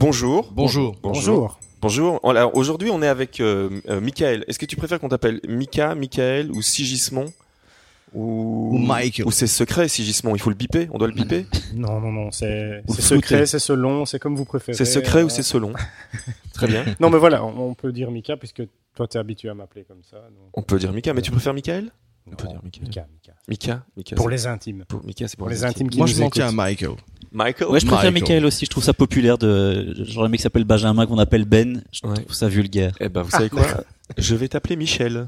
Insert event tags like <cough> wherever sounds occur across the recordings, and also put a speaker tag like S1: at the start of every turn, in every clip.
S1: Bonjour.
S2: Bonjour.
S1: Bonjour. Bonjour. Alors aujourd'hui, on est avec euh, euh, Michael. Est-ce que tu préfères qu'on t'appelle Mika, Michael ou Sigismond ou...
S2: Ou Michael.
S1: Ou c'est secret, Sigismond. Il faut le biper. On doit le biper.
S3: Non, non, non, c'est
S1: Ou
S3: c'est
S1: flouter.
S3: secret, c'est selon, c'est comme vous préférez.
S1: C'est secret
S3: Euh,
S1: ou c'est selon. Très bien.
S3: Non, mais voilà, on on peut dire Mika, puisque toi, t'es habitué à m'appeler comme ça. donc-
S1: On peut dire Mika, mais tu préfères Michael On peut
S3: Non,
S1: dire Michael.
S3: Mika, Mika.
S1: Mika. Mika.
S3: Pour
S1: c'est-
S3: les intimes.
S1: pour- Mika, c'est pour,
S3: Pour les intimes qui
S2: Moi,
S3: nous
S2: je m'en
S3: écoutent.
S2: tiens à Michael.
S1: Michael.
S4: Ouais, je préfère
S2: Michael.
S4: Michael aussi. Je trouve ça populaire de. J'aurais aimé que ça s'appelle Benjamin, qu'on appelle Ben. Je
S1: Ouais.
S4: trouve ça vulgaire.
S1: Eh ben, vous savez quoi Je vais t'appeler Michel.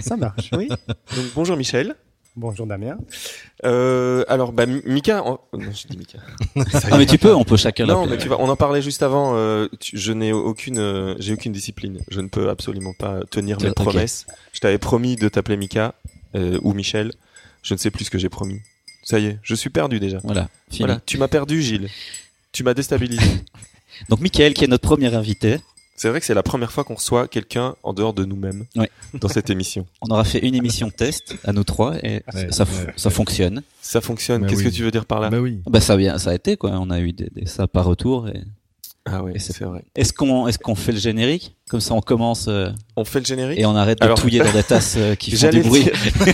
S3: Ça marche.
S1: Oui. Donc bonjour Michel.
S3: Bonjour Damien.
S1: Euh, alors, bah, M- Mika, on- oh, non, je dis Mika. Ça y
S4: Ah, mais
S1: est.
S4: tu peux, on peut chacun
S1: Non,
S4: l'appeler.
S1: mais tu vois, on en parlait juste avant. euh, tu- je n'ai aucune, euh, j'ai aucune discipline. Je ne peux absolument pas tenir mes
S4: Ok.
S1: promesses. Je t'avais promis de t'appeler Mika euh, ou Michel. Je ne sais plus ce que j'ai promis. Ça y est, je suis perdu déjà.
S4: Voilà. fini.
S1: Voilà, tu m'as perdu, Gilles. Tu m'as déstabilisé.
S4: Donc Michael, qui est notre premier invité,
S1: c'est vrai que c'est la première fois qu'on reçoit quelqu'un en dehors de nous-mêmes
S4: Ouais.
S1: dans cette émission.
S4: on aura fait une émission test à nous trois et
S1: Ah,
S2: Ouais,
S4: ça, f-
S2: ouais,
S4: ça
S2: ouais.
S4: fonctionne.
S1: Ça fonctionne.
S2: Bah
S1: Qu'est-ce
S2: oui.
S1: que tu veux dire par là
S2: Bah oui.
S4: Bah ça a bien, ça a été quoi. On a eu des, des- ça par retour. et-
S1: Ah ouais,
S4: Et c'est-
S1: c'est vrai.
S4: Est-ce qu'on est-ce qu'on fait le générique Comme ça, on commence euh,
S1: On fait le générique.
S4: et on arrête de
S1: Alors-
S4: touiller dans des tasses euh, qui font
S1: J'allais
S4: du bruit.
S1: le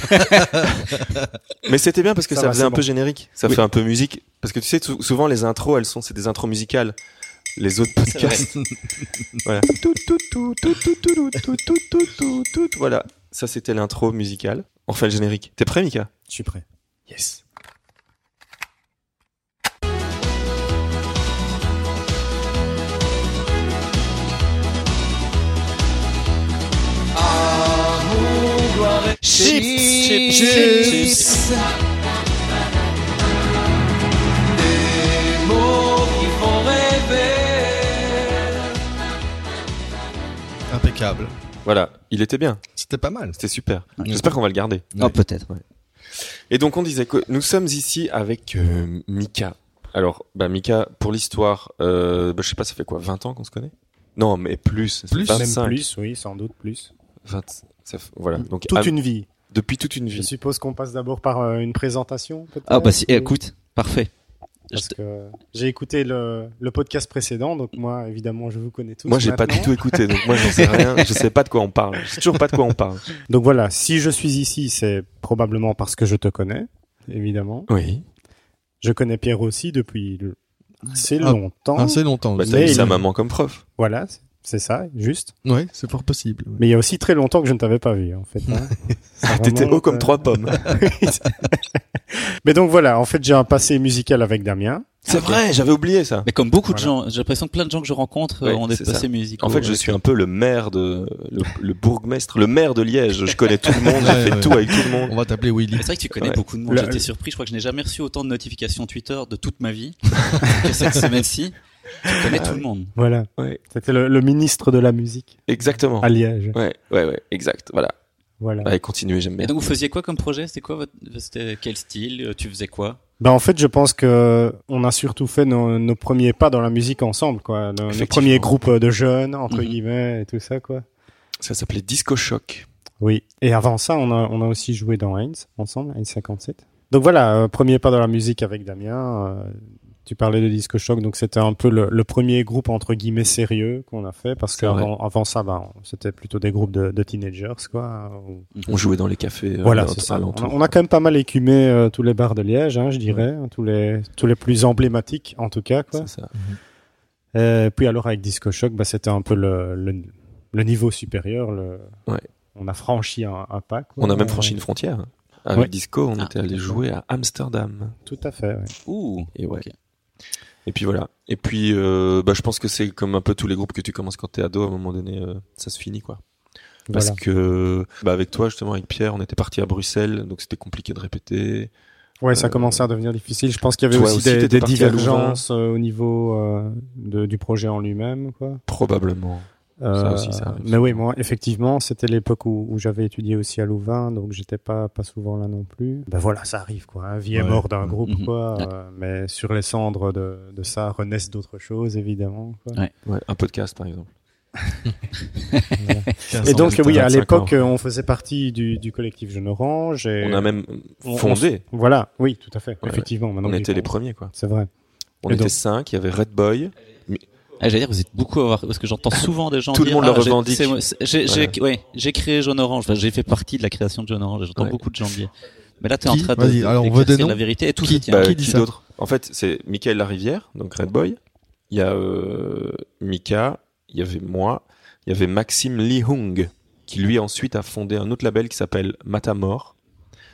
S1: dire. Mais c'était bien parce que ça,
S3: Ça va,
S1: faisait
S3: c'est
S1: un
S3: bon.
S1: peu générique, ça
S4: Oui.
S1: fait un peu musique. Parce que tu sais, sou- souvent les intros, elles sont, c'est des intros musicales. Les autres podcasts. voilà. Tout, tout, tout, tout, tout, tout, tout, tout, tout, tout, tout. Voilà. Ça, c'était l'intro musicale. On fait le générique. T'es prêt, Mika
S3: Je suis prêt.
S1: Yes.
S4: Chips, chips, chips, chips.
S2: Impeccable.
S1: Voilà. Il était bien.
S2: C'était pas mal.
S1: C'était super.
S4: Ouais.
S1: J'espère qu'on va le garder.
S4: Oh, peut-être.
S1: Et donc on disait que nous sommes ici avec euh, Mika. Alors, bah, Mika, pour l'histoire, euh, bah, je sais pas, ça fait quoi, 20 ans qu'on se connaît Non, mais plus, ça fait
S2: Plus.
S1: 25,
S3: Même plus, oui, sans doute plus.
S1: Ah, 20, ça fait- voilà. Donc
S3: Toute
S1: av-
S3: une vie.
S1: depuis toute une
S3: Je
S1: vie.
S3: suppose qu'on passe d'abord par euh, une présentation, peut-être.
S4: Ah bah si,
S3: ou-
S4: écoute, parfait.
S3: Parce que j'ai écouté le, le podcast précédent, donc moi, évidemment, je vous connais tous.
S1: Moi, j'ai pas
S3: maintenant.
S1: du tout écouté, donc moi, j'en sais rien. Je sais pas de quoi on parle. Je sais toujours pas de quoi on parle.
S3: Donc voilà, si je suis ici, c'est probablement parce que je te connais, évidemment.
S1: Oui.
S3: Je connais Pierre aussi depuis le- assez
S2: Ah,
S3: longtemps.
S2: Assez longtemps.
S1: Bah,
S2: aussi.
S1: t'as
S3: Mais
S1: eu
S3: il-
S1: sa maman comme prof.
S3: voilà, c'est- c'est ça, juste.
S2: Ouais, c'est fort possible. ouais.
S3: Mais il y a aussi très longtemps que je ne t'avais pas vu, en fait.
S1: <laughs>
S3: hein. Ça
S1: T'étais
S3: remonte,
S1: haut comme
S3: euh,
S1: trois
S3: <laughs>
S1: pommes.
S3: Mais donc voilà, en fait, j'ai un passé musical avec Damien.
S1: C'est vrai, j'avais oublié ça.
S4: Mais comme beaucoup de
S3: Voilà.
S4: gens, j'ai l'impression que plein de gens que je rencontre
S1: Ouais,
S4: euh, ont des
S1: c'est ça.
S4: passés musicaux. euh,
S1: En fait, je suis un peu le maire de, le, le bourgmestre, le maire de Liège. Je connais tout le monde, j'ai
S2: Ouais,
S1: fait
S2: ouais.
S1: tout avec tout le monde.
S2: On va t'appeler Willy.
S4: C'est vrai que tu connais
S1: Ouais.
S4: beaucoup de monde.
S3: Le-
S4: J'étais surpris. Je crois que je n'ai jamais reçu autant de notifications Twitter de toute
S1: <laughs>
S4: ma vie que cette semaine-ci. Tu connais
S1: Ah
S4: tout
S1: oui.
S4: le monde.
S3: Voilà.
S1: Ouais.
S3: C'était le, le ministre de la musique
S1: Exactement.
S3: à Liège.
S1: Ouais, ouais, ouais, exact. Voilà.
S3: Voilà.
S1: Allez, continuez, j'aime bien.
S4: Et donc, vous faisiez quoi comme projet C'était quoi votre... C'était quel style Euh, Tu faisais quoi
S3: Ben en fait, je pense que on a surtout fait nos, nos premiers pas dans la musique ensemble, quoi. Nos, nos
S1: Effectivement.
S3: premiers groupes de jeunes, entre
S4: Mhm.
S3: guillemets, et tout ça, quoi.
S1: Ça s'appelait Disco Shock.
S3: Oui. Et avant ça, on a, on a aussi joué dans Heinz, ensemble, Heinz 57. Donc voilà, euh, premier pas dans la musique avec Damien. euh, tu parlais de Disco Shock, donc c'était un peu le, le premier groupe, entre guillemets, sérieux qu'on a fait, parce
S1: C'est vrai.
S3: qu'avant avant ça, ben, c'était plutôt des groupes de, de teenagers, quoi. ou-
S1: On jouait dans les cafés. euh,
S3: Voilà,
S1: à-
S3: c'est ça. On a,
S1: alentour.
S3: on a quand même pas mal écumé euh, tous les bars de Liège, hein, je dirais, hein, tous les tous les plus emblématiques en tout cas. Quoi.
S1: C'est ça.
S3: Euh, puis alors avec Disco Shock, bah, c'était un peu le, le, le niveau supérieur. Le...
S1: Ouais.
S3: On a franchi un, un pas. quoi.
S1: On a même franchi une frontière. Avec
S3: Ouais.
S1: Disco, on
S4: Ah,
S1: était allé jouer à Amsterdam.
S3: Tout à fait. ouais.
S4: Ouh.
S1: Et ouais.
S4: Ok.
S1: Et puis voilà. Et puis, euh, bah, je pense que c'est comme un peu tous les groupes que tu commences quand t'es ado. À un moment donné, euh, ça se finit, quoi. Parce
S3: Voilà.
S1: que, bah, avec toi, justement, avec Pierre, on était parti à Bruxelles, donc c'était compliqué de répéter.
S3: Ouais, ça
S1: euh,
S3: commençait à devenir difficile. Je pense qu'il y avait
S1: toi
S3: aussi,
S1: aussi,
S3: des,
S1: t'étais
S3: des
S1: parti à
S3: divergences euh, au niveau euh, de- du projet en lui-même. quoi. Euh,
S1: Probablement. Ça aussi, ça arrive.
S3: mais oui, moi, effectivement, c'était l'époque où, où j'avais étudié aussi à Louvain, donc j'étais pas, pas souvent là non plus. Ben voilà, ça arrive, quoi. hein. Vie et
S2: Ouais.
S3: mort d'un groupe,
S4: Mhm.
S3: quoi. euh, mais sur les cendres de, de ça renaissent d'autres choses, évidemment. quoi.
S4: Ouais.
S1: Ouais, un podcast, par exemple.
S3: Voilà. et
S2: 15
S3: donc,
S1: ans,
S3: oui, à
S1: 25
S3: l'époque, euh, on faisait partie du, du collectif Jeune Orange. Et
S1: on a même
S3: on-
S1: fondé.
S3: Voilà, oui, tout à fait.
S1: Ouais,
S3: effectivement,
S1: On,
S3: maintenant que j'y
S1: était les
S3: pense.
S1: premiers, quoi.
S3: C'est vrai.
S1: On
S3: Et
S1: était
S3: donc-
S1: cinq. Il y avait Red Boy, Mi-
S4: Ah, J'allais dire, vous êtes beaucoup à avoir, parce que j'entends souvent des gens
S1: Tout le
S4: dire.
S1: monde le
S4: ah, j'ai-
S1: revendique.
S4: c'est moi- c'est- J'ai j'ai-
S1: Ouais.
S4: ouais, j'ai créé Jaune Orange. Enfin, j'ai fait partie de la création de Jaune Orange. J'entends
S1: Ouais.
S4: beaucoup de gens dire. Mais là, tu es en
S2: Qui
S4: train de,
S2: Vas-y, alors, on veut
S4: d'éclaircir
S2: des noms.
S4: la vérité et tout
S2: Qui
S4: se tient.
S1: Bah,
S2: qui
S1: qui
S2: dit ça
S1: d'autre En fait, c'est Michael Larivière, donc Red Boy. Il y a euh, Mika, il y avait moi, il y avait Maxime Lee Hung, qui lui ensuite a fondé un autre label qui s'appelle Matamor.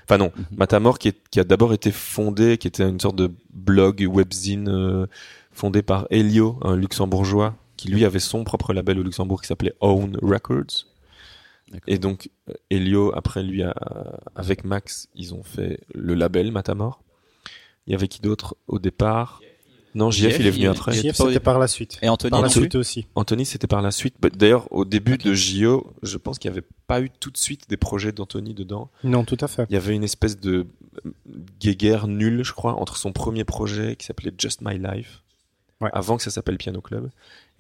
S1: Enfin non,
S4: Mhm.
S1: Matamor qui, est- qui a d'abord été fondé, qui était une sorte de blog webzine euh, fondé par Elio, un luxembourgeois, qui lui avait son propre label au Luxembourg qui s'appelait Own Records.
S4: D'accord.
S1: Et donc euh, Elio, après lui, a- avec Max, ils ont fait le label Matamor. Il y avait qui d'autre au départ Non, JF, il est venu
S4: il-
S1: après.
S4: il-
S3: JF,
S4: pas au
S3: c'était
S4: début.
S3: par la suite.
S4: Et Anthony,
S3: Par la
S4: non
S3: suite aussi.
S1: Anthony, c'était par la suite. Bah, D'ailleurs, au début de JO, je pense qu'il n'y avait pas eu tout de suite des projets d'Anthony dedans.
S3: Non, tout à fait.
S1: Il y avait une espèce de euh, guéguerre nulle, je crois, entre son premier projet qui s'appelait Just My Life,
S3: Ouais.
S1: avant que ça s'appelle Piano Club.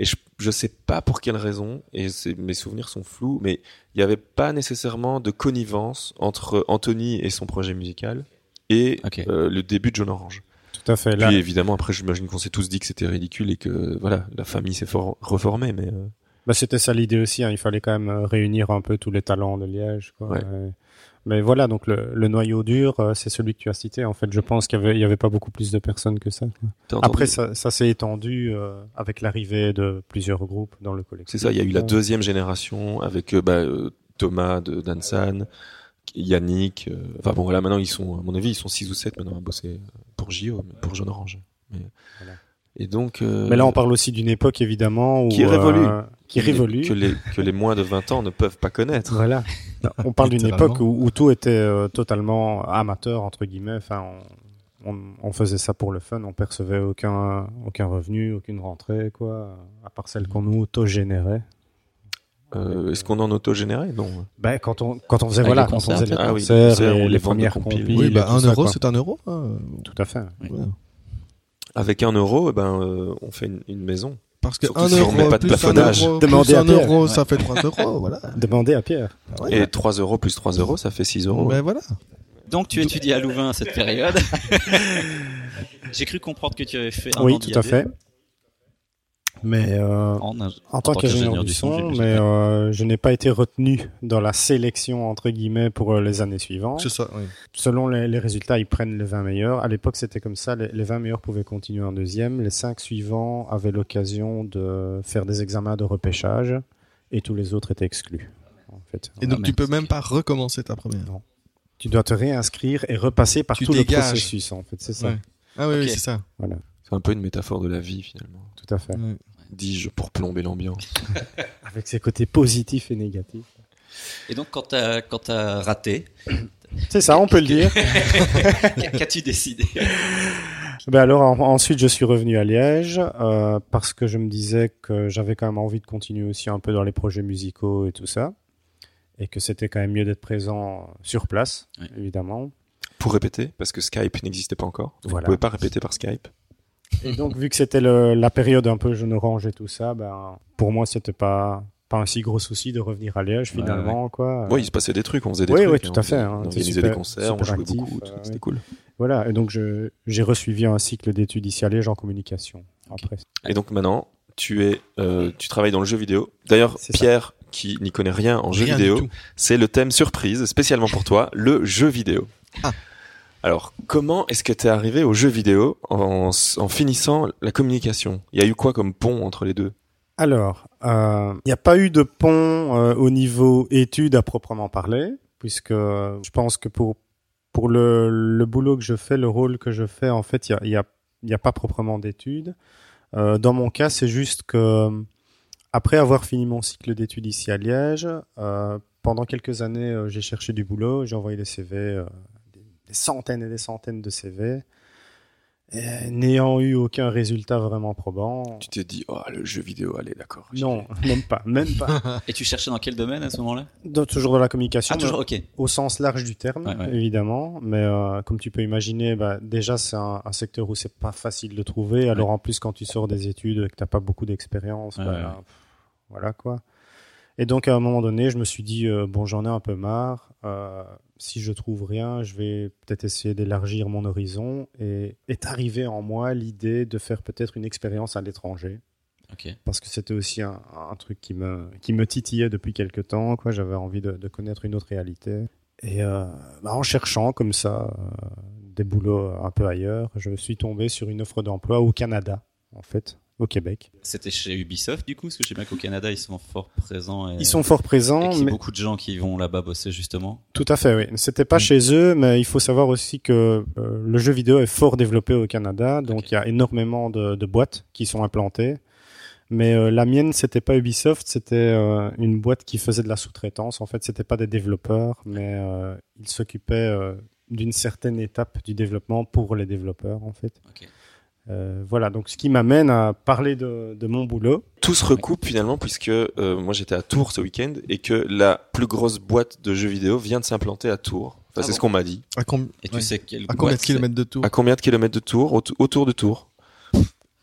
S1: Et je ne sais pas pour quelle raison, et c'est- mes souvenirs sont flous, mais il n'y avait pas nécessairement de connivence entre Anthony et son projet musical et
S4: Ok.
S1: euh, le début de John Orange.
S3: Tout à fait. Ah, Là,
S1: Puis évidemment, après, j'imagine qu'on s'est tous dit que c'était ridicule et que voilà, la famille s'est for- reformée, mais euh,
S3: Bah, c'était ça l'idée aussi. hein. Il fallait quand même euh, réunir un peu tous les talents de Liège. Quoi.
S1: Ouais.
S3: Euh, Mais voilà, donc le, le noyau dur, euh, c'est celui que tu as cité. En fait, je pense qu'il y avait, il y avait pas beaucoup plus de personnes que ça. quoi.
S1: t'as entendu-
S3: Après, ça, ça s'est étendu euh, avec l'arrivée de plusieurs groupes dans le collectif. Euh,
S1: c'est ça. Il y a eu la
S3: Ouais.
S1: deuxième génération avec euh, bah, euh, Thomas de Dansan, Yannick. euh, enfin bon, voilà, maintenant ils sont, à mon avis, ils sont 6 ou 7 maintenant à bosser pour JO, mais pour Jaune Orange. Mais-
S3: Voilà.
S1: Et donc, euh,
S3: Mais là, on parle aussi d'une époque, évidemment, où,
S1: Qui révolue.
S3: euh, qui révolue.
S1: que les que les moins de 20 ans ne peuvent pas connaître.
S3: Voilà. <laughs> on parle d'une
S2: Littéralement.
S3: époque où, où tout était euh, totalement amateur entre guillemets. Enfin, on, on, on faisait ça pour le fun. On percevait aucun aucun revenu, aucune rentrée, quoi, à part celle qu'on nous auto générait.
S1: Euh, Est-ce qu'on en auto-générait Non.
S3: Ben quand on quand on faisait
S4: Avec
S3: voilà,
S4: les
S3: quand on
S4: concerts,
S3: faisait les
S1: ah oui,
S3: concerts,
S1: concerts,
S3: les,
S1: on les
S3: les
S1: vend de
S3: premières
S1: compiles.
S3: compiles,
S2: Oui, bah,
S3: tout
S2: un
S3: ça,
S2: euro,
S3: quoi.
S2: c'est un euro. hein.
S3: tout à fait.
S1: Avec un euro, eh ben, euh, on fait une, une maison.
S2: Parce que
S1: Surtout
S2: 1
S1: si on
S2: euro,
S1: met pas de
S2: plus un
S1: plafonnage.
S2: euro,
S3: Demandez
S2: plus
S3: à
S2: un
S3: Pierre.
S2: euro, ça fait 3 euros, voilà.
S3: Demandez à Pierre.
S2: Ah ouais.
S1: Et 3 euros plus 3 euros, ça fait 6 euros.
S2: Ben voilà.
S4: Donc tu étudies à Louvain à cette période. <laughs> J'ai cru comprendre que tu avais fait un
S3: oui,
S4: an
S3: tout à
S4: d'IAB
S3: fait. Mais euh,
S4: En, ing-
S3: En tant qu'ingénieur du son, mais euh, je n'ai pas été retenu dans la sélection entre guillemets pour euh, les années suivantes.
S2: C'est ça, oui.
S3: Selon les, les résultats, ils prennent les 20 meilleurs. À l'époque, c'était comme ça. Les, les 20 meilleurs pouvaient continuer en deuxième. Les 5 suivants avaient l'occasion de faire des examens de repêchage et tous les autres étaient exclus. En fait.
S2: Et
S4: Ah,
S2: donc, tu
S4: merde.
S2: peux même pas recommencer ta première.
S3: Tu dois te réinscrire et repasser par
S2: Tu
S3: tout
S2: dégages.
S3: le processus. En fait, c'est ça.
S2: Ouais. Ah oui,
S4: Ok.
S2: oui, c'est ça.
S1: C'est un peu une métaphore de la vie finalement.
S3: Tout à fait.
S2: Ouais.
S1: Dis-je pour plomber l'ambiance.
S3: Avec ses côtés positifs et négatifs.
S4: Et donc quand t'as quand t'as <laughs> raté,
S3: C'est ça, on peut le dire.
S4: qu'a- qu'as-tu décidé
S3: Ben alors en- ensuite je suis revenu à Liège euh, parce que je me disais que j'avais quand même envie de continuer aussi un peu dans les projets musicaux et tout ça et que c'était quand même mieux d'être présent sur place
S4: Ouais.
S3: évidemment.
S1: Pour répéter, parce que Skype n'existait pas encore. Vous ne
S3: Voilà.
S1: pouvez pas répéter par Skype.
S3: Et donc vu que c'était le- la période un peu jaune orange et tout ça, ben pour moi c'était pas pas un si gros souci de revenir à Liège
S4: Ouais,
S3: finalement quoi.
S1: Oui, il se passait des trucs, on faisait des
S3: Oui,
S1: trucs.
S3: oui, tout
S1: hein,
S3: à fait,
S1: on-
S3: hein,
S1: On
S3: c'est
S1: organisait
S3: super-
S1: des concerts, on
S3: super
S1: jouait
S3: actif,
S1: beaucoup, tout,
S3: euh,
S1: c'était
S3: ouais.
S1: cool.
S3: Voilà et donc je j'ai resuivi un cycle d'études ici à Liège en communication. Après
S1: Et donc maintenant, tu es, euh, tu travailles dans le jeu vidéo. D'ailleurs,
S3: C'est ça.
S1: Pierre, qui n'y connaît rien en jeu
S2: Rien
S1: vidéo,
S2: du tout.
S1: c'est le thème surprise spécialement pour toi, le jeu vidéo.
S2: Ah.
S1: Alors, comment est-ce que t'es arrivé au jeu vidéo en, s- en finissant la communication Il y a eu quoi comme pont entre les deux
S3: Alors, euh, il n'y a pas eu de pont euh, au niveau études à proprement parler, puisque euh, je pense que pour pour le, le boulot que je fais, le rôle que je fais, en fait, il y a, il y a, il y a pas proprement d'études. Euh, dans mon cas, c'est juste que euh, après avoir fini mon cycle d'études ici à Liège, euh, pendant quelques années, euh, j'ai cherché du boulot, j'ai envoyé des CV, euh, des, des centaines et des centaines de CV, Et n'ayant eu aucun résultat vraiment probant.
S1: Tu t'es dit, oh, le jeu vidéo, allez, d'accord. j'y
S3: Non,
S1: vais.
S3: même pas, <laughs> même pas.
S4: Et tu cherchais dans quel domaine à ce moment-là
S3: Dans- toujours dans la communication,
S4: Ah toujours, ok.
S3: mais au sens large du terme,
S4: Ouais, ouais.
S3: évidemment. Mais euh, comme tu peux imaginer, bah, déjà c'est un, un secteur où c'est pas facile de trouver. Alors en plus, quand tu sors des études et que t'as pas beaucoup d'expérience,
S4: Ouais,
S3: bah,
S4: ouais, ouais.
S3: pff, voilà quoi. Et donc à un moment donné, je me suis dit euh, bon, j'en ai un peu marre. Euh, si je trouve rien, je vais peut-être essayer d'élargir mon horizon. Et est arrivée en moi l'idée de faire peut-être une expérience à l'étranger.
S4: Ok.
S3: parce que c'était aussi un, un truc qui me, qui me titillait depuis quelque temps. Quoi. J'avais envie de, de connaître une autre réalité. Et euh, bah, en cherchant comme ça euh, des boulots un peu ailleurs, je suis tombé sur une offre d'emploi au Canada, en fait, au Québec.
S4: C'était chez Ubisoft du coup, parce que je sais bien qu'au Canada ils sont fort présents. Et,
S3: Ils sont fort
S4: et
S3: présents,
S4: qu'il y a
S3: mais
S4: beaucoup de gens qui vont là-bas bosser justement.
S3: tout à fait, oui. C'était pas
S4: Mm.
S3: chez eux, mais il faut savoir aussi que euh, le jeu vidéo est fort développé au Canada, donc
S4: Ok.
S3: il y a énormément de, de boîtes qui sont implantées. Mais euh, la mienne, c'était pas Ubisoft, c'était euh, une boîte qui faisait de la sous-traitance. En fait, c'était pas des développeurs, mais euh, ils s'occupaient euh, d'une certaine étape du développement pour les développeurs, en fait.
S4: Ok.
S3: Euh, voilà, donc ce qui m'amène à parler de, de mon boulot.
S1: Tout se recoupe finalement puisque euh, moi j'étais à Tours ce week-end et que la plus grosse boîte de jeux vidéo vient de s'implanter à Tours. Enfin,
S4: Ah
S1: c'est
S4: bon
S1: ce qu'on m'a dit.
S2: À, com-
S4: Et tu
S2: ouais.
S4: sais quelle
S2: à combien
S4: boîte
S2: de kilomètres de tour
S1: À combien de kilomètres de Tours Autou- Autour de Tours.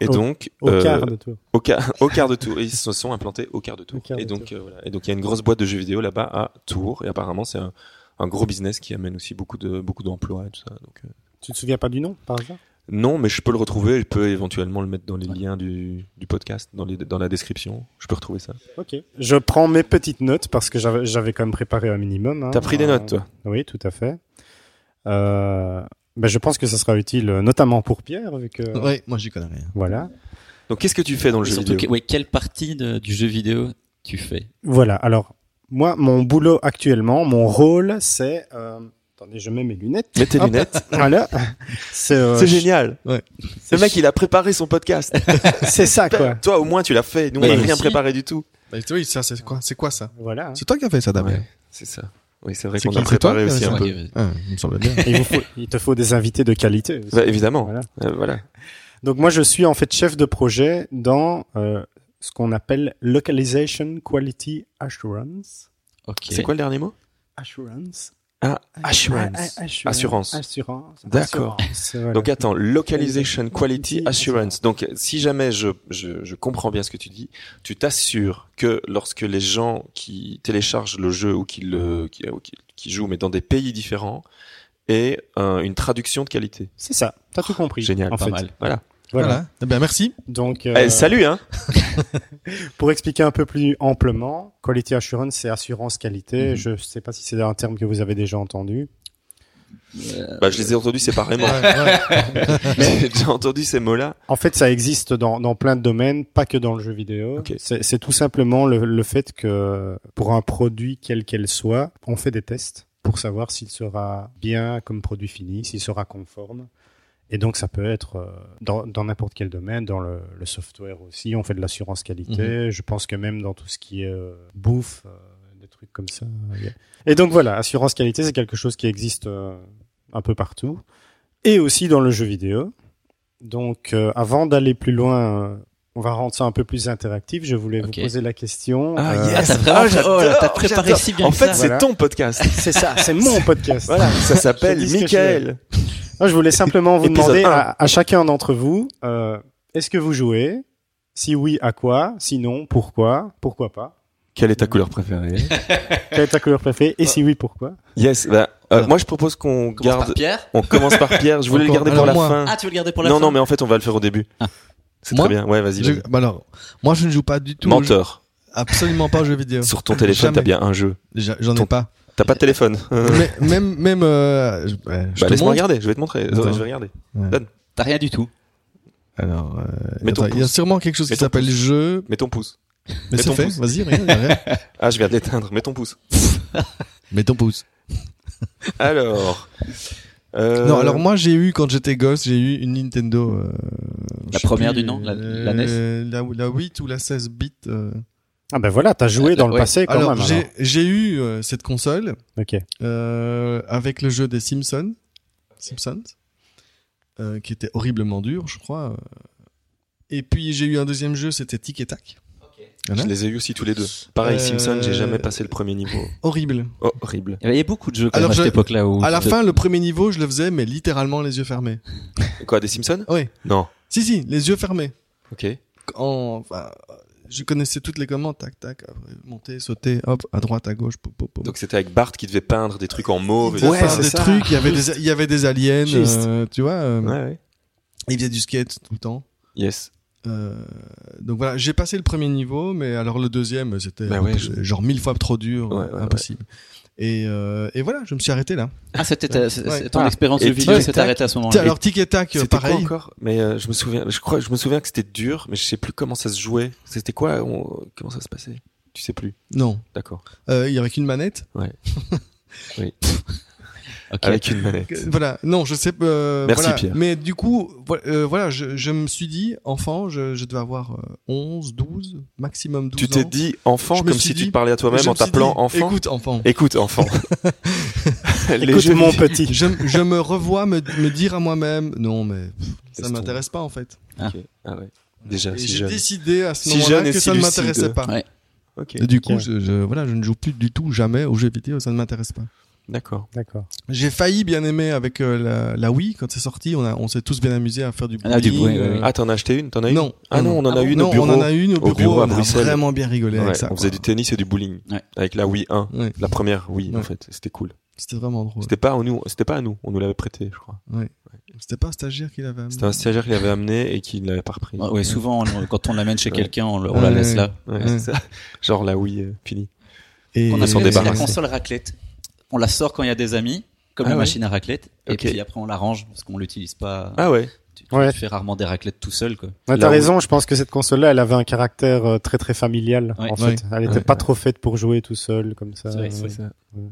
S1: Et
S3: Au-
S1: donc
S3: Au
S1: euh,
S3: quart de tout.
S1: au, quart, au quart de Tours. Et ils se sont implantés au quart de Tours.
S3: quart
S1: et
S3: de
S1: donc euh, voilà. Et donc il y a une grosse boîte de jeux vidéo là-bas à Tours et apparemment c'est un, un gros business qui amène aussi beaucoup de beaucoup d'emplois et tout ça. Donc euh,
S3: Tu te souviens pas du nom, par hasard
S1: non, mais je peux le retrouver. Je peux éventuellement le mettre dans les
S4: Ouais.
S1: liens du, du podcast, dans les dans la description. Je peux retrouver ça.
S3: Ok. Je prends mes petites notes parce que j'avais j'avais quand même préparé un minimum. hein.
S1: T'as pris des
S3: Euh,
S1: notes, toi
S3: Oui, tout à fait. Euh, ben, je pense que ça sera utile, euh, notamment pour Pierre, vu que
S2: Ouais, moi j'y connais rien.
S3: voilà.
S1: Donc qu'est-ce que tu fais dans le
S4: Et
S1: jeu
S4: surtout,
S1: vidéo
S4: que- ouais, quelle partie de- du jeu vidéo tu fais
S3: Voilà. Alors moi, mon boulot actuellement, mon rôle, c'est euh, attendez, je mets mes lunettes.
S1: Mets tes
S3: Hop.
S1: lunettes.
S3: <laughs> Voilà. C'est euh,
S1: C'est génial.
S2: Ouais.
S1: Le mec, il a préparé son podcast.
S3: c'est
S1: <laughs>
S3: ça Ah, quoi.
S1: Toi, au moins, tu l'as fait. Nous,
S4: Bah,
S1: on n'a
S4: nous
S1: rien
S4: aussi.
S1: préparé du tout.
S2: Bah, oui, ça, c'est quoi, c'est quoi ça
S3: Voilà.
S2: C'est toi qui as fait ça, Damien
S1: Ouais, c'est ça. Oui, c'est vrai
S2: Ah, C'est
S1: qu'on a
S2: qui, c'est toi
S1: préparé
S2: qui a
S1: aussi
S2: fait
S1: un
S4: ça
S1: peu.
S4: Ouais, vas-y.
S2: Ah, Il me semble
S1: <laughs>
S2: bien.
S3: Il, vous faut- il te faut des invités de qualité. aussi.
S1: Bah, évidemment.
S3: Voilà.
S1: Euh, voilà.
S3: Donc moi, je suis en fait chef de projet dans euh, ce qu'on appelle localization quality assurance.
S4: Ok.
S1: C'est quoi le dernier mot
S3: Assurance.
S1: Ah,
S3: Ah, ah,
S1: assurance.
S3: Assurance.
S1: Assurance.
S3: Assurance.
S1: D'accord.
S3: Assurance, voilà.
S1: Donc attends, localization quality assurance. Donc euh, si jamais je, je, je comprends bien ce que tu dis, tu t'assures que lorsque les gens qui téléchargent le jeu ou qui le qui, ou qui, qui jouent mais dans des pays différents aient euh, une traduction de qualité.
S3: c'est ça. T'as tout compris.
S1: Génial,
S3: en
S4: Pas
S3: fait.
S4: mal.
S1: Voilà.
S3: Voilà.
S2: Eh bien, merci.
S3: Donc, euh,
S1: Eh, salut hein.
S3: pour expliquer un peu plus amplement, quality assurance, c'est assurance qualité.
S1: Mhm.
S3: Je ne sais pas si c'est un terme que vous avez déjà entendu.
S1: Bah, je les ai entendus séparément.
S2: euh,
S1: <laughs> J'ai déjà entendu ces mots-là.
S3: En fait, ça existe dans, dans plein de domaines, pas que dans le jeu vidéo.
S1: Ok.
S3: C'est c'est tout simplement le, le fait que pour un produit quel qu'elle soit, on fait des tests pour savoir s'il sera bien comme produit fini, s'il sera conforme. Et donc, ça peut être euh, dans dans n'importe quel domaine, dans le, le software aussi. On fait de l'assurance qualité. Je pense que même dans tout ce qui est euh, bouffe, euh, des trucs comme ça. Et donc, voilà, assurance qualité, c'est quelque chose qui existe euh, un peu partout. Et aussi dans le jeu vidéo. Donc, euh, avant d'aller plus loin, euh, on va rendre ça un peu plus interactif. Je voulais
S4: Ok.
S3: vous poser la question.
S1: Ah,
S3: Euh,
S4: Ah,
S1: yes.
S4: t'as vraiment-
S1: Ah, j'adore,
S4: oh là, t'as préparé
S1: j'adore.
S4: si bien
S1: En
S4: que
S1: fait,
S4: ça.
S1: c'est
S3: Voilà.
S1: ton podcast.
S3: <laughs> C'est ça, c'est mon podcast.
S1: Voilà, ça s'appelle
S3: Je dis ce que
S1: Michael.
S3: Non, je voulais simplement vous
S1: Épisode
S3: demander
S1: un.
S3: à, à chacun d'entre vous, euh, est-ce que vous jouez Si oui, à quoi Sinon, pourquoi Pourquoi pas
S1: Quelle est ta couleur préférée
S3: Quelle est ta couleur préférée Et si oui, pourquoi
S1: <laughs> Yes, bah, euh, moi je propose qu'on
S4: Commence par
S1: garde.
S4: Pierre.
S1: On commence par Pierre. Je voulais le
S2: Encore.
S1: garder pour
S2: Alors,
S1: la
S2: moi.
S1: fin.
S4: Ah, tu veux le garder pour la
S1: Non,
S4: fin
S1: non, mais en fait, on va le faire au début.
S4: Ah.
S1: C'est
S2: Moi
S1: très bien. Ouais, vas-y.
S2: Je-
S1: vas-y.
S2: bah alors, moi je ne joue pas du tout.
S1: Menteur.
S2: Je- Absolument pas aux jeux vidéo.
S1: Sur ton téléphone,
S2: Jamais.
S1: t'as bien un jeu.
S2: J'a- J'en
S1: Ton-
S2: ai pas.
S1: T'as pas de téléphone. <laughs> Euh,
S2: Mais- même, même, euh, je, ouais, je
S1: bah,
S2: te
S1: laisse-moi
S2: montre.
S1: regarder. Je vais te montrer.
S2: Attends.
S1: Je vais regarder.
S4: T'as rien du tout.
S2: Alors, euh,
S1: Mets ton
S2: attends, il y a
S1: pouce.
S2: sûrement quelque chose
S1: Mets
S2: qui
S1: ton
S2: s'appelle
S1: pouce.
S2: jeu.
S1: Mets ton pouce.
S2: Mais
S1: Mets
S2: c'est
S1: ton
S2: fait.
S1: pouce.
S2: Vas-y,
S1: <laughs>
S2: regarde, regarde.
S1: Ah, je viens de l'éteindre. Mets ton pouce.
S2: Mets ton pouce.
S1: Alors. euh,
S2: Non, alors moi j'ai eu quand j'étais gosse, j'ai eu une Nintendo. euh,
S4: La
S2: je sais
S4: première
S2: plus,
S4: du nom, la-
S2: euh,
S4: la E NES
S2: la, la 8 ou la 16 bits. euh.
S3: Ah ben voilà, t'as joué
S4: Euh,
S3: dans le
S4: ouais.
S3: passé quand
S2: Alors
S3: même.
S2: j'ai j'ai eu euh, cette console
S3: alors. Ok.
S2: euh, avec le jeu des Simpsons, Simpsons, euh, qui était horriblement dur, je crois. euh. Et puis j'ai eu un deuxième jeu, c'était Tic et Tac.
S1: Je
S2: Voilà.
S1: les ai eu aussi tous les deux. Pareil,
S2: Euh,
S1: Simpson, j'ai jamais passé le premier niveau.
S2: Horrible.
S1: Oh, horrible.
S4: Il y avait beaucoup de jeux quand
S2: Alors,
S4: même, à
S2: je-
S4: cette époque-là où.
S2: À la
S4: tu-
S2: fin, le premier niveau, je le faisais, mais littéralement les yeux fermés.
S1: Quoi, des Simpsons
S2: Oui.
S1: Non.
S2: Si, si, les yeux fermés.
S1: Ok.
S2: en- enfin, euh, je connaissais toutes les commandes, tac, tac, après, monter, sauter, hop, à droite, à gauche, pop, pop, pop.
S1: Donc c'était avec Bart qui devait peindre des trucs en mauve. et
S2: Il
S1: tout
S3: Ouais,
S2: faisait
S1: ça.
S2: des
S3: c'est ça.
S2: trucs, il y avait des, il y avait des aliens,
S1: Juste.
S2: euh, tu vois, euh,
S1: Ouais, ouais.
S2: il faisait du skate tout le temps.
S1: Yes.
S2: Euh, donc voilà, j'ai passé le premier niveau, mais alors le deuxième, c'était
S1: Bah
S2: un
S1: ouais,
S2: peu-
S1: je-
S2: genre mille fois trop dur,
S1: Ouais, ouais,
S2: impossible. Et, euh, et voilà, je me suis arrêté là.
S4: Ah, c'était ta- c'est-
S2: Ouais.
S4: c'est- ton
S1: Ah.
S4: expérience
S1: Et
S4: de vidéo
S1: tic,
S4: s'est
S1: tac.
S4: arrêtée à ce
S2: Tiens,
S4: moment-là.
S2: alors tic et tac,
S1: C'était quoi
S2: pareil.
S1: encore Mais euh, je me souviens, je crois, je me souviens que c'était dur, mais je sais plus comment ça se jouait. C'était quoi on- Comment ça se passait Tu sais plus.
S2: non,
S1: D'accord.
S2: Euh, il y avait qu'une manette.
S4: Ok.
S1: Avec une
S2: <laughs>
S1: manette.
S2: Que- Voilà, non, je sais. euh,
S1: Merci,
S2: voilà.
S1: Pierre.
S2: Mais du coup, vo- euh, voilà, je, je me suis dit, enfant, je, je devais avoir euh, 11, 12, maximum 12
S1: Tu t'es
S2: ans.
S1: dit enfant
S2: Je me
S1: comme
S2: suis
S1: si
S2: dit-
S1: tu te parlais à toi-même
S2: Je
S1: en
S2: me suis
S1: t'appelant
S2: dit,
S1: enfant.
S2: Écoute, enfant.
S1: Écoute,
S2: <laughs>
S1: enfant. <laughs> Les
S3: Écoute,
S1: jeux
S3: mon
S1: vidéo-
S3: petit.
S2: je, je me revois me, me dire à moi-même, non, mais pff, ça
S1: Laisse
S2: m'intéresse pas en fait.
S1: Ok. Ah ouais. Déjà,
S2: Et
S1: si
S2: j'ai
S1: jeune.
S2: décidé à ce
S1: Si jeune
S2: moment-là
S1: et
S2: que
S1: si
S2: ça ne
S1: lucide.
S2: m'intéressait pas.
S4: Ouais.
S1: Ok.
S2: Et du coup,
S3: Ok.
S2: je, je- voilà, je ne joue plus du tout jamais aux jeux vidéo, ça ne m'intéresse pas.
S1: D'accord.
S3: D'accord.
S2: J'ai failli bien aimer avec euh, la, la Wii quand c'est sorti, on, a- on s'est tous bien amusés à faire du bruit.
S4: Ah, du bruit, ouais, ouais.
S1: Ah, t'en as acheté une T'en as une
S2: euh, non,
S1: Ah non, on en a une
S2: non,
S1: au bureau.
S2: on en a une au bureau,
S1: bureau à
S2: on a
S1: Bruxelles.
S2: vraiment bien rigolé
S1: Ouais,
S2: avec ça.
S1: on faisait
S2: quoi.
S1: du tennis et du bowling
S4: Ouais.
S1: avec la Wii 1,
S2: Ouais,
S1: la première Wii en
S2: Ouais.
S1: fait. C'était cool.
S2: c'était vraiment drôle.
S1: C'était pas à nous, c'était pas à nous. On nous l'avait prêté, je crois.
S2: C'était pas un stagiaire qui l'avait amené.
S1: C'était un stagiaire qui l'avait amené et qui ne l'avait pas repris.
S4: Ah Ouais, ouais, souvent, on- quand on l'amène chez
S1: Ouais.
S4: quelqu'un, on, le- on la
S2: Ouais.
S4: laisse là.
S1: Ouais,
S2: Ouais.
S1: c'est ça. Genre la Wii euh, finie.
S2: Et
S4: On
S1: a son
S4: appelle aussi
S1: débarrassé.
S4: la console raclette. On la sort quand il y a des amis, comme
S1: Ah
S4: la
S1: ouais.
S4: machine à raclette.
S1: Ok.
S4: Et puis après, on la range parce qu'on l'utilise pas.
S1: Ah ouais.
S4: Tu, tu
S3: Ouais. Euh,
S4: fais rarement des raclettes tout seul, quoi.
S3: Ouais,
S1: Là
S3: T'as
S1: où-
S3: raison, je pense que cette console-là, elle avait un caractère euh, très très familial
S4: Ouais.
S3: en
S2: Ouais.
S3: fait. Elle n'était
S1: Ouais.
S3: pas trop faite pour jouer tout seul comme ça.
S4: C'est vrai, c'est
S3: Euh,
S4: vrai.
S3: Ouais.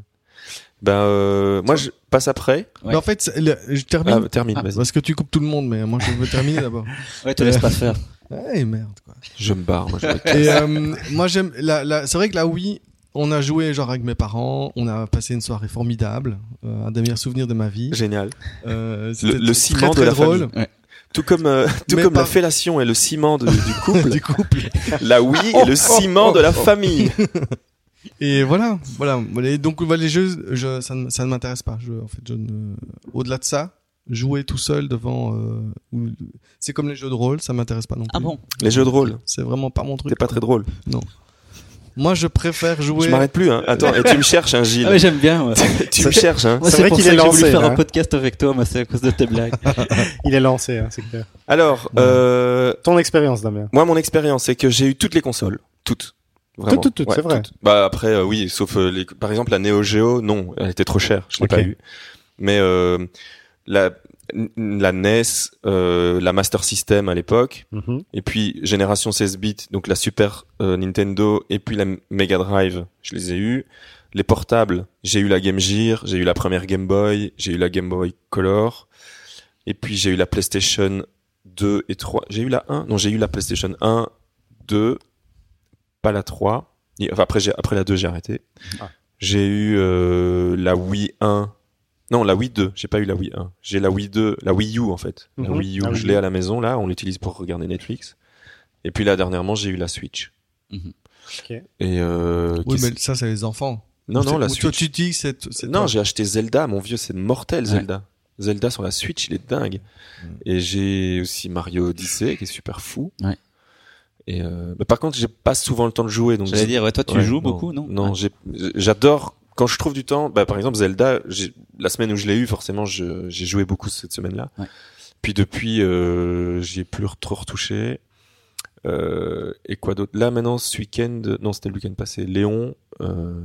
S1: Ben euh, moi je passe après.
S2: Mais en fait, c'est- le- je termine
S1: Ah, termine,
S4: Ah.
S1: vas-y.
S2: parce que tu coupes tout le monde, mais moi je veux
S1: <laughs>
S2: terminer d'abord.
S4: Ouais, te laisse pas faire.
S2: Ouais, merde quoi.
S1: Je me barre. Moi, je vais-
S2: Et euh, moi j'aime la, la- c'est vrai que la Wii, on a joué genre avec mes parents, on a passé une soirée formidable, euh, un des meilleurs souvenirs de ma vie.
S1: Génial.
S2: Euh,
S1: Le,
S2: c'était
S1: le
S2: très,
S1: ciment
S2: très
S1: de la
S2: drôle.
S1: famille. Tout comme euh, tout
S2: Mais
S1: comme la
S2: par-
S1: fellation est le ciment de- du couple.
S2: Du couple.
S1: La Wii est le ciment de la famille.
S2: Et voilà, voilà. Et donc voilà, les jeux, je, ça ne, ça ne m'intéresse pas. Je, en fait, je ne- au-delà de ça, jouer tout seul devant, euh, ou- c'est comme les jeux de rôle, ça m'intéresse pas non plus.
S4: Ah bon
S1: Les jeux de rôle.
S2: C'est vraiment pas mon truc.
S1: T'es pas très drôle.
S2: Moi, je préfère jouer.
S1: Je m'arrête plus. Hein. Attends, et tu me cherches, hein, Gilles.
S4: Ah, mais j'aime bien. ouais.
S1: tu me cherches. Hein.
S4: Moi,
S3: C'est
S4: c'est
S3: vrai
S4: pour
S3: qu'il
S4: ça
S3: est
S4: que j'ai
S3: lancé,
S4: voulu faire
S3: là.
S4: un podcast avec toi, moi, c'est à cause de tes blagues.
S3: Il est lancé, hein, c'est clair.
S1: Alors, euh,
S3: Ton expérience, Damien.
S1: moi, mon expérience, c'est que j'ai eu toutes les consoles, toutes. Vraiment.
S3: Toutes, toutes, toutes,
S1: Ouais,
S3: c'est vrai.
S1: Bah après, euh, oui, sauf euh, les- par exemple la Neo Geo, non, elle était trop chère, je l'ai
S3: Ok.
S1: pas eu. Mais euh, la n- la NES, euh, la Master System à l'époque,
S3: Mhm.
S1: et puis génération 16 bits, donc la Super euh, Nintendo et puis la M- Mega Drive, je les ai eus. Les portables, j'ai eu la Game Gear, j'ai eu la première Game Boy, j'ai eu la Game Boy Color, et puis j'ai eu la PlayStation 2 et 3. J'ai eu la 1 Non, j'ai eu la PlayStation 1, 2, pas la 3. Et- Enfin, après, j'ai, après la 2, j'ai arrêté.
S3: Ah.
S1: J'ai eu euh, la Wii 1. Non, la Wii 2. J'ai pas eu la Wii 1. J'ai la Wii 2, la Wii U en fait. La
S3: Mhm.
S1: Wii U,
S3: La Wii
S1: je
S3: U.
S1: l'ai à la maison là. On l'utilise pour regarder Netflix. Et puis là, dernièrement, j'ai eu la Switch.
S4: Mhm.
S3: Ok.
S1: Et euh,
S2: Oui,
S1: qu'est-ce-
S2: mais ça, c'est les enfants.
S1: non, non,
S2: C'est-
S1: la
S2: ou
S1: Switch.
S2: Toi, tu dis que c'est. c'est
S1: Non,
S2: toi.
S1: j'ai acheté Zelda, mon vieux, c'est mortel Zelda. Zelda sur la Switch, il est dingue.
S2: Mm.
S1: Et j'ai aussi Mario Odyssey qui est super fou.
S4: Ouais.
S1: Et euh, mais par contre, j'ai pas souvent le temps de jouer. Donc
S4: J'allais dire, ouais, toi, tu
S1: Ouais,
S4: joues beaucoup, non
S1: Non, j'ai- j'adore quand je trouve du temps. Bah, par exemple, Zelda, j'ai- la semaine où je l'ai eu, forcément, je- j'ai joué beaucoup cette semaine-là.
S4: Ouais.
S1: Puis depuis, euh, j'y ai plus re- trop retouché. Euh, et quoi d'autre Là maintenant, ce week-end, non, c'était le week-end passé. Léon, euh,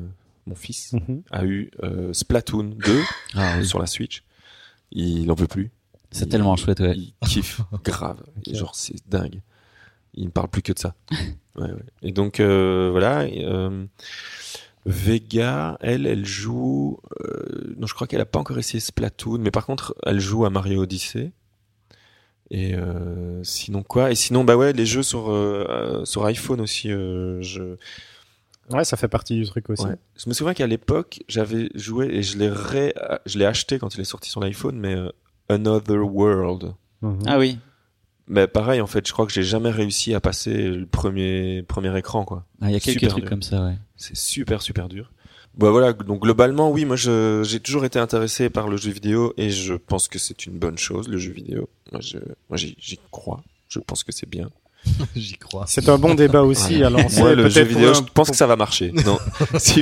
S1: mon fils,
S3: Mhm.
S1: a eu euh, Splatoon 2
S4: <laughs> Ah, oui.
S1: sur la Switch. Il en veut plus.
S4: C'est tellement chouette, ouais.
S1: Il
S4: <laughs>
S1: kiffe grave. Et genre, c'est dingue. Il ne parle plus que de
S4: <laughs>
S1: ça. Ouais, ouais. Et donc, euh, voilà. et, euh, Vega, elle, elle joue. euh, non, je crois qu'elle a pas encore essayé Splatoon, mais par contre, elle joue à Mario Odyssey. Et euh, sinon quoi Et sinon, bah ouais, les jeux sur euh, euh, sur iPhone aussi. euh, je
S3: Ouais, ça fait partie du truc aussi.
S1: Ouais. Je me souviens qu'à l'époque, j'avais joué et je l'ai ré... je l'ai acheté quand il est sorti sur l'iPhone, mais euh, Another World.
S3: Mhm.
S4: Ah oui.
S1: Mais pareil, en fait, je crois que j'ai jamais réussi à passer le premier premier écran, quoi.
S4: Ah, Il y a quelques
S1: Super
S4: trucs
S1: dur.
S4: comme ça, ouais.
S1: C'est super super dur. Bah voilà, donc globalement, oui, moi je- j'ai toujours été intéressé par le jeu vidéo et je pense que c'est une bonne chose, le jeu vidéo. Moi je- moi, j'y j'y crois, je pense que c'est bien.
S2: <laughs> J'y crois.
S3: C'est un bon débat aussi
S1: Voilà.
S3: à lancer.
S1: Moi, le jeu
S3: peut-être
S1: vidéo,
S3: pour
S1: je
S3: un-
S1: pense que ça va marcher. <laughs> Non. si,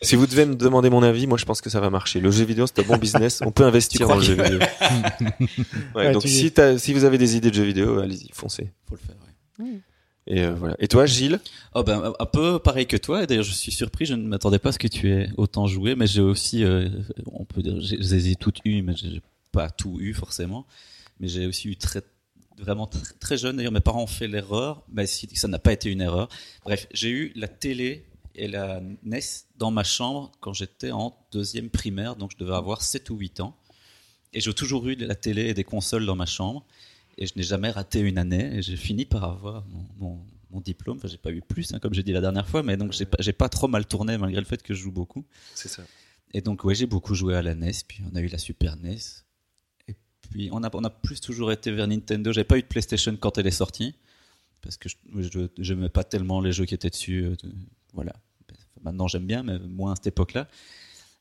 S1: si vous devez me demander mon avis, moi, je pense que ça va marcher. Le jeu vidéo, c'est un bon business. On peut investir dans le jeu <laughs> vidéo. Ouais,
S3: Ouais,
S1: donc,
S3: tu-
S1: si, t'as- si vous avez des idées de jeux vidéo, allez-y, foncez.
S4: Faut le faire, ouais.
S1: Et euh, voilà. Et toi, Gilles
S4: Oh ben un peu pareil que toi. Et D'ailleurs, je suis surpris. Je ne m'attendais pas à ce que tu aies autant joué, mais j'ai aussi, euh, on peut dire, j'ai- je les ai toutes eues, mais j'ai pas tout eu forcément. Mais j'ai aussi eu très, vraiment très, très jeune. D'ailleurs, mes parents ont fait l'erreur, mais si ça n'a pas été une erreur. Bref, j'ai eu la télé et la NES dans ma chambre quand j'étais en deuxième primaire, donc je devais avoir 7 ou 8 ans. Et j'ai toujours eu de la télé et des consoles dans ma chambre. Et je n'ai jamais raté une année. Et j'ai fini par avoir mon, mon- mon diplôme. Enfin, j'ai pas eu plus, hein, comme j'ai dit la dernière fois. Mais donc, j'ai pas, j'ai pas trop mal tourné, malgré le fait que je joue beaucoup.
S1: C'est ça.
S4: Et donc, ouais, j'ai beaucoup joué à la NES. Puis, on a eu la Super NES. Et puis, on a, on a plus toujours été vers Nintendo. J'avais pas eu de PlayStation quand elle est sortie. Parce que je n'aimais pas tellement les jeux qui étaient dessus. euh, de- Voilà. Maintenant, j'aime bien, mais moins à cette époque-là.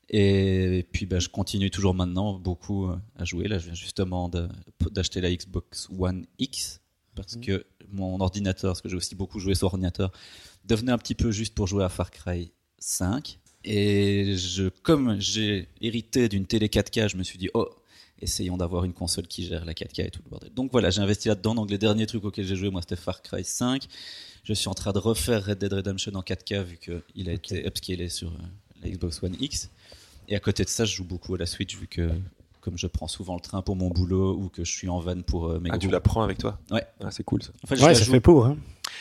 S4: Et puis bah, je continue toujours maintenant beaucoup euh, à jouer. Là, je viens justement de- d'acheter la Xbox One X parce
S3: Mhm.
S4: que mon ordinateur, parce que j'ai aussi beaucoup joué sur ordinateur, devenait un petit peu juste pour jouer à Far Cry 5. Et je, comme j'ai hérité d'une télé 4K, je me suis dit, oh, essayons d'avoir une console qui gère la 4K et tout le bordel. Donc voilà, j'ai investi là-dedans. Donc les derniers trucs auxquels j'ai joué, moi, c'était Far Cry 5. Je suis en train de refaire Red Dead Redemption en 4K vu qu'il a été upscalé sur euh, la Xbox One X. Et à côté de ça, je joue beaucoup à la Switch vu que comme je prends souvent le train pour mon boulot ou que je suis en van pour euh, mes
S1: Ah, tu
S4: groupes.
S1: la prends avec toi
S4: Ouais.
S1: Ah, c'est cool ça.
S4: En fait, je
S3: Ouais,
S4: la
S3: ça
S4: joue-
S3: fait pour. Hein.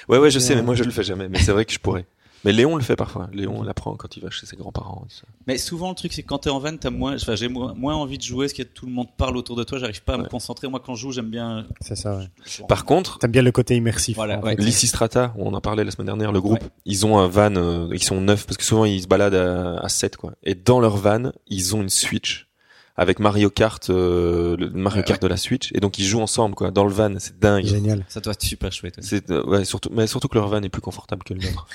S1: Ouais, ouais, je sais, mais moi je le fais jamais. Mais c'est vrai que je pourrais. Mais Léon le fait parfois. Léon la prend quand il va chez ses grands-parents. et tout ça.
S4: Mais souvent, le truc, c'est que quand t'es en van, t'as moins, enfin, j'ai moins, moins envie de jouer, ce que tout le monde parle autour de toi, j'arrive pas à me
S1: Ouais.
S4: concentrer. Moi, quand je joue, j'aime bien.
S3: C'est ça, ouais.
S1: Par contre,
S3: T'aimes bien le côté immersif.
S4: Voilà,
S3: en
S4: ouais.
S3: fait.
S1: Lysistrata, on en parlait la semaine dernière, le groupe, ils ont un van, euh, ils sont neuf parce que souvent ils se baladent à, à 7 quoi. Et dans leur van, ils ont une Switch avec Mario Kart, euh, le Mario
S4: Ouais,
S1: Kart de la Switch, et donc ils jouent ensemble quoi. Dans le van, c'est dingue.
S3: Génial.
S4: ça doit être super chouette. ouais.
S1: C'est euh, ouais, surtout, mais surtout que leur van est plus confortable que le <laughs> nôtre.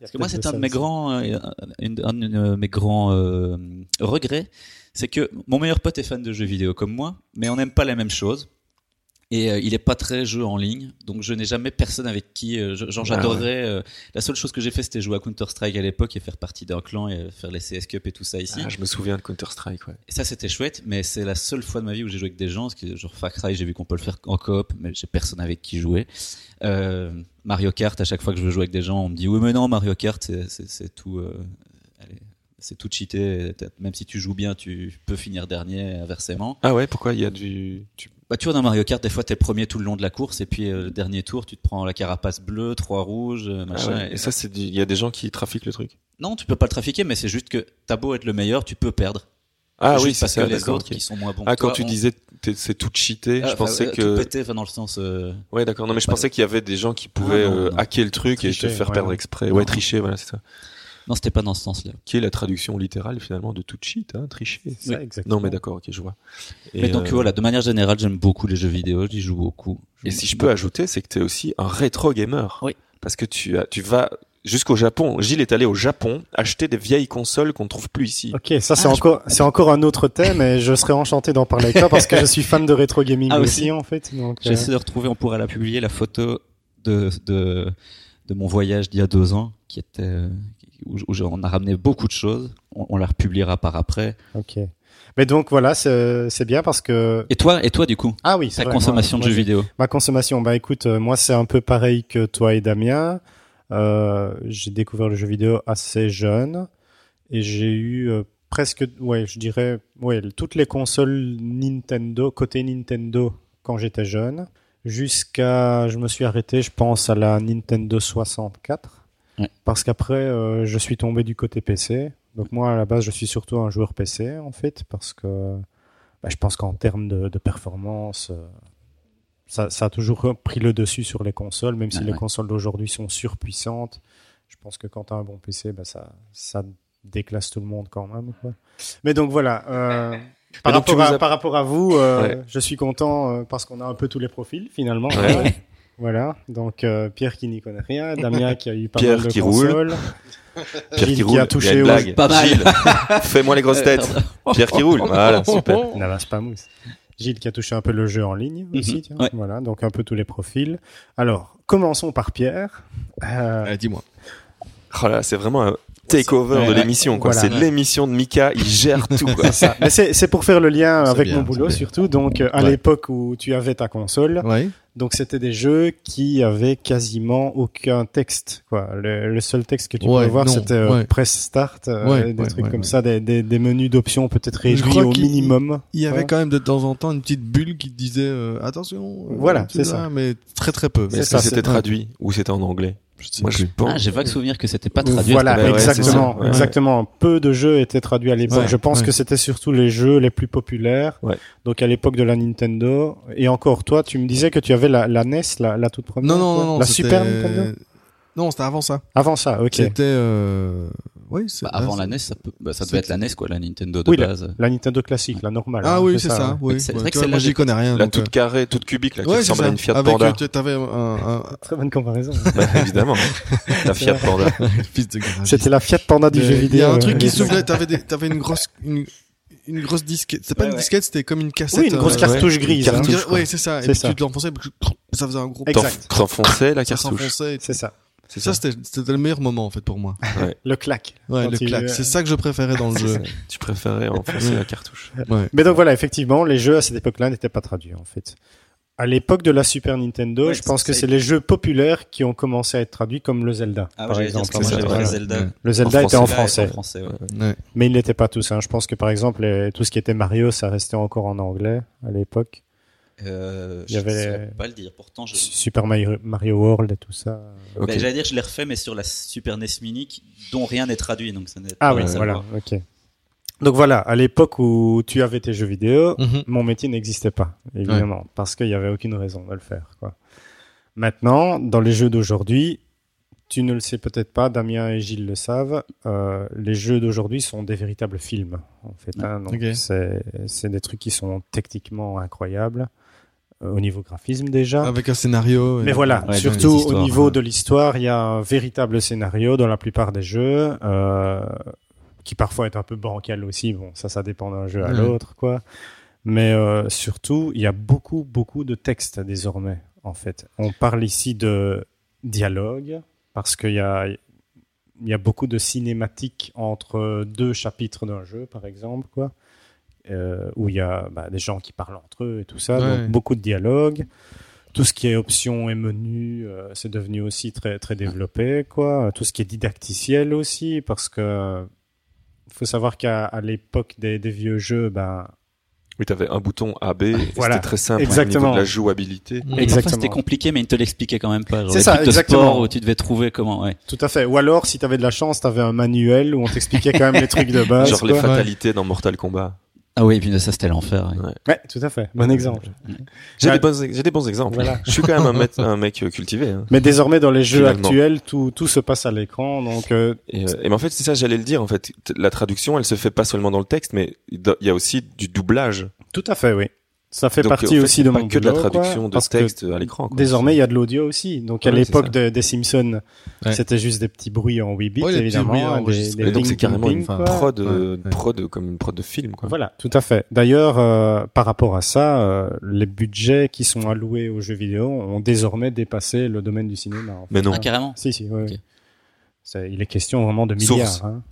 S4: Parce que moi, c'est un de mes grands, euh, une- un de mes grands euh, regrets, c'est que mon meilleur pote est fan de jeux vidéo comme moi, mais on n'aime pas la même chose. Et euh, il n'est pas très jeu en ligne, donc je n'ai jamais personne avec qui. euh, je- genre,
S1: Ah ouais.
S4: j'adorais. euh, la seule chose que j'ai fait, c'était jouer à Counter Strike à l'époque et faire partie d'un clan et euh, faire les CS Cup et tout ça ici.
S1: Ah, je me souviens de Counter Strike. Ouais.
S4: Et ça, c'était chouette, mais c'est la seule fois de ma vie où j'ai joué avec des gens. Parce que, genre, Far Cry, j'ai vu qu'on peut le faire en coop, mais j'ai personne avec qui jouer. Euh, Mario Kart, à chaque fois que je veux jouer avec des gens, on me dit Oui, mais non, Mario Kart, c'est- c'est c'est tout. euh, allez, c'est tout cheaté. T'as- Même si tu joues bien, tu peux finir dernier, inversement.
S1: Ah ouais, pourquoi il y a du, tu-
S4: Bah, tu vois, dans Mario Kart, des fois, t'es premier tout le long de la course, et puis euh, le dernier tour, tu te prends la carapace bleue, trois rouges, euh,
S1: Ah
S4: machin.
S1: ouais,
S4: et-
S1: Et ça, c'est du, il y a des gens qui trafiquent le truc.
S4: Non, tu peux pas le trafiquer, mais c'est juste que t'as beau être le meilleur, tu peux perdre.
S1: Ah
S4: Juste
S1: oui, c'est
S4: parce
S1: ça.
S4: que les
S1: d'accord,
S4: autres
S1: ok.
S4: qui sont moins bons
S1: Ah
S4: que
S1: quand
S4: toi,
S1: tu
S4: ont-
S1: disais t'es- c'est tout cheaté,
S4: Ah,
S1: je
S4: enfin,
S1: pensais
S4: euh,
S1: que
S4: tout pété, enfin, dans le sens. euh,
S1: Ouais, d'accord. Non, mais je pensais qu'il y avait des gens qui pouvaient
S4: Ah, non,
S1: euh,
S4: non.
S1: hacker le truc et
S3: Tricher,
S1: te faire
S3: ouais,
S1: perdre
S3: ouais.
S1: exprès. Ouais, tricher, voilà, c'est ça.
S4: Non, c'était pas dans ce sens-là.
S1: Qui est la traduction littérale finalement de tout cheat, hein, tricher.
S3: Ça,
S4: Oui.
S3: exactement.
S1: Non, mais d'accord, ok, je vois. Et,
S4: Mais donc
S1: euh,
S4: voilà, de manière générale, j'aime beaucoup les jeux vidéo, j'y joue beaucoup.
S1: Et si je peux ajouter, c'est que t'es aussi un rétro gamer.
S4: Oui.
S1: Parce que tu as, tu vas jusqu'au Japon. Gilles est allé au Japon acheter des vieilles consoles qu'on trouve plus ici.
S3: Ok, ça c'est
S4: Ah, je-
S3: encore c'est encore un autre thème et je serais enchanté d'en parler avec toi parce que je suis fan de rétro gaming
S4: <laughs> Ah,
S3: aussi,
S4: aussi.
S3: en fait. Donc, euh,
S4: J'essaie de retrouver, on pourra la publier, la photo de, de, de mon voyage d'il y a deux ans, qui était, euh, où, où on a ramené beaucoup de choses. On, on la republiera par après.
S3: ok. Mais donc voilà, c'est c'est bien parce que
S4: Et toi, et toi du coup
S3: ah oui, c'est
S4: ta
S3: vrai,
S4: consommation
S3: moi,
S4: de
S3: moi,
S4: jeux vidéo.
S3: Ma consommation, bah écoute, euh, moi c'est un peu pareil que toi et Damien. Euh, j'ai découvert le jeu vidéo assez jeune et j'ai eu euh, presque, ouais, je dirais, ouais, toutes les consoles Nintendo, côté Nintendo, quand j'étais jeune, jusqu'à, je me suis arrêté, je pense, à la Nintendo 64,
S4: Ouais.
S3: parce qu'après, euh, je suis tombé du côté PC. Donc moi, à la base, je suis surtout un joueur PC, en fait, parce que bah, je pense qu'en termes de, de performance, euh, ça, ça a toujours pris le dessus sur les consoles, même si
S4: Ouais,
S3: les
S4: ouais.
S3: consoles d'aujourd'hui sont surpuissantes. Je pense que quand tu as un bon PC, bah, ça, ça déclasse tout le monde quand même. quoi. Mais donc voilà. euh, par,
S1: donc, tu
S3: rapport à,
S1: nous as-
S3: par rapport à vous, euh,
S1: Ouais.
S3: je suis content euh, parce qu'on a un peu tous les profils finalement.
S1: Ouais.
S3: Voilà. Donc euh, Pierre qui n'y connaît rien, Damien qui a eu pas
S1: Pierre
S3: mal de
S1: qui roule.
S3: consoles.
S1: Pierre
S3: Gilles
S1: qui
S3: qui
S1: roule.
S3: a
S1: il y
S3: touché
S1: une
S3: au-
S1: blague.
S4: Pas mal.
S1: Gilles, <laughs> fais-moi les grosses
S4: <laughs>
S1: têtes.
S4: Euh,
S1: Pierre qui roule. Voilà,
S2: <laughs>
S4: <laughs>
S1: super.
S3: N'avance pas mousse. Gilles qui a touché un peu le jeu en ligne aussi.
S4: Mhm,
S3: tiens.
S4: ouais.
S3: Voilà. Donc un peu tous les profils. Alors commençons par Pierre. Euh,
S2: Euh, Dis-moi.
S1: Oh là, c'est vraiment un takeover
S3: Ouais,
S1: de
S3: ouais.
S1: l'émission, quoi.
S3: Voilà.
S1: C'est l'émission de Mika, il
S4: <laughs>
S1: gère tout, quoi.
S3: c'est ça. Mais c'est c'est pour faire le lien
S2: C'est
S3: avec
S2: bien,
S3: mon
S2: c'est
S3: boulot
S2: bien.
S3: surtout. Donc euh, à
S2: Ouais.
S3: l'époque où tu avais ta console,
S2: Oui.
S3: Donc c'était des jeux qui avaient quasiment aucun texte. Quoi. Le, le seul texte que tu
S2: Ouais,
S3: pouvais voir,
S2: non,
S3: c'était euh,
S2: ouais.
S3: press start, euh,
S2: Ouais,
S3: des
S2: ouais,
S3: trucs
S2: ouais,
S3: comme
S2: ouais.
S3: ça, des, des, des menus d'options peut-être réduits
S2: crois
S3: au
S2: qu'il-
S3: minimum.
S2: Il y avait
S3: Ouais.
S2: quand même de temps en temps une petite bulle qui te disait euh, attention. euh,
S3: Voilà,
S2: tu
S3: c'est
S2: l'as,
S3: ça.
S2: Mais très très peu.
S1: Mais est-ce
S3: ça,
S1: que c'était
S2: c'est-
S1: traduit ou c'était en anglais
S2: Je sais
S1: Moi, je
S2: plus.
S1: pense.
S4: Ah, j'ai vague souvenir que euh, c'était pas traduit.
S3: Voilà,
S1: Ouais, ouais, c'est
S3: exactement,
S1: ça, ouais.
S3: exactement. Peu de jeux étaient traduits à l'époque.
S2: Ouais,
S3: je pense
S2: ouais.
S3: que c'était surtout les jeux les plus populaires.
S1: Ouais.
S3: Donc à l'époque de la Nintendo. Et encore, toi, tu me disais que tu avais la, la NES, la, la toute première.
S2: Non non
S3: quoi.
S2: non, non,
S3: La
S2: c'était-
S3: Super Nintendo.
S2: Non, c'était avant ça.
S3: Avant ça, ok.
S2: C'était euh... oui, c'est-
S4: Bah, avant
S2: ah,
S4: la
S2: c'est-
S4: NES, ça, peut... bah, ça
S2: c'est-
S4: devait être la NES, quoi, la Nintendo de
S3: Oui,
S4: base.
S3: La Nintendo classique, la normale. hein,
S2: Ah oui, c'est ça.
S3: ouais.
S2: Oui.
S4: Mais c'est
S2: Ouais,
S4: vrai
S2: tu
S4: que
S2: vois, moi
S4: celle-là,
S2: j'y connais rien.
S1: La
S2: donc,
S1: toute carrée, toute cubique, là,
S2: euh, ouais,
S1: qui
S2: c'est
S1: ressemble à
S2: ça.
S1: une Fiat
S2: Avec,
S1: Panda. <laughs>
S2: euh, tu- T'avais un, un,
S3: Très bonne comparaison.
S1: Bah, évidemment. La Fiat Panda.
S2: un fils de garage.
S3: C'était la Fiat Panda du
S2: Euh,
S3: jeu vidéo. hein,
S2: Il y a un
S3: ouais.
S2: truc qui
S3: Ouais.
S2: s'ouvrait. T'avais des- t'avais une grosse une, une grosse disquette. C'était pas
S4: Ouais,
S2: une
S4: ouais.
S2: disquette, c'était comme une cassette.
S3: Oui, une grosse
S2: euh,
S3: cartouche
S1: ouais.
S3: grise. hein.
S2: On
S1: cartouche,
S2: dirait-
S1: quoi.
S2: Ouais, c'est ça. Et
S3: C'est
S2: puis
S3: ça.
S2: tu te l'enfonçais, puis ça faisait un gros.
S1: T'en-
S3: Exact.
S1: T'enfonçais la
S2: Ça
S1: cartouche.
S2: s'enfonçait.
S3: C'est ça.
S1: C'est
S2: Ça, c'était c'était le meilleur moment en fait pour moi.
S3: Le clac.
S2: Ouais,
S3: Quand
S2: le
S3: il-
S2: claque. C'est ça que je
S1: <laughs>
S2: préférais dans le jeu.
S1: Tu préférais enfoncer la cartouche.
S2: Ouais.
S3: Mais donc voilà, effectivement, les jeux à cette époque-là n'étaient pas traduits en fait. À l'époque de la Super Nintendo,
S4: Ouais,
S3: je pense
S4: c'est-
S3: que
S4: ça-
S3: c'est les jeux populaires qui ont commencé à être traduits, comme le Zelda,
S4: Ah,
S3: par
S4: j'allais dire,
S3: exemple.
S4: parce que
S1: c'est
S4: moi,
S1: ça,
S4: j'avais
S1: voilà.
S4: les Zelda.
S2: Ouais.
S3: Le Zelda
S1: En
S3: était en
S1: français.
S3: français,
S4: En français, ouais.
S2: Ouais.
S3: mais il n'était pas tous. Hein. Je pense que par exemple, les- tout ce qui était Mario, ça restait encore en anglais à l'époque.
S4: Euh,
S3: Il y
S4: je
S3: avait-
S4: saurais pas le dire. Pourtant, je...
S3: Super Mario, Mario World et tout ça.
S1: Ok.
S4: Ben, j'allais dire, je l'ai refait, mais sur la Super NES Mini, qui- dont rien n'est traduit, donc ça n'est
S3: Ah
S4: pas
S3: oui,
S4: à savoir.
S3: voilà, ok. Donc voilà, à l'époque où tu avais tes jeux vidéo,
S2: Mhm.
S3: mon métier n'existait pas, évidemment, parce qu'il n'y avait aucune raison de le faire. Quoi. Maintenant, dans les jeux d'aujourd'hui, tu ne le sais peut-être pas, Damien et Gilles le savent, euh, les jeux d'aujourd'hui sont des véritables films, en fait. hein. donc
S2: Ok.
S3: c'est, c'est des trucs qui sont techniquement incroyables, euh, au niveau graphisme déjà.
S2: Avec un scénario. et-
S3: Mais voilà,
S4: Ouais,
S3: surtout
S4: des
S3: au
S4: histoires,
S3: niveau
S4: ouais.
S3: de l'histoire, il y a un véritable scénario dans la plupart des jeux, euh, qui parfois est un peu bancal aussi. Bon, ça, ça dépend d'un jeu à
S2: Ouais.
S3: l'autre, quoi. Mais euh, surtout, il y a beaucoup, beaucoup de textes désormais, en fait. On parle ici de dialogue, parce qu'il y a, il y a beaucoup de cinématiques entre deux chapitres d'un jeu, par exemple, quoi. Euh, où il y a bah, des gens qui parlent entre eux et tout ça,
S2: Ouais.
S3: donc beaucoup de dialogue. Tout ce qui est options et menus, euh, c'est devenu aussi très très développé, quoi. Tout ce qui est didacticiel aussi, parce que euh, faut savoir qu'à à l'époque des, des vieux jeux, ben
S1: Oui, t'avais un bouton AB. et
S3: Voilà.
S1: C'était très simple.
S3: Exactement.
S1: Au niveau de la jouabilité.
S2: Mm.
S4: Mais enfin,
S3: Exactement.
S4: c'était compliqué, mais il ne te l'expliquait quand même pas. Genre,
S3: C'est
S4: les
S3: ça,
S4: trucs de
S3: exactement.
S4: sport où tu devais trouver comment. Ouais.
S3: tout à fait. Ou alors, si t'avais de la chance, t'avais un manuel où on t'expliquait quand même les trucs <laughs> de base.
S1: Genre les
S3: quoi.
S1: fatalités dans Mortal Kombat.
S4: Ah oui, et puis ça, c'était l'enfer. ouais.
S1: Ouais.
S3: Ouais, tout à fait. Bon exemple.
S1: J'ai
S3: Ouais.
S1: des, bons, j'ai des bons exemples.
S3: Voilà.
S1: Je suis quand même un, <laughs> mec- un mec euh, cultivé. hein.
S3: Mais désormais, dans les jeux
S1: Finalement.
S3: actuels, tout tout se passe à l'écran, donc euh,
S1: Et, euh, et mais en fait, c'est ça, j'allais le dire. En fait, T- la traduction, elle se fait pas seulement dans le texte, mais il do- il y a aussi du doublage.
S3: tout à fait, oui. Ça fait
S1: Donc, en
S3: partie
S1: fait,
S3: aussi
S1: c'est
S3: de
S1: pas
S3: mon
S1: que de la
S3: boulot, quoi,
S1: traduction de
S3: parce que
S1: texte à l'écran. quoi.
S3: Désormais, il y a de l'audio aussi. Donc à
S1: Ouais,
S3: l'époque
S1: c'est
S3: de- des Simpsons,
S2: Ouais.
S3: c'était juste des petits bruits en 8 bits,
S2: Ouais, des petits bruits
S3: évidemment, des,
S2: enregistrés.
S3: des
S1: Et donc
S3: ding,
S1: c'est carrément
S3: ding,
S1: une
S3: quoi.
S1: prod,
S2: Ouais,
S1: euh,
S2: ouais.
S1: prod comme une prod de film. Quoi.
S3: Voilà, tout à fait. D'ailleurs, euh, par rapport à ça, euh, les budgets qui sont alloués aux jeux vidéo ont désormais dépassé le domaine du cinéma. en fait.
S1: Mais non,
S4: Ah, carrément.
S3: Si, si, ouais,
S4: Ok.
S3: ouais. C'est- Il est question vraiment de
S1: Source.
S3: milliards. Hein.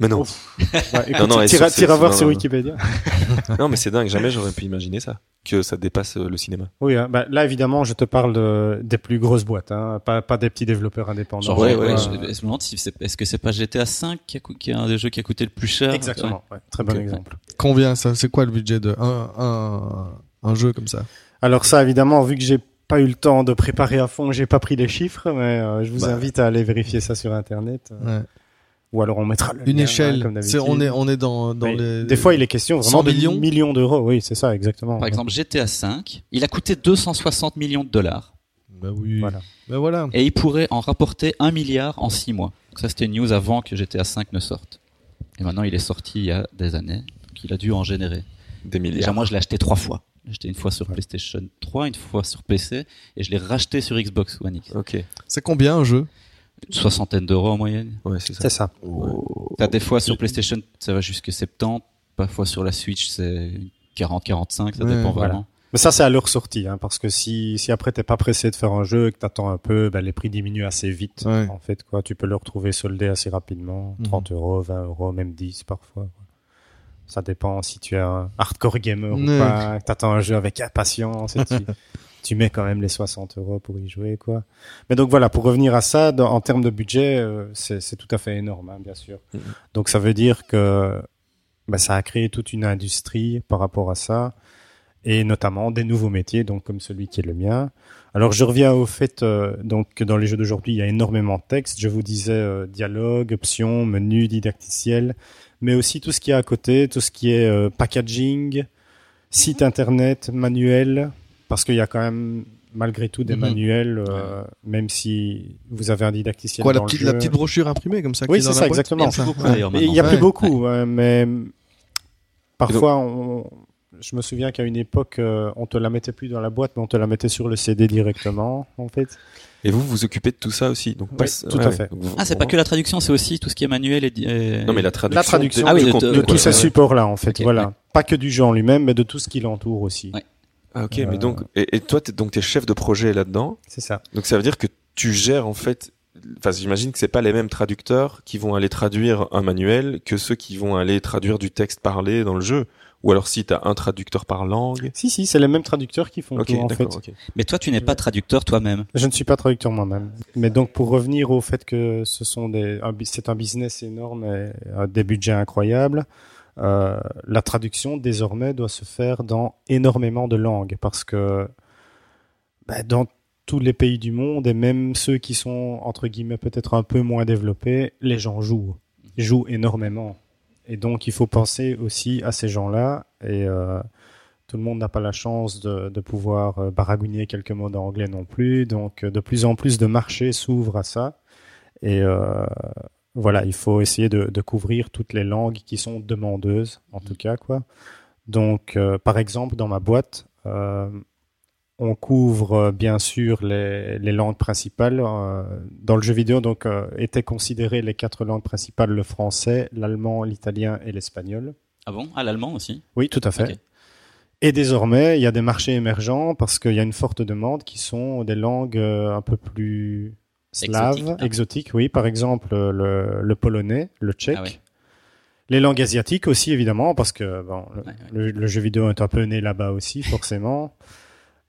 S1: mais non,
S3: Ouais, écoute,
S1: non, et
S3: tire,
S1: source,
S3: tire à
S1: c'est-
S3: voir
S1: non,
S3: sur
S1: non, non.
S3: Wikipédia.
S1: <laughs> non, mais c'est dingue. Jamais j'aurais pu imaginer ça, que ça dépasse euh, le cinéma.
S3: Oui, hein, bah, là évidemment, je te parle de- des plus grosses boîtes, hein, pas, pas des petits développeurs indépendants.
S4: Genre,
S1: Ouais,
S4: ouais,
S1: ouais,
S4: je, je me demande si c'est- est-ce que c'est pas GTA 5 qui, a cou- qui est un des jeux qui a coûté le plus cher. Ouais.
S3: Exactement, ouais, très bon
S4: Ok.
S3: exemple.
S2: Combien ça C'est quoi le budget de un, un, un jeu comme ça
S3: Alors ça, évidemment, vu que j'ai pas eu le temps de préparer à fond, j'ai pas pris les chiffres, mais euh, je vous
S1: Bah.
S3: invite à aller vérifier ça sur Internet. euh,
S2: Ouais.
S3: Ou alors on mettra le
S2: Une
S3: lien, hein,
S2: échelle.
S3: comme
S2: C'est
S3: d'habitude.
S2: on est on est dans dans
S3: Mais
S2: les.
S3: Des fois, il est question
S2: 100
S3: vraiment de
S2: millions
S3: millions, d'euros. Oui, c'est ça, exactement.
S4: Par exemple, GTA 5, il a coûté 260 millions de dollars
S2: Bah oui.
S3: Voilà.
S2: Bah voilà.
S4: et il pourrait en rapporter 1 milliard en 6 mois. Donc ça, c'était une news avant que GTA 5 ne sorte. Et maintenant, il est sorti il y a des années, donc il a dû en générer.
S1: Des
S4: Déjà,
S1: milliards.
S4: moi, je l'ai acheté trois fois. J'ai acheté une fois sur PlayStation 3, une fois sur PC, et je l'ai racheté sur Xbox One X.
S1: Ok,
S2: C'est combien un jeu
S4: Une soixantaine d'euros en moyenne.
S1: ouais, c'est ça.
S3: C'est ça.
S4: T'as des fois sur PlayStation, ça va jusqu'à 70, parfois sur la Switch, c'est 40-45, ça
S2: Ouais,
S3: voilà.
S4: dépend vraiment.
S3: Mais ça, c'est à leur sortie, hein, parce que si, si après t'es pas pressé de faire un jeu et que t'attends un peu, bah, les prix diminuent assez vite.
S2: Ouais.
S3: En fait, quoi, tu peux le retrouver soldé assez rapidement,
S2: Mhm.
S3: 30 euros, 20 euros, même 10 parfois. quoi. Ça dépend si tu es un hardcore gamer
S2: Ouais.
S3: ou pas, que t'attends un jeu avec impatience et tu, <laughs> tu mets quand même les 60 euros pour y jouer, quoi. Mais donc voilà, pour revenir à ça, dans- en termes de budget, euh, c'est c'est tout à fait énorme, hein, bien sûr.
S1: Mhm.
S3: Donc ça veut dire que bah, ça a créé toute une industrie par rapport à ça, et notamment des nouveaux métiers, donc comme celui qui est le mien. Alors je reviens au fait euh, donc que dans les jeux d'aujourd'hui il y a énormément de textes. Je vous disais euh, dialogue, options, menu, didacticiel, mais aussi tout ce qui est à côté, tout ce qui est euh, packaging, site
S2: Mhm.
S3: internet, manuel, parce qu'il y a quand même malgré tout des
S2: Mhm.
S3: manuels, euh, même si vous avez un didacticiel
S2: Quoi, la
S3: dans
S2: petite,
S3: le
S2: la
S3: jeu.
S2: petite brochure imprimée comme ça
S3: Oui,
S2: qui est dans la
S3: c'est ça,
S2: boîte
S3: exactement.
S2: Ça.
S4: beaucoup d'ailleurs
S3: Mais Il
S4: maintenant.
S3: y a plus
S2: Ouais.
S3: beaucoup, ouais, mais parfois, on- je me souviens qu'à une époque, euh, on te la mettait plus dans la boîte, mais on te la mettait sur le CD directement, en fait.
S1: Et vous, vous occupez de tout ça aussi. Donc,
S3: Oui,
S1: pas-
S3: tout à fait.
S1: Donc, vous-
S4: Ah, c'est pas que la traduction, c'est aussi tout ce qui est manuel et. di- et-
S1: Non, mais la traduction.
S3: La traduction.
S1: du
S4: Ah oui, de-
S1: contenu,
S4: de
S3: De
S1: quoi.
S3: tous ces
S1: Euh, Ouais, ouais.
S3: supports-là, en fait,
S4: Ok,
S3: voilà. Pas que du jeu en lui-même, mais de tout ce qui l'entoure aussi.
S4: Ouais.
S1: Ah, ok,
S3: Euh,
S1: mais donc, et, et toi, t'es, donc, t'es chef de projet là-dedans.
S3: C'est ça.
S1: Donc, ça veut dire que tu gères, en fait, enfin, j'imagine que c'est pas les mêmes traducteurs qui vont aller traduire un manuel que ceux qui vont aller traduire du texte parlé dans le jeu. Ou alors, si t'as un traducteur par langue.
S3: Si, si, c'est les mêmes traducteurs qui font
S1: Ok,
S3: tout, en fait.
S1: d'accord, ok.
S4: Mais toi, tu n'es pas traducteur toi-même.
S3: Je ne suis pas traducteur moi-même. Mais donc, pour revenir au fait que ce sont des, un bu- c'est un business énorme et euh, des budgets incroyables, euh, la traduction désormais doit se faire dans énormément de langues parce que bah, dans tous les pays du monde et même ceux qui sont entre guillemets peut-être un peu moins développés, les gens jouent, jouent énormément. Et donc, il faut penser aussi à ces gens-là et euh, tout le monde n'a pas la chance de, de pouvoir euh, baragouiner quelques mots d'anglais non plus. Donc, euh, de plus en plus de marchés s'ouvrent à ça. Et euh, voilà, il faut essayer de, de couvrir toutes les langues qui sont demandeuses, en tout cas. quoi. Donc, euh, par exemple, dans ma boîte, euh, on couvre euh, bien sûr les, les langues principales. euh, dans le jeu vidéo, donc, euh, étaient considérées les quatre langues principales le français, l'allemand, l'italien et l'espagnol.
S4: Ah bon Ah, l'allemand aussi
S3: Oui, tout à fait.
S4: Ok.
S3: Et désormais, il y a des marchés émergents parce qu'il y a une forte demande qui sont des langues euh, un peu plus slaves,
S4: Exotiques,
S3: exotiques,
S4: ah.
S3: oui. Par exemple, euh, le, le polonais, le tchèque.
S4: Ah ouais.
S3: Les langues asiatiques aussi, évidemment, parce que bon, le,
S4: Ouais, ouais.
S3: le- le jeu vidéo est un peu né là-bas aussi, forcément.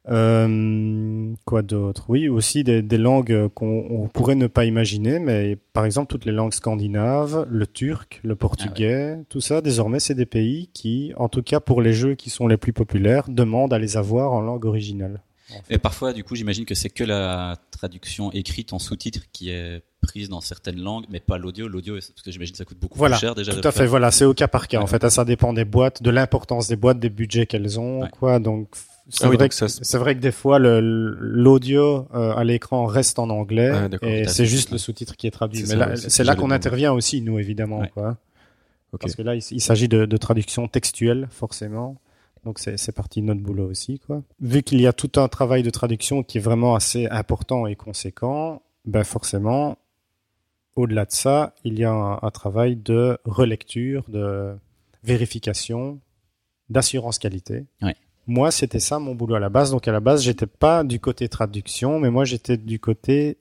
S3: Euh, quoi d'autre Oui, aussi des, des langues qu'on on pourrait ne pas imaginer, mais par exemple toutes les langues scandinaves, le turc, le portugais,
S1: Ah
S3: tout ça, désormais, c'est des pays qui, en tout cas pour les jeux qui sont les plus populaires, demandent à les avoir en langue originale.
S4: Et parfois, du coup, j'imagine que c'est que la traduction écrite en sous-titres qui est prise dans certaines langues, mais pas l'audio. L'audio, parce que j'imagine que ça coûte beaucoup
S3: Voilà,
S4: plus cher déjà. de
S3: Tout à
S4: le faire.
S3: fait, voilà, c'est au cas par cas en
S4: Ouais.
S3: fait. Ah, Ça dépend des boîtes, de l'importance des boîtes, des budgets qu'elles ont,
S4: Ouais.
S3: quoi. Donc, c'est
S1: Ah oui,
S3: vrai
S1: donc
S3: que
S1: ça se-
S3: c'est vrai que des fois le- l'audio euh, à l'écran reste en anglais
S1: Ah, d'accord,
S3: et
S4: t'as-
S3: c'est juste le sous-titre qui est traduit.
S1: C'est
S3: Mais
S1: ça,
S3: là,
S1: ouais, c'est ce
S3: c'est
S1: que
S3: là
S1: j'allais
S3: qu'on
S1: demander.
S3: intervient aussi nous évidemment,
S4: Ouais.
S3: quoi.
S1: Ok.
S3: Parce que là, il, s- il s'agit de, de traduction textuelle forcément. Donc c'est c'est partie de notre boulot aussi, quoi. Vu qu'il y a tout un travail de traduction qui est vraiment assez important et conséquent, ben forcément, au-delà de ça, il y a un, un travail de relecture, de vérification, d'assurance qualité.
S4: Ouais.
S3: Moi, c'était ça mon boulot à la base. Donc à la base, j'étais pas du côté traduction, mais moi j'étais du côté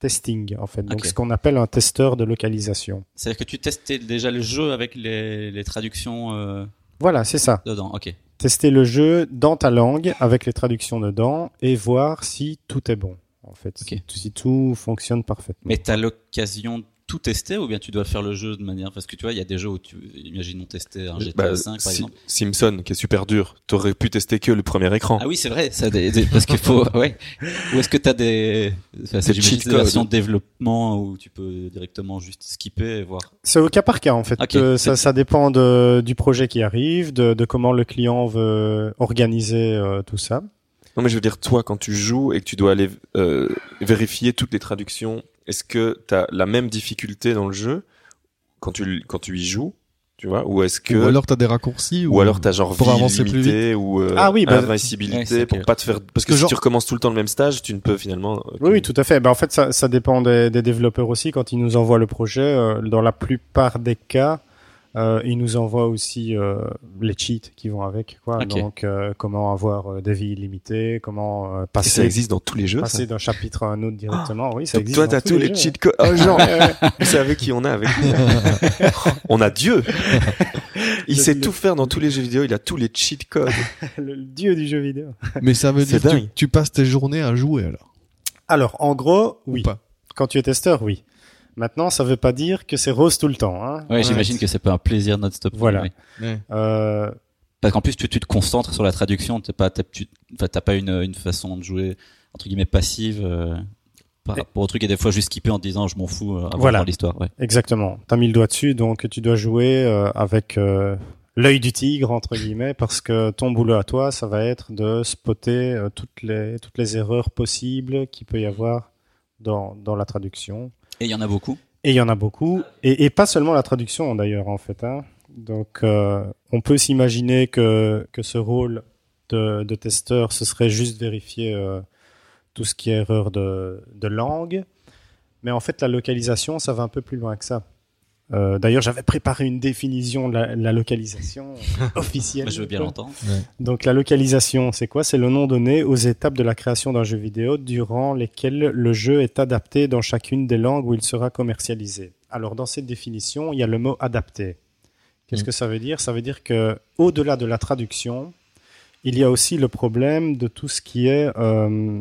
S3: testing en fait. Donc
S4: Ok.
S3: ce qu'on appelle un testeur de localisation.
S4: C'est-à-dire que tu testais déjà le jeu avec les, les traductions euh,
S3: Voilà, c'est ça.
S4: dedans. Ok.
S3: tester le jeu dans ta langue avec les traductions dedans et voir si tout est bon en fait
S4: Ok.
S3: si, si tout fonctionne parfaitement
S4: Mais t'as l'occasion de tout tester ou bien tu dois faire le jeu de manière parce que tu vois il y a des jeux où tu imaginons tester un GTA
S1: Bah,
S4: 5 par
S1: Si-
S4: exemple
S1: Simpson, qui est super dur. T'aurais pu tester que le premier écran.
S4: ah oui c'est vrai ça des- <laughs> des- parce qu'il faut ouais ou est-ce que t'as des enfin, c'est
S1: Des
S4: j'imagine
S1: cheat
S4: des versions
S1: codes.
S4: de développement où tu peux directement juste skipper et voir
S3: c'est au cas par cas en fait
S4: Ok.
S3: Euh, ça, ça dépend de- du projet qui arrive de, de comment le client veut organiser euh, tout ça
S1: Non, mais je veux dire, toi, quand tu joues et que tu dois aller euh, vérifier toutes les traductions, est-ce que tu as la même difficulté dans le jeu quand tu, l- quand tu y joues, tu vois, ou est-ce que
S2: Ou alors t'as des raccourcis.
S1: ou alors t'as genre
S2: pour
S1: vie
S2: avancer plus
S1: limitée ou euh,
S3: Ah oui, bah-
S4: Ouais,
S1: invincibilité
S4: c'est
S1: pour
S4: clair.
S1: pas te faire parce que
S2: Que
S1: si
S2: genre-
S1: tu recommences tout le temps le même stage, tu ne peux finalement euh,
S3: Oui,
S1: que-
S3: oui, tout à fait. Ben, en fait, ça, ça dépend des, des développeurs aussi. Quand ils nous envoient le projet, euh, dans la plupart des cas, Euh, il nous envoie aussi euh, les cheats qui vont avec, quoi.
S4: Ok.
S3: Donc, euh, comment avoir euh, des vies illimitées, comment euh,
S1: Et ça
S3: passer,
S1: existe dans tous les jeux.
S3: passer
S1: Ça.
S3: d'un chapitre à un autre directement. oui, ça
S1: Donc
S3: existe.
S1: toi,
S3: dans
S1: t'as tous les,
S3: jeux. Euh,
S1: cheat codes. Oh, <laughs> genre, vous savez qui on a avec <laughs> nous On a Dieu. Il
S3: Le-
S1: sait
S3: le-
S1: tout faire dans tous les jeux vidéo. Il a tous les cheat codes.
S3: Le dieu du jeu vidéo.
S2: Mais ça veut
S1: C'est
S2: dire que tu,
S1: dingue.
S2: tu passes tes journées à jouer alors.
S3: Alors, en gros,
S2: ou
S3: oui.
S2: pas.
S3: Quand tu es testeur, oui. Maintenant, ça veut pas dire que c'est rose tout le temps. Hein.
S4: Ouais, j'imagine que c'est pas un plaisir non-stop.
S3: Voilà.
S4: Oui.
S2: Ouais.
S3: Euh,
S4: Parce qu'en plus, tu, tu te concentres sur la traduction. T'es pas, t'as, tu, enfin, t'as pas une, une façon de jouer entre guillemets passive euh, par rapport au truc et des fois juste skipper en te disant je m'en fous euh, avant
S3: Voilà.
S4: de voir l'histoire. Ouais.
S3: Exactement. T'as mis le doigt dessus, donc tu dois jouer euh, avec euh, l'œil du tigre entre guillemets, parce que ton boulot à toi, ça va être de spotter euh, toutes les toutes les erreurs possibles qu'il peut y avoir dans dans la traduction.
S4: Et il y en a beaucoup.
S3: Et il y en a beaucoup, et, et pas seulement la traduction d'ailleurs en fait. Hein. Donc euh, on peut s'imaginer que que ce rôle de, de testeur, ce serait juste vérifier euh, tout ce qui est erreur de, de langue. Mais en fait, la localisation, ça va un peu plus loin que ça. Euh, D'ailleurs, j'avais préparé une définition de la, la
S4: <laughs>
S3: localisation officielle.
S4: Moi, je veux bien l'entendre.
S3: Donc la localisation, c'est quoi C'est le nom donné aux étapes de la création d'un jeu vidéo durant lesquelles le jeu est adapté dans chacune des langues où il sera commercialisé. Alors dans cette définition, il y a le mot adapté. Qu'est-ce
S4: Mm.
S3: que ça veut dire Ça veut dire que au-delà de la traduction, il y a aussi le problème de tout ce qui est euh,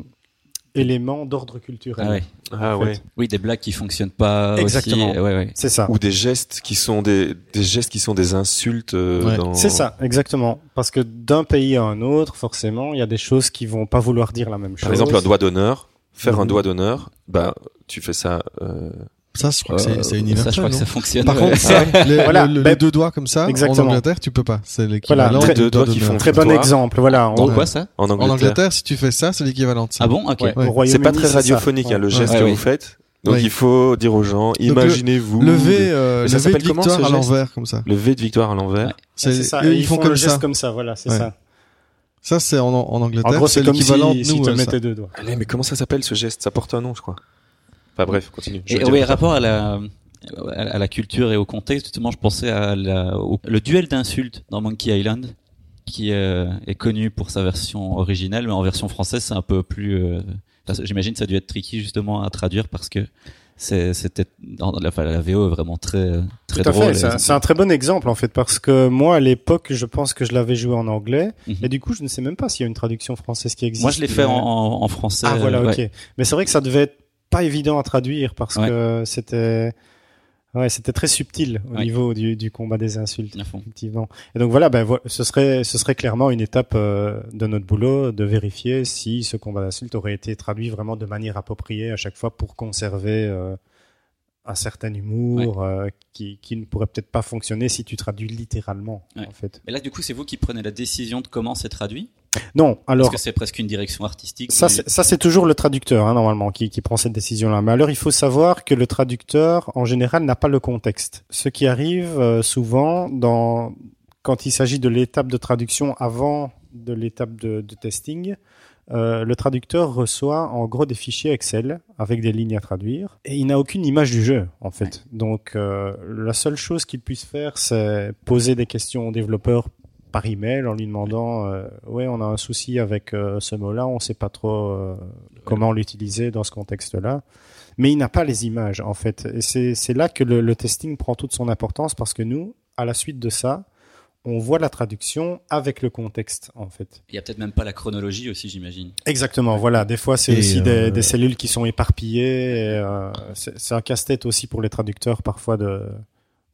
S3: éléments d'ordre culturel.
S4: Ah ouais.
S1: Ah
S3: fait.
S1: ouais.
S4: Oui, des blagues qui fonctionnent pas. aussi.
S3: Exactement.
S4: Ouais, ouais.
S3: C'est ça.
S1: Ou des gestes qui sont des, des gestes qui sont des insultes. euh,
S2: Ouais.
S1: dans-
S3: C'est ça, exactement. Parce que d'un pays à un autre, forcément, il y a des choses qui vont pas vouloir dire la même chose.
S1: Par exemple, un doigt d'honneur. Faire un
S3: Mhm.
S1: doigt d'honneur, bah, tu fais ça. euh,
S2: Ça, je crois que c'est-
S4: Euh,
S2: c'est
S4: Ça,
S2: universel.
S4: je crois que
S2: non
S4: ça fonctionne.
S2: Par
S4: ouais.
S2: contre,
S4: <laughs>
S2: ça, les,
S3: Voilà,
S2: le- le-
S3: ben-
S2: les deux doigts comme ça, en
S3: Exactement.
S2: Angleterre, tu peux pas. C'est l'équivalent.
S3: Voilà,
S2: du
S3: très-
S1: deux
S2: doigt
S1: doigts qui
S2: d'honneur.
S1: font-
S3: Très bon
S1: Toi.
S3: exemple. Voilà.
S4: Dans
S2: Ouais.
S4: quoi ça
S1: en
S2: En
S1: Angleterre.
S2: Angleterre, si tu fais ça, c'est l'équivalent de ça.
S4: Ah bon Ok.
S3: Ouais,
S2: Ouais.
S3: au
S1: C'est pas très
S3: Royaume-Uni, c'est
S1: radiophonique,
S3: ça.
S1: hein, le
S3: Ouais.
S1: geste
S4: Ouais,
S1: que
S4: ouais.
S1: vous faites. Donc
S2: Ouais.
S1: il faut dire aux gens,
S2: le-
S1: imaginez-vous.
S2: Lever, euh,
S1: Mais ça
S2: lever de
S1: s'appelle comment, ce
S2: victoire à
S1: geste
S2: l'envers, comme ça.
S1: Le V de victoire à l'envers.
S4: Ouais.
S3: Ouais, c'est
S2: C'est-
S3: ça.
S2: eux,
S3: Et
S2: ils font
S3: le
S2: comme
S3: geste
S2: ça.
S3: comme ça, voilà, c'est
S2: Ouais.
S3: ça.
S2: Ça, c'est en, en
S3: En
S2: Angleterre.
S3: gros,
S2: c'est
S3: c'est comme si,
S2: l'équivalent de
S3: si
S2: nous.
S3: tu
S2: euh, ça.
S3: mettais deux doigts.
S1: Allez, mais comment ça s'appelle ce geste Ça porte un nom, je crois. Enfin bref, continue. Je
S4: Et
S1: veux dire,
S4: oui, rapport à la à à la culture et au contexte, justement, je pensais à la, au- le duel d'insultes dans Monkey Island, qui euh, est connu pour sa version originale, mais en version française, c'est un peu plus. euh, enfin, J'imagine que ça a dû être tricky justement à traduire parce que c'est- c'était dans la, enfin, la VO est vraiment très euh, très
S3: Tout à
S4: drôle.
S3: fait. C'est un- C'est un très bon exemple en fait parce que moi à l'époque, je pense que je l'avais joué en anglais
S4: Mhm.
S3: et du coup, je ne sais même pas s'il y a une traduction française qui existe.
S4: Moi, je l'ai fait en, en, en français.
S3: Ah voilà,
S4: euh, ouais.
S3: ok. Mais c'est vrai que ça devait être pas évident à traduire parce
S4: Ouais.
S3: que c'était ouais, c'était très subtil au
S4: Ouais.
S3: niveau du, du combat des insultes.
S4: À fond.
S3: Effectivement. Et donc voilà, ben, vo- ce serait ce serait clairement une étape euh, de notre boulot de vérifier si ce combat d'insulte aurait été traduit vraiment de manière appropriée à chaque fois pour conserver euh, un certain humour euh, qui, qui ne pourrait peut-être pas fonctionner si tu traduis littéralement
S4: Ouais.
S3: en fait.
S4: Mais là, du coup, c'est vous qui prenez la décision de comment c'est traduit,
S3: Non,
S4: parce
S3: alors
S4: que c'est presque une direction artistique.
S3: ça
S4: du-
S3: c'est- ça, c'est toujours le traducteur hein, normalement qui, qui prend cette décision là. Mais alors il faut savoir que le traducteur en général n'a pas le contexte. Ce qui arrive euh, souvent dans quand il s'agit de l'étape de traduction avant de l'étape de, de testing, euh, le traducteur reçoit en gros des fichiers Excel avec des lignes à traduire et il n'a aucune image du jeu en fait. Donc euh, la seule chose qu'il puisse faire, c'est poser des questions au développeur par email en lui demandant euh, ouais on a un souci avec euh, ce mot-là, on sait pas trop euh, comment l'utiliser dans ce contexte-là. Mais il n'a pas les images en fait. Et c'est c'est là que le, le testing prend toute son importance parce que nous, à la suite de ça, on voit la traduction avec le contexte en fait.
S4: Il y a peut-être même pas la chronologie aussi, j'imagine.
S3: Exactement, voilà. Des fois, c'est
S2: Et,
S3: aussi des,
S2: euh,
S3: des cellules qui sont éparpillées. et, euh, c'est c'est un casse-tête aussi pour les traducteurs parfois de,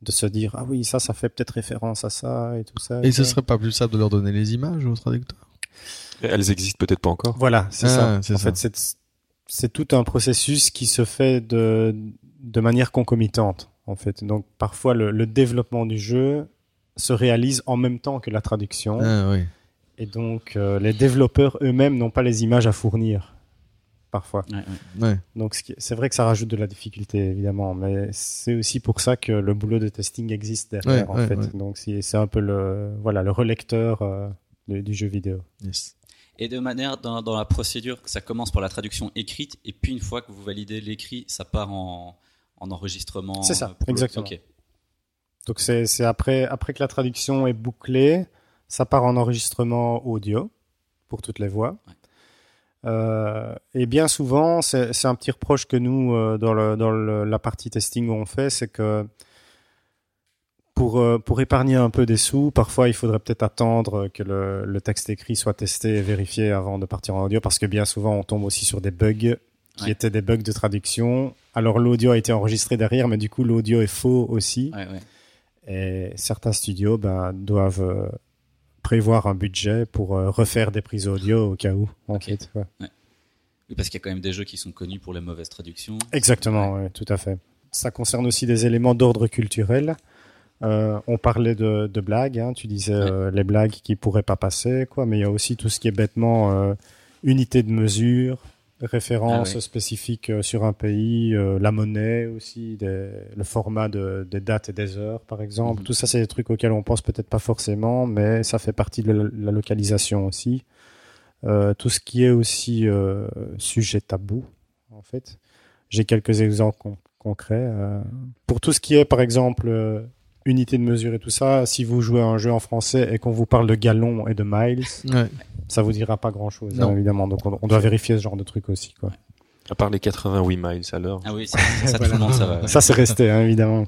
S3: de se dire ah oui ça, ça fait peut-être référence à ça et tout ça.
S2: Et ce
S3: ça.
S2: serait pas plus simple de leur donner les images aux traducteurs
S1: Elles existent peut-être pas encore.
S3: Voilà, c'est
S2: Ah,
S3: ça.
S2: c'est
S3: En
S2: ça.
S3: fait, c'est- c'est tout un processus qui se fait de, de manière concomitante, en fait. Donc, parfois, le, le développement du jeu se réalise en même temps que la traduction.
S2: Ah oui.
S3: Et donc, euh, les développeurs eux-mêmes n'ont pas les images à fournir, parfois.
S4: Ouais, ouais.
S2: Ouais.
S3: Donc, ce qui- c'est vrai que ça rajoute de la difficulté, évidemment. Mais c'est aussi pour ça que le boulot de testing existe derrière,
S2: Ouais,
S3: en
S2: ouais,
S3: fait.
S2: ouais.
S3: Donc, c'est c'est un peu le, voilà, le relecteur euh, du- du jeu vidéo.
S2: Yes.
S4: Et de manière dans, dans la procédure, ça commence par la traduction écrite, et puis une fois que vous validez l'écrit, ça part en, en enregistrement.
S3: C'est ça,
S4: euh, pour le-
S3: exactement.
S4: Ok.
S3: Donc c'est c'est après après que la traduction est bouclée, ça part en enregistrement audio pour toutes les voix.
S4: Ouais.
S3: Euh, et bien souvent, c'est c'est un petit reproche que nous euh, dans le dans le- la partie testing où on fait, c'est que pour, euh, pour épargner un peu des sous, parfois il faudrait peut-être attendre que le, le texte écrit soit testé et vérifié avant de partir en audio, parce que bien souvent on tombe aussi sur des bugs qui
S4: Ouais.
S3: étaient des bugs de traduction. Alors l'audio a été enregistré derrière, mais du coup l'audio est faux aussi.
S4: Ouais, ouais.
S3: Et certains studios ben, doivent euh, prévoir un budget pour euh, refaire des prises audio au cas où. en
S4: Ok.
S3: fait, ouais.
S4: Oui, parce qu'il y a quand même des jeux qui sont connus pour les mauvaises traductions.
S3: Exactement, ouais, tout à fait. Ça concerne aussi des éléments d'ordre culturel. Euh, on parlait de, de blagues, hein, tu disais euh, les blagues qui pourraient pas passer, quoi, mais il y a aussi tout ce qui est bêtement euh, unité de mesure, référence
S4: Ah ouais.
S3: spécifique euh, sur un pays, euh, la monnaie aussi, des- le format de- des dates et des heures, par exemple.
S4: Mhm.
S3: Tout ça, c'est des trucs auxquels on pense peut-être pas forcément, mais ça fait partie de la- la localisation aussi. Euh, tout ce qui est aussi euh, sujet tabou, en fait. J'ai quelques exemples con- concrets. euh. Pour tout ce qui est, par exemple, euh, unité de mesure et tout ça, si vous jouez à un jeu en français et qu'on vous parle de gallons et de miles,
S2: Ouais.
S3: ça vous dira pas grand-chose,
S2: Non.
S3: hein, évidemment. Donc on, on doit vérifier ce genre de truc aussi. Quoi.
S1: À part les 88 miles à l'heure.
S3: <laughs>
S4: Ah oui, ça, ça, ça, tout le monde, ça va. ouais.
S3: Ça, c'est resté, hein, évidemment.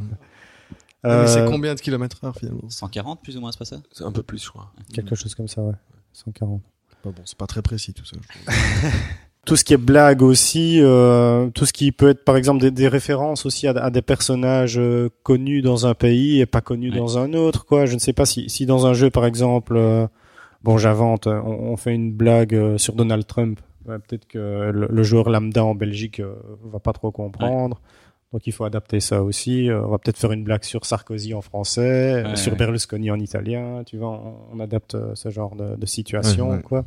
S2: Mais c'est
S3: Euh,
S2: combien de kilomètres heure finalement
S4: 140 plus ou moins, c'est pas ça
S1: C'est un peu plus, je crois.
S3: Quelque chose comme ça, ouais. 140.
S2: Bah bon, c'est pas très précis tout ça.
S3: tout ce qui est blague aussi, euh, tout ce qui peut être par exemple des, des références aussi à, à des personnages euh, connus dans un pays et pas connus
S4: Ouais.
S3: dans un autre. Quoi. Je ne sais pas si, si dans un jeu par exemple, euh, bon j'invente, euh, on, on fait une blague euh, sur Donald Trump, Ouais, peut-être que le, le joueur lambda en Belgique euh, va pas trop comprendre. Donc il faut adapter ça aussi. Euh, on va peut-être faire une blague sur Sarkozy en français, euh,
S4: Ouais,
S3: sur
S4: ouais.
S3: Berlusconi en italien. Tu vois, on, on adapte euh, ce genre de, de situation,
S2: Ouais, ouais.
S3: quoi.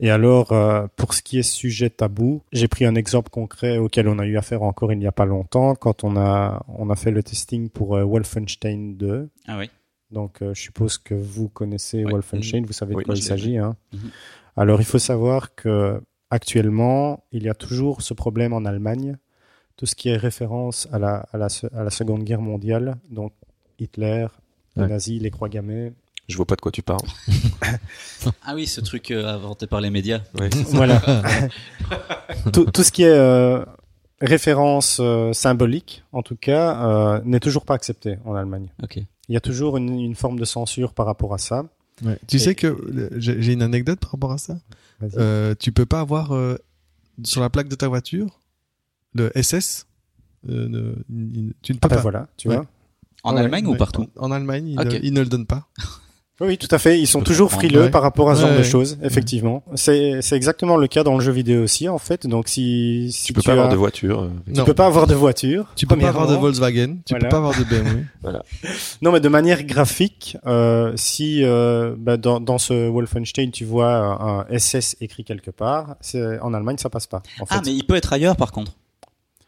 S3: Et alors, euh, pour ce qui est sujet tabou, j'ai pris un exemple concret auquel on a eu affaire encore il n'y a pas longtemps, quand on a, on a fait le testing pour euh, Wolfenstein 2.
S4: Ah oui.
S3: Donc, euh, je suppose que vous connaissez
S4: Ouais.
S3: Wolfenstein, vous savez de
S1: Oui,
S3: quoi
S4: je
S3: il
S4: l'ai
S3: s'agit. Hein.
S4: Mhm.
S3: Alors, il faut savoir que actuellement, il y a toujours ce problème en Allemagne, tout ce qui est référence à la, à la, se- à la Seconde Guerre mondiale, donc Hitler, les
S1: Ouais.
S3: nazis, les
S2: <laughs>
S3: croix gammées.
S1: Je vois pas de quoi tu parles.
S4: Ah oui, ce truc euh, inventé par les médias.
S1: Ouais.
S3: voilà.
S2: <laughs>
S3: tout, tout ce qui est euh, référence euh, symbolique, en tout cas, euh, n'est toujours pas accepté en Allemagne.
S4: Ok.
S3: Il y a toujours une, une forme de censure par rapport à ça.
S2: Tu
S3: Et-
S2: sais que le- j'ai j'ai une anecdote par rapport à ça.
S3: Vas-y.
S2: Euh, tu peux pas avoir euh, sur la plaque de ta voiture le SS. euh, ne- il- tu ne peux
S3: Ah ben
S2: pas.
S3: voilà, tu
S2: Ouais.
S3: vois.
S4: En
S2: Ouais,
S4: Allemagne ou
S2: ouais.
S4: partout
S2: En, en Allemagne, ils,
S4: Ok.
S2: ne, ils ne le donnent pas.
S3: Oui, oui, tout à fait. Ils sont
S4: peux
S3: toujours
S4: comprendre,
S3: frileux
S2: ouais.
S3: par rapport à ce
S2: Ouais,
S3: genre de
S2: ouais. Mm.
S3: choses, effectivement. C'est c'est exactement le cas dans le jeu vidéo aussi, en fait. Donc, si, si
S1: Tu peux pas avoir
S3: as-
S1: de voiture. euh, avec-
S2: Non.
S3: tu peux pas avoir de voiture.
S2: Tu peux pas avoir de
S3: premièrement.
S2: Volkswagen, tu
S3: Voilà.
S2: peux pas avoir de BMW.
S3: Non, mais de manière graphique, euh, si euh, bah, dans, dans ce Wolfenstein tu vois euh, un SS écrit quelque part, c'est- en Allemagne ça passe pas. En fait.
S4: Ah, mais il peut être ailleurs par contre.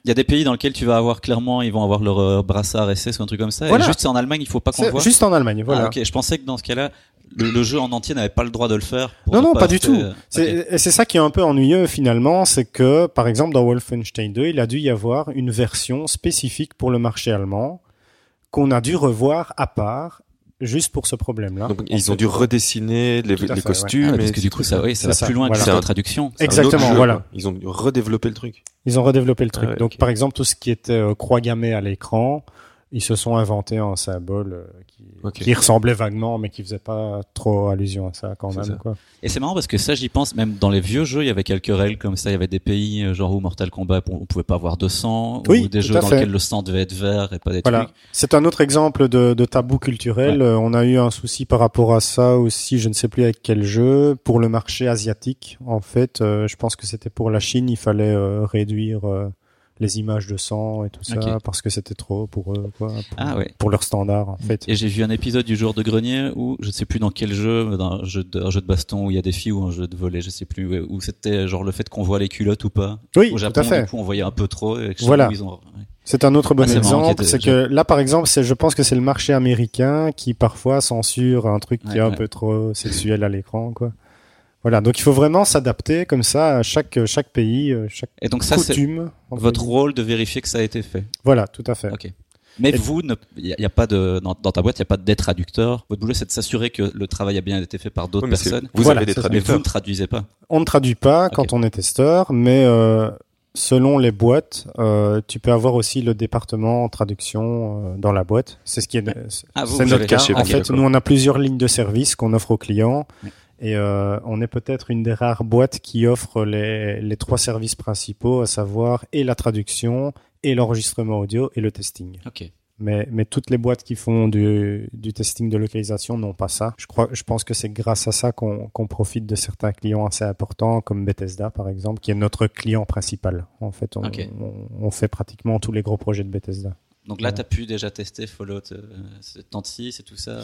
S4: Il y a des pays dans lesquels tu vas avoir clairement, ils vont avoir leur euh, brassard SS ou un truc comme ça.
S3: Voilà.
S4: Et juste c'est en Allemagne, il faut pas qu'on le
S3: C'est
S4: voit.
S3: juste en Allemagne, voilà.
S4: Ah, ok, je pensais que dans ce cas-là, le, le jeu en entier n'avait pas le droit de le faire. pour
S3: Non,
S4: ne
S3: non, pas du
S4: heurter,
S3: tout.
S4: euh,
S3: C'est
S4: ok.
S3: et c'est ça qui est un peu ennuyeux finalement, c'est que par exemple dans Wolfenstein 2, il a dû y avoir une version spécifique pour le marché allemand qu'on a dû revoir à part juste pour ce problème-là.
S1: Donc,
S3: En
S1: ils ont
S3: fait.
S1: dû redessiner les,
S3: Tout à
S1: les
S3: fait,
S1: costumes.
S4: Ah ouais,
S1: et
S4: parce que du coup, ça, oui,
S3: c'est
S4: ça va
S3: ça,
S4: plus loin
S3: voilà.
S4: que juste la traduction.
S1: c'est un autre
S3: Exactement,
S1: jeu,
S3: voilà.
S1: quoi. Ils ont redéveloppé le truc.
S3: Ils ont redéveloppé le truc.
S1: Ah ouais,
S3: Donc,
S1: ok.
S3: par exemple, tout ce qui était euh, croix gammée à l'écran, ils se sont inventés un symbole euh, qui,
S1: Ok.
S3: qui ressemblait vaguement, mais qui faisait pas trop allusion à ça quand
S1: C'est
S3: même.
S1: ça.
S3: Quoi.
S4: Et c'est marrant parce que ça, j'y pense, même dans les vieux jeux, il y avait quelques règles comme ça. Il y avait des pays, euh, genre où Mortal Kombat, on pouvait pas avoir de sang.
S3: Oui,
S4: ou des
S3: tout
S4: jeux
S3: à
S4: dans
S3: fait.
S4: lesquels le sang devait être vert et pas des
S3: Voilà.
S4: trucs.
S3: C'est un autre exemple de, de tabou culturel. Euh, On a eu un souci par rapport à ça aussi, je ne sais plus avec quel jeu, pour le marché asiatique. En fait, euh, je pense que c'était pour la Chine, il fallait euh, réduire euh, les images de sang et tout ça,
S4: Ok.
S3: parce que c'était trop pour eux, quoi, pour,
S4: Ah ouais. Mm.
S3: pour leur standard, en fait.
S4: Et j'ai vu un épisode du jour de grenier où je ne sais plus dans quel jeu, mais dans un jeu de, un jeu de baston où il y a des filles ou un jeu de volet, je sais plus, ouais, où c'était genre le fait qu'on voit les culottes ou pas.
S3: Oui,
S4: Au
S3: tout
S4: Japon,
S3: à fait.
S4: du coup, on voyait un peu trop. Et que je
S3: Voilà.
S4: sais où ils ont- ouais.
S3: C'est un autre bon
S4: Ah, c'est marrant
S3: exemple,
S4: qu'il y ait
S3: c'est
S4: des-
S3: que là par exemple, c'est je pense que c'est le marché américain qui parfois censure un truc qui
S4: Ouais,
S3: est un
S4: ouais.
S3: peu trop sexuel à l'écran quoi. Voilà, donc il faut vraiment s'adapter comme ça à chaque chaque pays, euh, chaque
S4: Et donc ça, c'est
S3: coutume. entre
S4: votre
S3: guillemets.
S4: rôle de vérifier que ça a été fait.
S3: Voilà, tout à fait.
S4: Ok. Mais
S3: Et-
S4: vous, il n'y a, pas de dans, dans ta boîte, il n'y a pas d'être traducteur. Votre boulot, c'est de s'assurer que le travail a bien été fait par d'autres
S1: Oui, mais c'est-
S4: personnes.
S1: Vous
S3: Voilà,
S1: avez des
S3: c'est ça.
S4: Mais vous
S1: traducteurs.
S4: ne traduisez pas.
S3: On ne traduit pas quand on est testeur, mais euh, selon les boîtes, euh, tu peux avoir aussi le département traduction euh, dans la boîte. C'est ce qui est, c'est
S4: Ah, vous,
S3: c'est
S4: vous
S3: notre
S4: avez-
S3: cas.
S1: Chez
S3: en
S1: vous,
S3: fait,
S1: d'accord.
S3: nous on a plusieurs lignes de service qu'on offre aux clients.
S4: Ouais.
S3: Et euh, on est peut-être une des rares boîtes qui offre les, les trois services principaux, à savoir et la traduction, et l'enregistrement audio, et le testing.
S4: Ok.
S3: Mais, mais toutes les boîtes qui font du, du testing de localisation n'ont pas ça. Je, crois, je pense que c'est grâce à ça qu'on qu'on profite de certains clients assez importants, comme Bethesda par exemple, qui est notre client principal. En fait, on,
S4: Ok.
S3: on, on fait pratiquement tous les gros projets de Bethesda.
S4: Donc là,
S3: Voilà.
S4: tu as pu déjà tester Fallout euh, 76 et tout ça.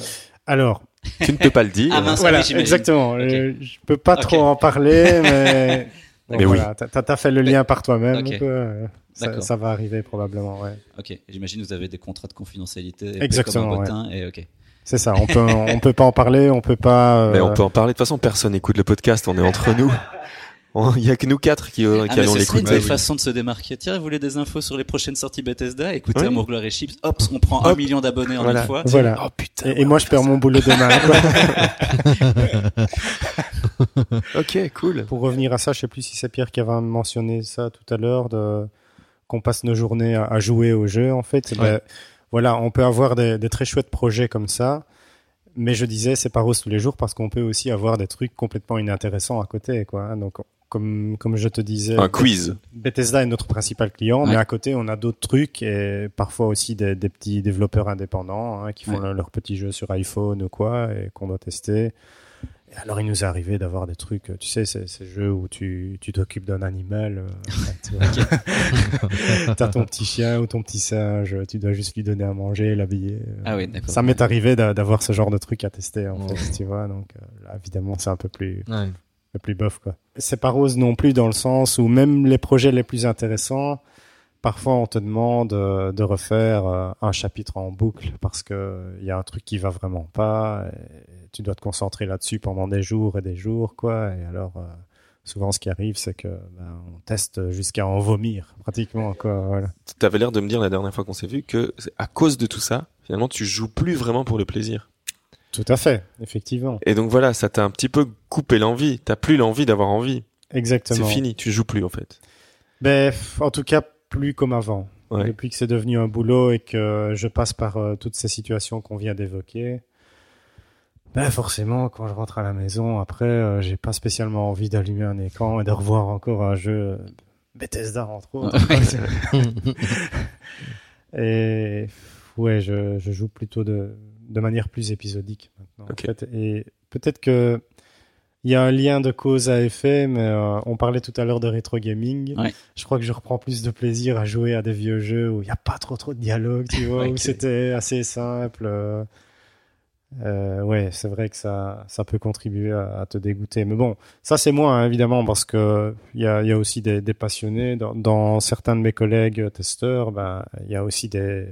S3: Alors,
S1: Tu ne peux pas le dire.
S4: Ah, mince.
S3: voilà,
S4: oui, j'imagine.
S3: exactement.
S4: Ok.
S3: Euh, Je peux pas
S4: Ok.
S3: trop en
S4: <laughs>
S3: parler, mais,
S1: Mais oui.
S3: voilà, t'as- t'as fait le lien par toi-même.
S4: Ok.
S3: quoi, euh, Ça,
S4: D'accord.
S3: ça va arriver probablement. Ouais.
S4: Ok. J'imagine que vous avez des contrats de confidentialité. épais
S3: Exactement,
S4: Comme un bottin, et ok.
S3: C'est ça. On peut, on peut pas en parler. On peut pas. euh,
S1: Mais on peut en parler. De toute façon, personne n'écoute le podcast. On est entre
S3: <laughs>
S1: nous. On- Il y a que nous quatre qui, euh,
S4: Ah,
S1: qui
S4: mais
S1: allons
S4: ce serait une
S1: l'écouter.
S4: belle façon de se démarquer. Tiens, vous voulez des infos sur les prochaines sorties Bethesda Écoutez
S1: Oui.
S4: Amour, Gloire et Chips. Hop, on prend un
S1: Hop.
S4: million d'abonnés en
S1: Voilà.
S4: une fois.
S3: Voilà.
S1: Oh putain.
S3: Et, et moi, je perds mon boulot
S4: <laughs>
S3: demain. quoi.
S1: Ok, cool.
S3: Pour revenir à ça, je sais plus si c'est Pierre qui avait mentionné ça tout à l'heure, de... qu'on passe nos journées à, à jouer au jeu, en fait. Ben, voilà, on peut avoir des, des très chouettes projets comme ça, mais je disais, c'est pas rose tous les jours parce qu'on peut aussi avoir des trucs complètement inintéressants à côté, quoi. Donc, comme, comme je te disais,
S1: Un quiz.
S3: Bethesda est notre principal client,
S4: Ouais.
S3: mais à côté, on a d'autres trucs et parfois aussi des, des petits développeurs indépendants hein, qui font
S4: Ouais.
S3: leur- leurs petits jeux sur iPhone ou quoi et qu'on doit tester. Et alors, il nous est arrivé d'avoir des trucs, euh, tu sais, ces, ces jeux où tu tu t'occupes d'un animal.
S4: <laughs>
S3: euh, en fait, ouais. T'as ton petit chien ou ton petit singe, tu dois juste lui donner à manger, l'habiller. euh.
S4: Ah oui, d'accord.
S3: Ça m'est arrivé d'a- d'avoir ce genre de truc à tester, en
S5: Ouais.
S3: fait, tu vois. Donc, euh, là, évidemment, c'est un peu plus
S5: Ouais.
S3: le plus bof quoi. C'est pas rose non plus dans le sens où même les projets les plus intéressants, parfois on te demande euh, de refaire euh, un chapitre en boucle parce que euh, il y a un truc qui va vraiment pas. et tu dois te concentrer là-dessus pendant des jours et des jours quoi. Et alors euh, souvent ce qui arrive c'est que ben, on teste jusqu'à en vomir pratiquement quoi. Voilà.
S1: Tu avais l'air de me dire la dernière fois qu'on s'est vu que c'est à cause de tout ça, finalement, tu joues plus vraiment pour le plaisir.
S3: Tout à fait, effectivement,
S1: Et donc voilà, ça t'a un petit peu coupé l'envie. T'as plus l'envie d'avoir envie. C'est
S3: exactement.
S1: fini. Tu joues plus en fait.
S3: Ben, en tout cas plus comme avant.
S1: Ouais.
S3: Depuis que c'est devenu un boulot et que je passe par euh, toutes ces situations qu'on vient d'évoquer, ben forcément, quand je rentre à la maison, après, euh, j'ai pas spécialement envie d'allumer un écran et de revoir encore un jeu euh, Bethesda, entre autres. <laughs> et ouais, je, je joue plutôt de, de manière plus épisodique maintenant. en
S1: Ok.
S3: fait. Et peut-être que il y a un lien de cause à effet, mais euh, on parlait tout à l'heure de rétro gaming je crois que je reprends plus de plaisir à jouer à des vieux jeux où il n'y a pas trop trop de dialogue, tu vois,
S4: Ouais,
S3: où
S4: que-
S3: c'était assez simple. euh, euh, ouais, c'est vrai que ça, ça peut contribuer à, à te dégoûter. Mais bon, ça c'est moi, hein, évidemment, parce que il y a, il y a aussi des, des passionnés. Dans, dans certains de mes collègues testeurs, ben, il y a aussi des,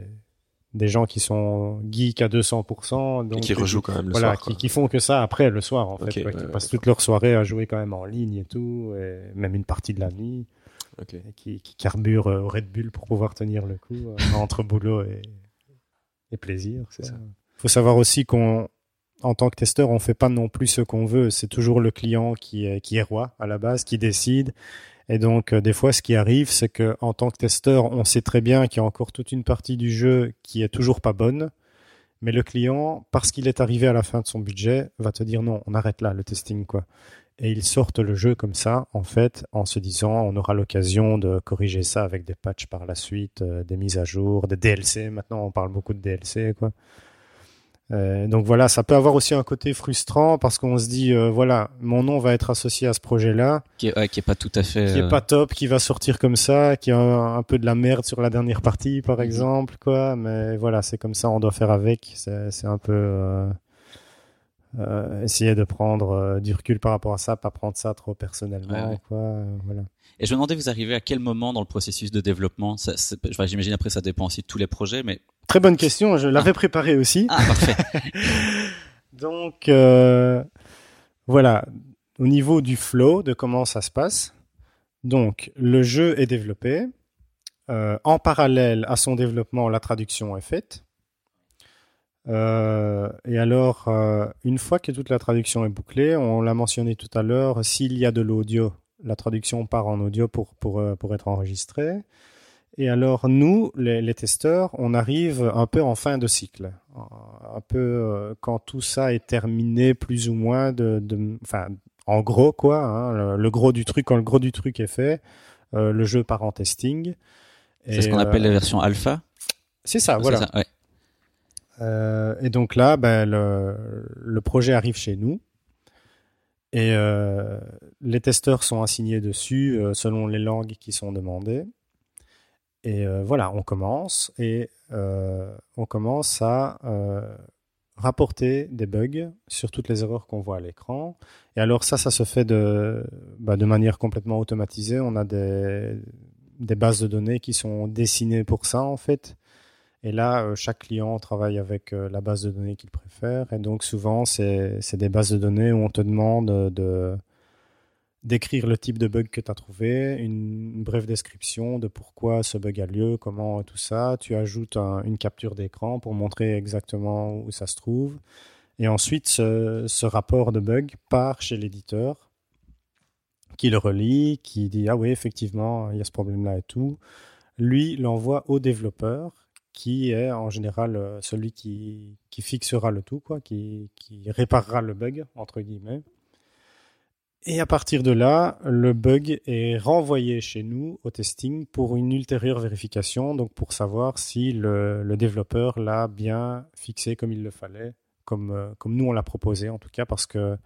S3: des gens qui sont geeks à 200%.
S1: Et
S3: Donc
S1: qui rejouent quand même le
S3: voilà,
S1: soir.
S3: qui,
S1: quoi.
S3: qui font que ça après le soir en
S1: Ok,
S3: fait, quoi, qui
S1: ouais,
S3: passent toute leur soirée à jouer quand même en ligne et tout, et même une partie de la nuit,
S1: Ok.
S3: et qui, qui carburent euh, au Red Bull pour pouvoir tenir le coup <laughs> euh, entre boulot et, et plaisir.
S1: C'est ça.
S3: Il faut savoir aussi qu'on, en tant que testeur, on fait pas non plus ce qu'on veut. C'est toujours le client qui est, qui est roi à la base, qui décide. Et donc, euh, des fois, ce qui arrive, c'est que en tant que testeur, on sait très bien qu'il y a encore toute une partie du jeu qui est toujours pas bonne. Mais le client, parce qu'il est arrivé à la fin de son budget, va te dire non, on arrête là le testing, quoi. Et ils sortent le jeu comme ça, en fait, en se disant on aura l'occasion de corriger ça avec des patchs par la suite, euh, des mises à jour, des DLC. Maintenant, on parle beaucoup de DLC, quoi. Euh, donc voilà, ça peut avoir aussi un côté frustrant parce qu'on se dit euh, voilà, mon nom va être associé à ce projet-là
S4: Qui est, ouais, qui est pas tout à fait.
S3: qui
S4: euh,
S3: est pas top, qui va sortir comme ça, qui a un, un peu de la merde sur la dernière partie, par
S4: Mhm.
S3: exemple, quoi. Mais voilà, c'est comme ça, on doit faire avec. C'est c'est un peu euh, euh, essayer de prendre euh, du recul par rapport à ça, pas prendre ça trop personnellement,
S4: Ouais, ouais.
S3: quoi. euh, voilà.
S4: Et je me demandais, vous arrivez à quel moment dans le processus de développement Ça, c'est- enfin, J'imagine après, ça dépend aussi de tous les projets,
S3: <laughs>
S4: mais.
S3: Très bonne question. Je l'avais préparée aussi.
S4: Ah, parfait.
S3: Donc euh, voilà, au niveau du flow, de comment ça se passe. Donc le jeu est développé. Euh, en parallèle à son développement, la traduction est faite. Euh, et alors, euh, une fois que toute la traduction est bouclée, on l'a mentionné tout à l'heure, s'il y a de l'audio, la traduction part en audio pour, pour, euh, pour être enregistrée. Et alors, nous, les, les testeurs, on arrive un peu en fin de cycle. Un peu euh, quand tout ça est terminé, plus ou moins, de, de- enfin, en gros, quoi, hein, le, le gros du truc, quand le gros du truc est fait, euh, le jeu part en testing.
S4: C'est
S3: Et,
S4: ce qu'on
S3: euh,
S4: appelle la version alpha.
S3: C'est ça,
S4: C'est
S3: voilà.
S4: ça, ouais.
S3: Euh, et donc là, ben, le, le projet arrive chez nous. Et euh, les testeurs sont assignés dessus euh, selon les langues qui sont demandées. Et euh, voilà, on commence et euh, on commence à euh, rapporter des bugs sur toutes les erreurs qu'on voit à l'écran. Et alors ça, ça se fait de, bah, de manière complètement automatisée. On a des, des bases de données qui sont dessinées pour ça en fait. Et là, euh, chaque client travaille avec euh, la base de données qu'il préfère. Et donc, souvent, c'est c'est des bases de données où on te demande de d'écrire le type de bug que tu as trouvé, une, une brève description de pourquoi ce bug a lieu, comment et tout ça. Tu ajoutes un- une capture d'écran pour montrer exactement où ça se trouve. Et ensuite, ce, ce rapport de bug part chez l'éditeur qui le relit, qui dit Ah oui, effectivement, il y a ce problème-là et tout. Lui l'envoie au développeur qui est en général euh, celui qui, qui fixera le tout, quoi, qui, qui réparera le bug, entre guillemets. Et à partir de là, le bug est renvoyé chez nous au testing pour une ultérieure vérification, donc pour savoir si le, le développeur l'a bien fixé comme il le fallait, comme, euh, comme nous on l'a proposé en tout cas, parce que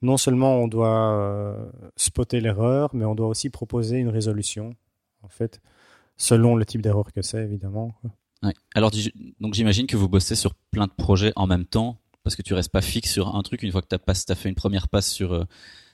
S3: non seulement on doit euh, spotter l'erreur, mais on doit aussi proposer une résolution, en fait, selon le type d'erreur que c'est, évidemment. quoi.
S4: Ouais. Alors, dis- donc j'imagine que vous bossez sur plein de projets en même temps, parce que tu restes pas fixe sur un truc. Une fois que tu as, fait une première passe sur euh,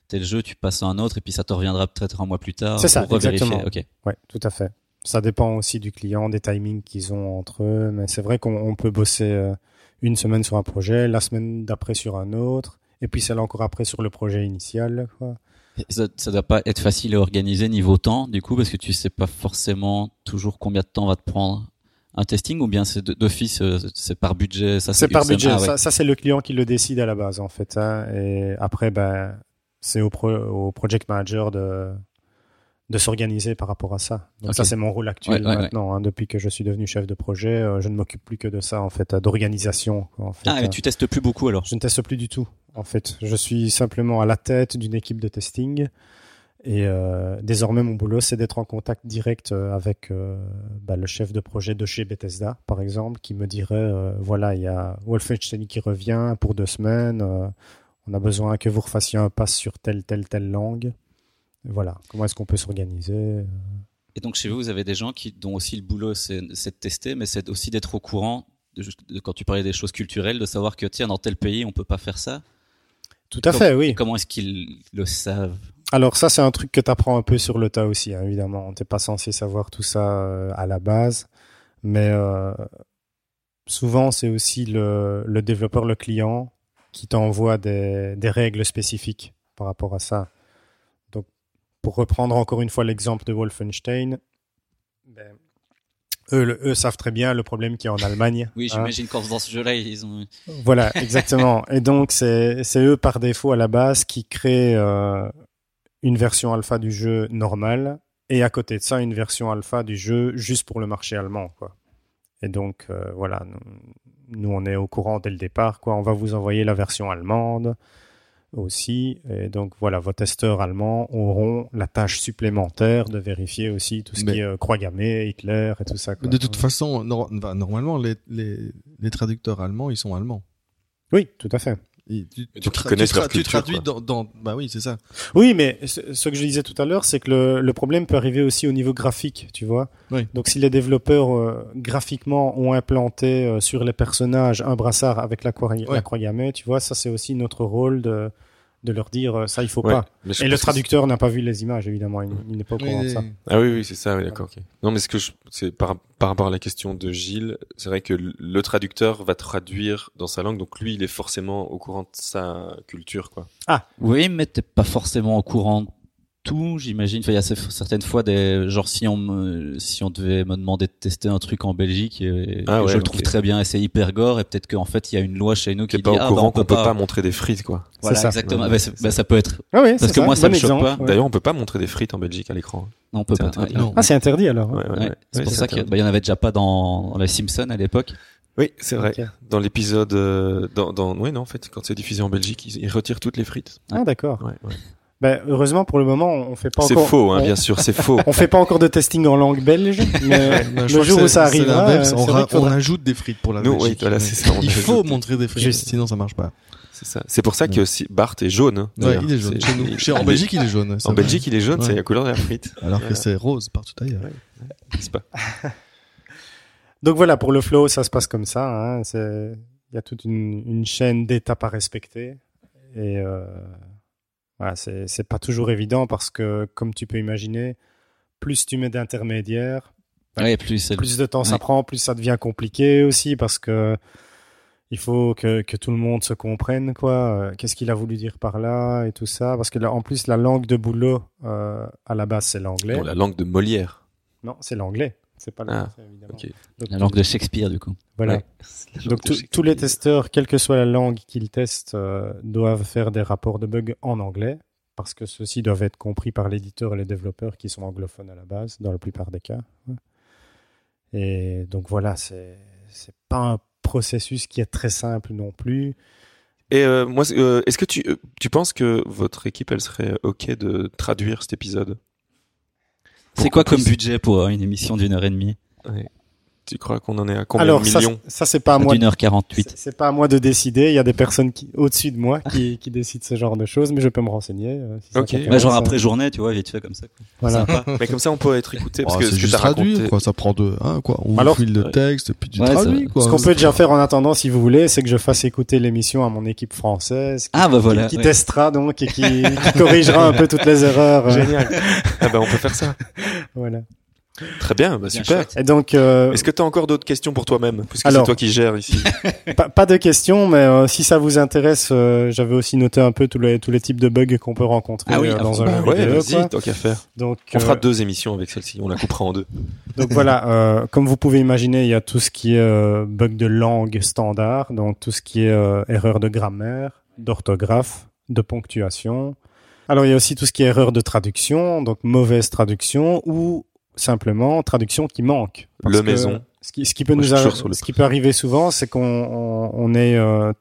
S4: tel jeu, tu passes à un autre, et puis ça te reviendra peut-être un mois plus tard
S3: C'est ça,
S4: pour revérifier.
S3: exactement.
S4: Ok.
S3: Oui, tout à fait. Ça dépend aussi du client, des timings qu'ils ont entre eux. Mais c'est vrai qu'on on peut bosser euh, une semaine sur un projet, la semaine d'après sur un autre, et puis celle encore après sur le projet initial. Quoi.
S4: Et Ça, ça doit pas être facile à organiser niveau temps, du coup, parce que tu sais pas forcément toujours combien de temps va te prendre un testing, ou bien c'est de- d'office, euh, c'est par budget. Ça
S3: C'est
S4: une
S3: par
S4: semaine-
S3: budget.
S4: ah ouais.
S3: Ça, ça, c'est le client qui le décide à la base, en fait. hein. Et après, ben, c'est au, pro- au project manager de, de s'organiser par rapport à ça. Donc
S4: Ok.
S3: ça, c'est mon rôle actuel
S4: Ouais, ouais,
S3: maintenant. hein. Depuis que je suis devenu chef de projet, euh, je ne m'occupe plus que de ça, en fait, euh, d'organisation. quoi, En fait,
S4: Ah,
S3: hein.
S4: mais tu testes plus beaucoup alors.
S3: Je ne teste plus du tout, en fait. Je suis simplement à la tête d'une équipe de testing. Et euh, désormais, mon boulot, c'est d'être en contact direct euh, avec euh, bah, le chef de projet de chez Bethesda, par exemple, qui me dirait euh, voilà, il y a Wolfenstein qui revient pour deux semaines. euh, on a besoin que vous refassiez un pass sur telle, telle, telle langue. Voilà. Comment est-ce qu'on peut s'organiser
S4: Et donc chez vous, vous avez des gens qui, dont aussi le boulot c'est c'est de tester, mais c'est aussi d'être au courant, de, de- quand tu parlais des choses culturelles, de savoir que tiens, dans tel pays, on peut pas faire ça.
S3: Tout à
S4: Com-
S3: fait, oui.
S4: Comment est-ce qu'ils le savent
S3: Alors ça, c'est un truc que t'apprends un peu sur le tas aussi, hein, évidemment. On t'es pas censé savoir tout ça euh, à la base, mais euh, souvent c'est aussi le, le développeur, le client, qui t'envoie des, des règles spécifiques par rapport à ça. Donc, pour reprendre encore une fois l'exemple de Wolfenstein, ben, eux, le- eux savent très bien le problème qu'il y a en Allemagne.
S1: Ah.
S4: Oui,
S3: hein.
S4: j'imagine qu'en faisant ce jeu-là, ils ont.
S3: Voilà, exactement. Et donc, c'est c'est eux par défaut à la base qui créent euh, une version alpha du jeu normal et à côté de ça, une version alpha du jeu juste pour le marché allemand. Quoi. Et donc, euh, voilà, nous, nous, on est au courant dès le départ. Quoi. On va vous envoyer la version allemande aussi. Et donc, voilà, vos testeurs allemands auront la tâche supplémentaire de vérifier aussi tout ce
S2: Mais-
S3: qui est euh, croix gammée, Hitler et tout ça. quoi.
S2: De toute façon, nor- enfin, normalement, les, les, les traducteurs allemands, ils sont allemands.
S3: Oui, tout à fait.
S2: Et tu,
S1: Et
S2: tu
S1: donc, ils
S2: tra-
S1: connaissent
S2: tu tra-
S1: leur
S2: tu
S1: culture,
S2: traduis dans, dans- Bah oui, c'est ça.
S3: Oui, mais ce ce que je disais tout à l'heure, c'est que le, le problème peut arriver aussi au niveau graphique, tu vois.
S2: Oui.
S3: Donc si les développeurs euh, graphiquement ont implanté euh, sur les personnages un brassard avec la croix, la
S2: Ouais.
S3: croix gammée, tu vois, ça c'est aussi notre rôle de, de leur dire euh, ça il faut
S1: Ouais,
S3: pas.
S1: mais je
S3: Et le
S1: pense que
S3: traducteur n'a pas vu les images évidemment, il, il n'est pas au courant de
S2: Oui,
S3: ça.
S1: Ah oui, oui, c'est ça, oui, d'accord. ok. Non, mais ce que je, c'est par, par rapport à la question de Gilles, c'est vrai que l- le traducteur va traduire dans sa langue, donc lui, il est forcément au courant de sa culture, quoi.
S4: Oui, mais t'es pas forcément au courant tout, j'imagine. Enfin, il y a certaines fois des genre si on me, si on devait me demander de tester un truc en Belgique, et,
S1: Ah
S4: et
S1: ouais,
S4: je le
S1: ok.
S4: trouve très bien et c'est hyper gore et peut-être qu'en fait il y a une loi chez nous qui
S1: T'es
S4: dit
S1: pas au
S4: ah, bah,
S1: courant
S4: on
S1: qu'on peut pas...
S4: pas.
S1: montrer des frites, quoi.
S4: Voilà,
S3: C'est ça.
S4: exactement.
S1: Ouais,
S4: Bah, c'est-
S1: c'est
S4: bah,
S1: ça.
S4: ça peut être.
S3: Ah oui,
S4: Parce
S3: c'est
S4: que moi, ça
S3: bon
S4: me choque
S3: exemple,
S4: pas.
S3: ouais.
S1: D'ailleurs, on peut pas montrer des frites en Belgique à l'écran.
S4: Non, on peut
S1: C'est
S4: pas.
S1: interdit.
S4: Ouais,
S2: Non.
S3: Ah, c'est interdit alors. hein.
S1: Ouais, ouais,
S4: ouais.
S1: ouais.
S4: C'est
S1: Ouais,
S4: pour ça qu'il y, a-
S1: interdit.
S4: bah, il y en avait déjà pas dans, dans les Simpsons à l'époque.
S1: Oui, c'est vrai.
S3: Ok.
S1: Dans l'épisode, euh, dans, dans, oui, non, en fait, quand c'est diffusé en Belgique, ils, ils retirent toutes les frites.
S3: Ah d'accord.
S1: Ouais, ouais.
S3: Bah, heureusement pour le moment, on fait pas
S1: C'est
S3: encore.
S1: faux, hein,
S3: on-
S1: bien sûr, c'est
S3: <laughs>
S1: faux.
S3: On fait pas encore de testing en langue
S2: <laughs>
S3: belge, mais
S2: Bah, je
S3: le
S2: crois
S3: jour
S2: que
S3: où
S2: c'est-
S3: ça
S2: c'est
S3: arrivera, euh,
S2: l'inverse.
S3: c'est
S2: on,
S3: vrai
S2: ra-
S3: qu'il faudra-
S2: on ajoute des frites pour la
S1: Nous,
S2: Belgique.
S1: oui, voilà, c'est ça, on
S2: Il
S1: ajoute
S2: faut
S1: des-
S2: montrer des frites,
S3: Juste.
S2: sinon ça marche pas.
S1: C'est ça. C'est pour ça que si Bart est jaune. hein,
S2: Ouais,
S1: d'ailleurs.
S2: il est jaune.
S1: C'est-
S2: Chez nous.
S1: il-
S2: Chez- en
S1: il est-
S2: Belgique, il est jaune. c'est
S1: En
S2: vrai.
S1: Belgique, il est jaune,
S2: Ouais.
S1: c'est la couleur de la frite.
S2: Alors que
S1: Voilà.
S2: c'est rose partout ailleurs.
S1: N'est-ce pas
S3: Donc voilà, pour le flow, ça se passe comme ça. hein. C'est- Il y a toute une, une chaîne d'étapes à respecter. Et euh, voilà, c'est c'est pas toujours évident parce que, comme tu peux imaginer, plus tu mets d'intermédiaires,
S4: Ouais, et plus c'est le-
S3: plus de temps ça
S4: Ouais.
S3: prend, plus ça devient compliqué aussi parce que il faut que, que tout le monde se comprenne quoi. Euh, Qu'est-ce qu'il a voulu dire par là et tout ça parce que là, en plus la langue de boulot euh, à la base c'est l'anglais.
S1: Dans la langue de Molière.
S3: Non, c'est l'anglais. C'est pas le
S1: Ah,
S3: français, évidemment.
S1: ok.
S3: Donc,
S4: la langue de Shakespeare du coup.
S3: Voilà.
S1: Ouais. La langue
S3: Donc
S1: de
S3: tous-
S1: Shakespeare.
S3: tous les testeurs, quelle que soit la langue qu'ils testent, euh, doivent faire des rapports de bugs en anglais parce que ceux-ci doivent être compris par l'éditeur et les développeurs qui sont anglophones à la base, dans la plupart des cas. Et donc voilà, c'est c'est pas un processus qui est très simple non plus.
S1: Et euh, moi, c'est- euh, est-ce que tu, euh, tu penses que votre équipe, elle serait euh, ok de traduire cet épisode
S4: C'est quoi comme budget pour euh, une émission d'une heure et demie
S1: Tu crois qu'on en est à combien
S3: Alors
S1: de
S3: ça,
S1: millions
S3: ça c'est pas à moi.
S4: D'une heure quarante-huit.
S3: C'est c'est pas à moi de décider. Il y a des personnes qui, au-dessus de moi qui, qui décident ce genre de choses, mais je peux me renseigner. euh, si ça
S1: Ok.
S3: t'intéresse.
S4: Ouais, Bah, genre après journée, tu vois, vite fait comme ça. quoi.
S3: Voilà. <laughs>
S1: Mais comme ça, on peut être écouté parce
S2: Oh,
S1: que
S2: c'est
S1: ce que
S2: juste
S1: t'as
S2: traduit,
S1: raconté.
S2: quoi. Ça prend deux. Hein, quoi. On
S3: Alors-
S2: file
S1: Ouais.
S2: le texte, puis tu
S4: Ouais,
S2: traduis,
S4: ça-
S2: quoi.
S3: Ce qu'on peut déjà faire en attendant, si vous voulez, c'est que je fasse écouter l'émission à mon équipe française, qui,
S4: Ah bah voilà.
S3: qui
S4: ouais.
S3: testera donc et qui, qui corrigera un peu toutes les erreurs. euh,
S1: Génial.
S3: <laughs>
S1: ah ben, on peut faire ça.
S3: voilà.
S1: Très bien, bah,
S4: Bien
S1: super.
S4: chouette.
S3: Et donc, euh,
S1: Est-ce que tu as encore d'autres questions pour toi-même Parce que c'est
S3: Alors.
S1: toi qui gères
S3: <laughs>
S1: ici.
S3: pas, pas de questions, mais euh, si ça vous intéresse, euh, j'avais aussi noté un peu tous les, tous les types de bugs qu'on peut rencontrer
S4: Ah oui,
S3: euh,
S4: ah
S3: dans
S4: bon,
S3: un
S1: Bah
S3: jeu
S1: ouais,
S3: vidéo, quoi.
S1: vas-y, tant qu'à faire.
S3: Donc,
S1: On fera
S3: euh,
S1: deux émissions avec celle-ci, on la coupera en deux.
S3: Donc voilà, euh, comme vous pouvez imaginer, il y a tout ce qui est euh, bug de langue standard, donc tout ce qui est euh, erreur de grammaire, d'orthographe, de ponctuation. Alors il y a aussi tout ce qui est erreur de traduction, donc mauvaise traduction ou simplement traduction qui manque. Parce
S1: Le
S3: que
S1: maison.
S3: Ce qui, ce qui peut
S1: Moi, je
S3: nous
S1: suis
S3: arri-
S1: toujours sur le-
S3: ce qui peut arriver souvent, c'est qu'on on, on ait euh,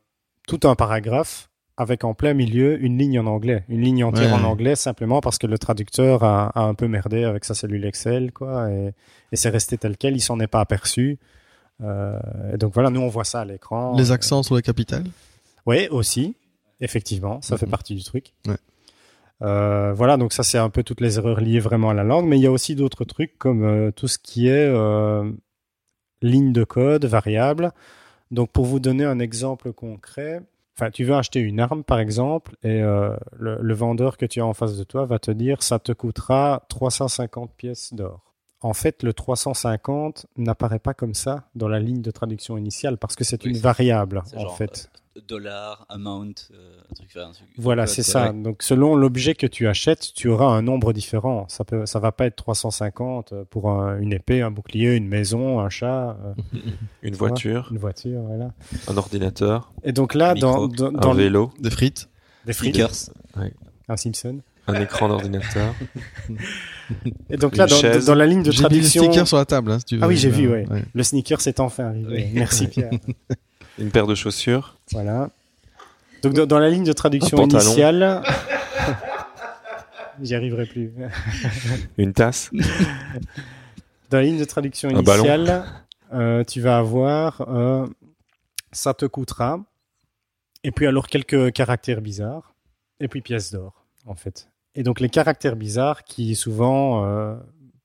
S3: tout un paragraphe avec en plein milieu une ligne en anglais, une ligne entière
S2: Ouais.
S3: en anglais simplement parce que le traducteur a, a un peu merdé avec sa cellule Excel, quoi, et, et c'est resté tel quel, il s'en est pas aperçu. Euh, et donc voilà, nous on voit ça à l'écran.
S2: Les accents sur la capitale.
S3: Oui, aussi, effectivement, ça fait
S2: Mhm.
S3: partie du truc.
S2: Ouais.
S3: Euh, voilà, donc ça c'est un peu toutes les erreurs liées vraiment à la langue, mais il y a aussi d'autres trucs comme euh, tout ce qui est euh, ligne de code, variable. Donc pour vous donner un exemple concret, enfin tu veux acheter une arme par exemple, et euh, le, le vendeur que tu as en face de toi va te dire ça te coûtera 350 pièces d'or. En fait, le 350 n'apparaît pas comme ça dans la ligne de traduction initiale parce que c'est
S4: Oui,
S3: une
S4: c'est-
S3: variable
S4: c'est
S3: en
S4: genre,
S3: fait.
S4: Dollar, amount, euh, un truc, enfin, un truc-
S3: Voilà,
S4: Ouais,
S3: c'est ça. Donc, selon l'objet que tu achètes, tu auras un nombre différent. Ça peut, ça va pas être 350 euh, pour un- une épée, un bouclier, une maison, un chat, euh,
S1: Une
S3: vois.
S1: voiture,
S3: une voiture, voilà.
S1: un ordinateur,
S3: Et donc là,
S4: Micro,
S3: Ah, dans, dans,
S1: un
S3: dans le-
S1: vélo,
S2: Des frites.
S3: des frites,
S4: Sneakers.
S3: un Simpson.
S1: un écran
S3: <laughs>
S1: d'ordinateur.
S3: Et donc
S1: Une
S3: là, dans,
S1: chaise.
S3: dans la ligne de
S2: J'ai mis le
S3: traduction,
S2: sticker sur la table, hein, si tu veux.
S3: Ah oui, j'ai vu, ouais.
S2: ouais.
S3: le sneaker c'est enfin arrivé.
S4: Oui.
S3: Merci Pierre.
S1: Une paire de chaussures.
S3: voilà. Donc dans, dans la ligne de traduction
S1: Un pantalon.
S3: initiale, <laughs> j'y arriverai plus.
S1: Une tasse.
S3: Dans la ligne de traduction
S1: Un ballon.
S3: initiale, euh, tu vas avoir euh, ça te coûtera, et puis alors quelques caractères bizarres, et puis pièces d'or, en fait. Et donc les caractères bizarres qui souvent, euh,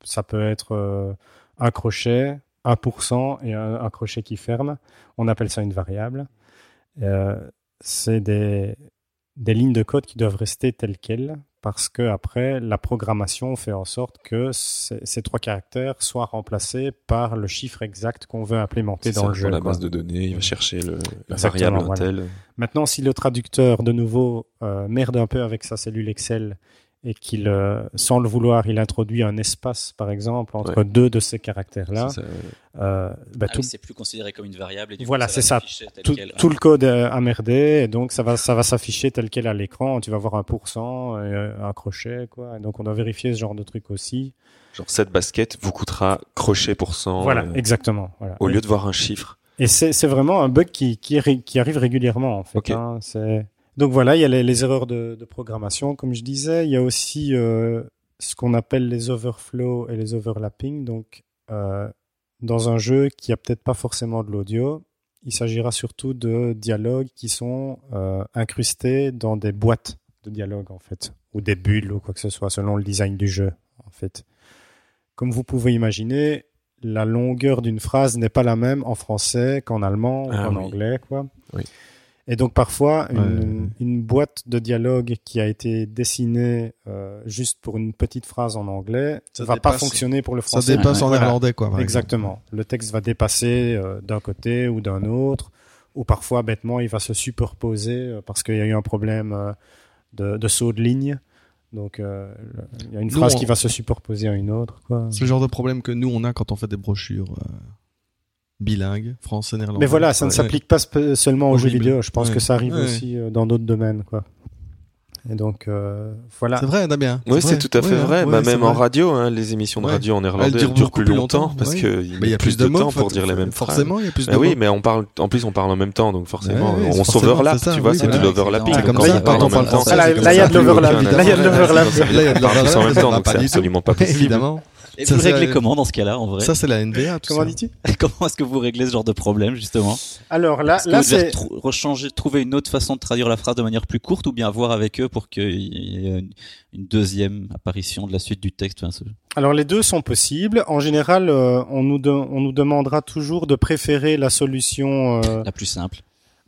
S3: ça peut être euh, un crochet, 1% et un, un crochet qui ferme, on appelle ça une variable. Euh, C'est des, des lignes de code qui doivent rester telles quelles parce que après la programmation fait en sorte que ces, ces trois caractères soient remplacés par le chiffre exact qu'on veut implémenter
S1: C'est
S3: dans
S1: ça,
S3: le jeu.
S1: la
S3: quoi.
S1: base de données, il va chercher le, la
S3: Exactement,
S1: variable
S3: voilà.
S1: intel.
S3: Maintenant, si le traducteur de nouveau euh, merde un peu avec sa cellule Excel et qu'il, euh, sans le vouloir, il introduit un espace, par exemple, entre deux de ces caractères-là,
S1: C'est ça, ouais.
S3: euh, bah,
S4: Ah
S3: tout,
S4: oui, c'est plus considéré comme une variable. Et du
S3: Voilà,
S4: coup,
S3: c'est ça.
S4: va s'afficher tel
S3: tout,
S4: quel.
S3: tout le code euh, a merdé, et donc ça va, ça va s'afficher tel quel à l'écran. Tu vas voir un pourcent, euh, un crochet, quoi. Et donc on doit vérifier ce genre de truc aussi.
S1: Genre, cette basket vous coûtera crochet pour cent.
S3: voilà,
S1: euh,
S3: exactement. Voilà.
S1: au lieu de voir un chiffre.
S3: Et c'est c'est vraiment un bug qui, qui, ré- qui arrive régulièrement, en fait.
S1: Ok.
S3: hein. C'est- Donc voilà, il y a les, les erreurs de, de programmation, comme je disais. Il y a aussi euh, ce qu'on appelle les overflows et les overlappings. Donc, euh, dans un jeu qui a peut-être pas forcément de l'audio, il s'agira surtout de dialogues qui sont euh, incrustés dans des boîtes de dialogue, en fait, ou des bulles, ou quoi que ce soit, selon le design du jeu, en fait. Comme vous pouvez imaginer, la longueur d'une phrase n'est pas la même en français qu'en allemand ou
S1: Ah
S3: en
S1: oui.
S3: anglais, quoi.
S1: Oui.
S3: Et donc parfois, une,
S2: Ouais.
S3: une boîte de dialogue qui a été dessinée euh, juste pour une petite phrase en anglais
S2: Ça
S3: va pas
S2: dépasse.
S3: fonctionner pour le
S2: Ça
S3: français.
S2: dépasse en
S3: Voilà.
S2: néerlandais, quoi. par exemple.
S3: Exactement. Le texte va dépasser euh, d'un côté ou d'un autre, ou parfois bêtement il va se superposer euh, parce qu'il y a eu un problème euh, de, de saut de ligne. Donc euh, le- il y a une
S2: Nous,
S3: phrase
S2: on-
S3: qui va se superposer à une autre. Quoi.
S2: C'est le genre de problème que nous, on a quand on fait des brochures euh, bilingues, français-néerlandais.
S3: Mais voilà, ça ne
S2: Ouais.
S3: s'applique pas spe- seulement aux jeux
S2: Horrible.
S3: vidéo. Je pense
S2: Ouais.
S3: que ça arrive
S2: Ouais.
S3: aussi euh, dans d'autres domaines. Quoi. Et donc euh, voilà.
S2: C'est vrai, Damien.
S1: Oui, c'est
S2: vrai.
S1: tout à fait
S2: Ouais,
S1: vrai.
S2: ouais,
S1: bah,
S2: c'est
S1: même
S2: vrai.
S1: en radio, hein, les émissions de
S2: Ouais.
S1: radio en néerlandais
S2: durent
S1: durent,
S2: beaucoup
S1: plus
S2: plus
S1: longtemps
S2: longtemps,
S1: parce
S2: ouais.
S1: qu'il
S2: Mais il y a plus de, mots
S1: temps
S2: en
S1: pour
S2: fait.
S1: dire les mêmes phrases.
S2: Forcément, il y a plus
S1: Bah
S2: de
S1: oui,
S2: mots.
S1: mais on parle, en plus, on parle en même temps, donc forcément,
S2: Ouais, ouais,
S1: on
S2: c'est forcément,
S1: s'overlappe,
S2: c'est ça,
S1: tu vois,
S2: oui,
S1: c'est
S2: voilà.
S1: de l'overlapping.
S3: C'est comme
S1: Quand
S3: ça,
S1: on
S3: quand on
S1: parle en
S3: parle
S1: même temps,
S3: français, Ah, là,
S1: c'est
S3: là,
S1: comme
S3: il y a
S1: ça,
S3: de
S1: plus
S3: l'overlap.
S1: aucun
S3: Là, il y a de
S1: intérêt.
S3: l'overlap.
S1: Ça veut dire
S2: Là, il y a de
S1: qu'on parle tous en
S2: l'overlap,
S1: même
S2: ça
S1: temps,
S2: va
S1: donc
S2: pas
S1: c'est
S2: du tout.
S1: absolument pas
S2: <laughs>
S1: possible.
S2: Évidemment.
S4: Et
S2: Ça,
S4: vous
S2: c'est-
S3: euh,
S4: réglez comment dans ce cas-là, en vrai
S2: Ça, c'est la NBA. tout
S3: Comment
S2: ça.
S3: dis-tu
S4: <laughs> Comment est-ce que vous réglez ce genre de problème, justement
S3: Alors là,
S4: Est-ce que
S3: Ah, là
S4: vous devez
S3: c'est
S4: trou- rechanger- trouver une autre façon de traduire la phrase de manière plus courte ou bien voir avec eux pour qu'il y ait une- une deuxième apparition de la suite du texte enfin, ce-
S3: Alors les deux sont possibles. En général, euh, on, nous de- on nous demandera toujours de préférer la solution euh,
S4: La plus simple.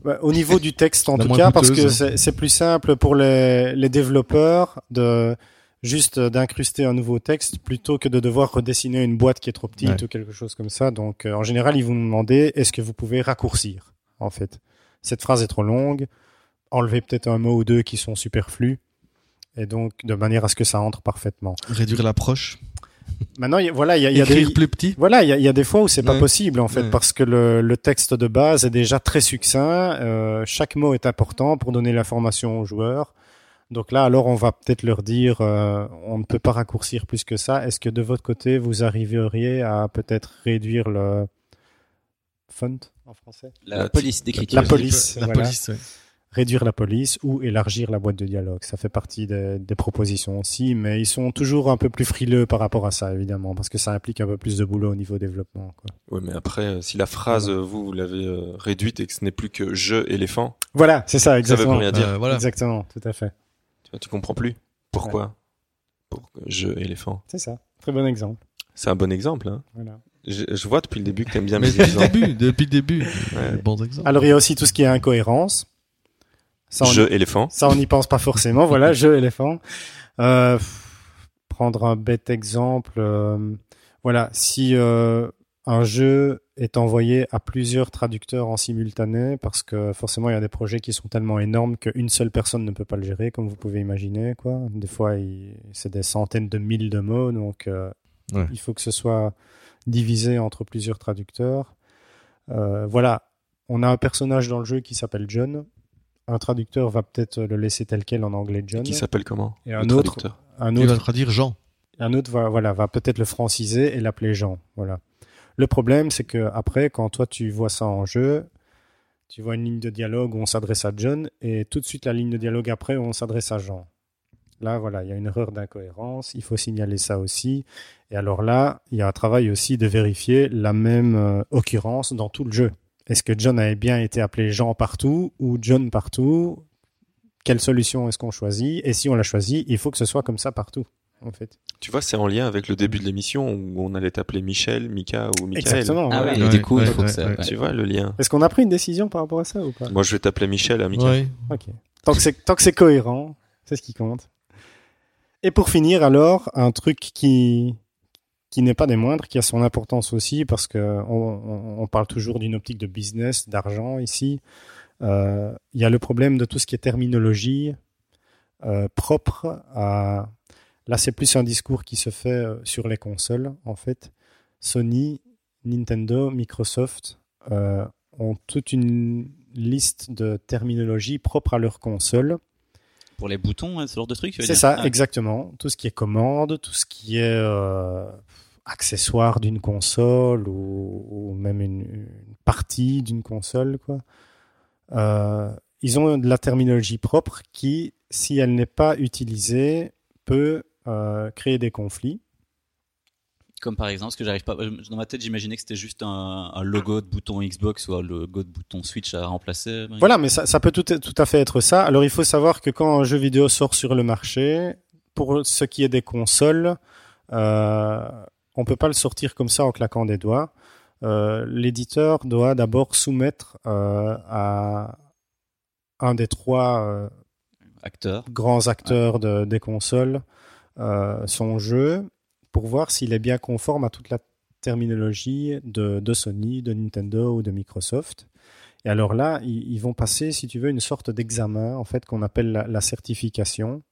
S3: bah, au niveau du texte en
S2: La
S3: tout
S2: moins
S3: cas, parce
S2: coûteuse,
S3: que
S2: hein.
S3: c'est c'est plus simple pour les, les développeurs de juste euh, d'incruster un nouveau texte plutôt que de devoir redessiner une boîte qui est trop petite
S2: Ouais.
S3: ou quelque chose comme ça. Donc euh, en général, ils vont nous demander est-ce que vous pouvez raccourcir en fait. Cette phrase est trop longue. Enlever peut-être un mot ou deux qui sont superflus. Et donc, de manière à ce que ça entre parfaitement.
S2: Réduire l'approche.
S3: Maintenant, il y a- voilà, il y a, il y a des...
S2: Écrire plus petit.
S3: Voilà, il y a, il y a des fois où c'est pas
S2: Ouais.
S3: possible en fait
S2: Ouais.
S3: parce que le, le texte de base est déjà très succinct. euh, chaque mot est important pour donner l'information aux joueurs. Donc là, alors on va peut-être leur dire, euh, on ne peut pas raccourcir plus que ça. Est-ce que de votre côté, vous arriveriez à peut-être réduire le font en français,
S4: La,
S1: La-
S4: police d'écriture.
S3: la police,
S2: La
S3: voilà.
S2: police, ouais.
S3: réduire la police ou élargir la boîte de dialogue Ça fait partie des, des propositions aussi, mais ils sont toujours un peu plus frileux par rapport à ça évidemment parce que ça implique un peu plus de boulot au niveau développement. Quoi.
S1: Oui, mais après, euh, si la phrase, euh, vous, vous l'avez euh, réduite et que ce n'est plus que je éléphant,
S3: Voilà, c'est ça
S1: ça veut
S3: exactement.
S1: plus rien dire.
S2: Euh, voilà.
S3: Exactement, tout à fait.
S1: Tu vois, Tu comprends plus. Pourquoi Pour que je éléphant.
S3: C'est ça. Très bon exemple.
S1: C'est un bon exemple. hein.
S3: Voilà.
S1: Je, je vois depuis le début que t'aimes bien
S2: Mais
S1: mes
S2: depuis le
S1: exemples.
S2: début, depuis le début.
S1: Ouais.
S2: Bons exemples.
S3: Alors il y a aussi tout ce qui est incohérence. Ça, on,
S1: Je éléphant.
S3: ça, on n'y pense pas forcément. voilà, jeu éléphant. Euh, pff, prendre un bête exemple. euh, voilà, si euh, un jeu est envoyé à plusieurs traducteurs en simultané, parce que forcément il y a des projets qui sont tellement énormes qu'une seule personne ne peut pas le gérer, comme vous pouvez imaginer. Quoi. Des fois, il- c'est des centaines de mille de mots, donc euh,
S2: Ouais.
S3: il faut que ce soit divisé entre plusieurs traducteurs. Euh, voilà, on a un personnage dans le jeu qui s'appelle John. Un traducteur va peut-être le laisser tel quel en anglais John.
S1: Qui s'appelle comment
S3: Et un
S1: Le
S3: autre.
S1: traducteur.
S3: Un
S2: Il va
S3: autre,
S2: traduire Jean.
S3: un autre va, voilà, va peut-être le franciser et l'appeler Jean. Voilà. Le problème, c'est que après, quand toi tu vois ça en jeu, tu vois une ligne de dialogue où on s'adresse à John et tout de suite la ligne de dialogue après où on s'adresse à Jean. Là, voilà, il y a une erreur d'incohérence. Il faut signaler ça aussi. Et alors là, il y a un travail aussi de vérifier la même euh, occurrence dans tout le jeu. Est-ce que John avait bien été appelé Jean partout ou John partout Quelle solution est-ce qu'on choisit Et si on la choisit, il faut que ce soit comme ça partout, en fait.
S1: Tu vois, c'est en lien avec le début de l'émission où on allait t'appeler Michel, Mika ou Michael.
S3: Exactement.
S4: Ah
S3: voilà.
S4: oui,
S2: Ouais,
S4: du coup,
S2: ouais,
S4: il faut
S2: ouais,
S4: que ça.
S2: ouais.
S1: Tu vois le lien.
S3: Est-ce qu'on a pris une décision par rapport à ça ou pas
S1: Moi, je vais t'appeler Michel, hein, Michael.
S2: Ouais.
S3: Ok. Tant que c'est tant que c'est cohérent, c'est ce qui compte. Et pour finir, alors un truc qui qui n'est pas des moindres, qui a son importance aussi parce que on, on- on parle toujours d'une optique de business, d'argent ici. Euh, Il y a le problème de tout ce qui est terminologie euh, propre à Là, c'est plus un discours qui se fait euh, sur les consoles. En fait, Sony, Nintendo, Microsoft euh, ont toute une liste de terminologie propre à leur console.
S4: Pour les boutons, hein, ce genre de truc tu veux
S3: C'est
S4: dire
S3: ça,
S4: Ah,
S3: exactement. Tout ce qui est commande, tout ce qui est euh, accessoire d'une console ou, ou même une, une partie d'une console, quoi. Euh, ils ont de la terminologie propre qui, si elle n'est pas utilisée, peut euh, créer des conflits.
S4: Comme par exemple, ce que j'arrive pas. Dans ma tête, j'imaginais que c'était juste un, un logo de bouton Xbox ou un logo de bouton Switch à remplacer.
S3: Voilà, mais ça, ça peut tout, tout à fait être ça. Alors il faut savoir que quand un jeu vidéo sort sur le marché, pour ce qui est des consoles, euh, on peut pas le sortir comme ça en claquant des doigts. Euh, L'éditeur doit d'abord soumettre euh, à un des trois euh,
S4: Acteur.
S3: grands acteurs de- des consoles euh, son jeu pour voir s'il est bien conforme à toute la terminologie de, de Sony, de Nintendo ou de Microsoft. Et alors là, ils, ils vont passer, si tu veux, une sorte d'examen en fait qu'on appelle la, la certification.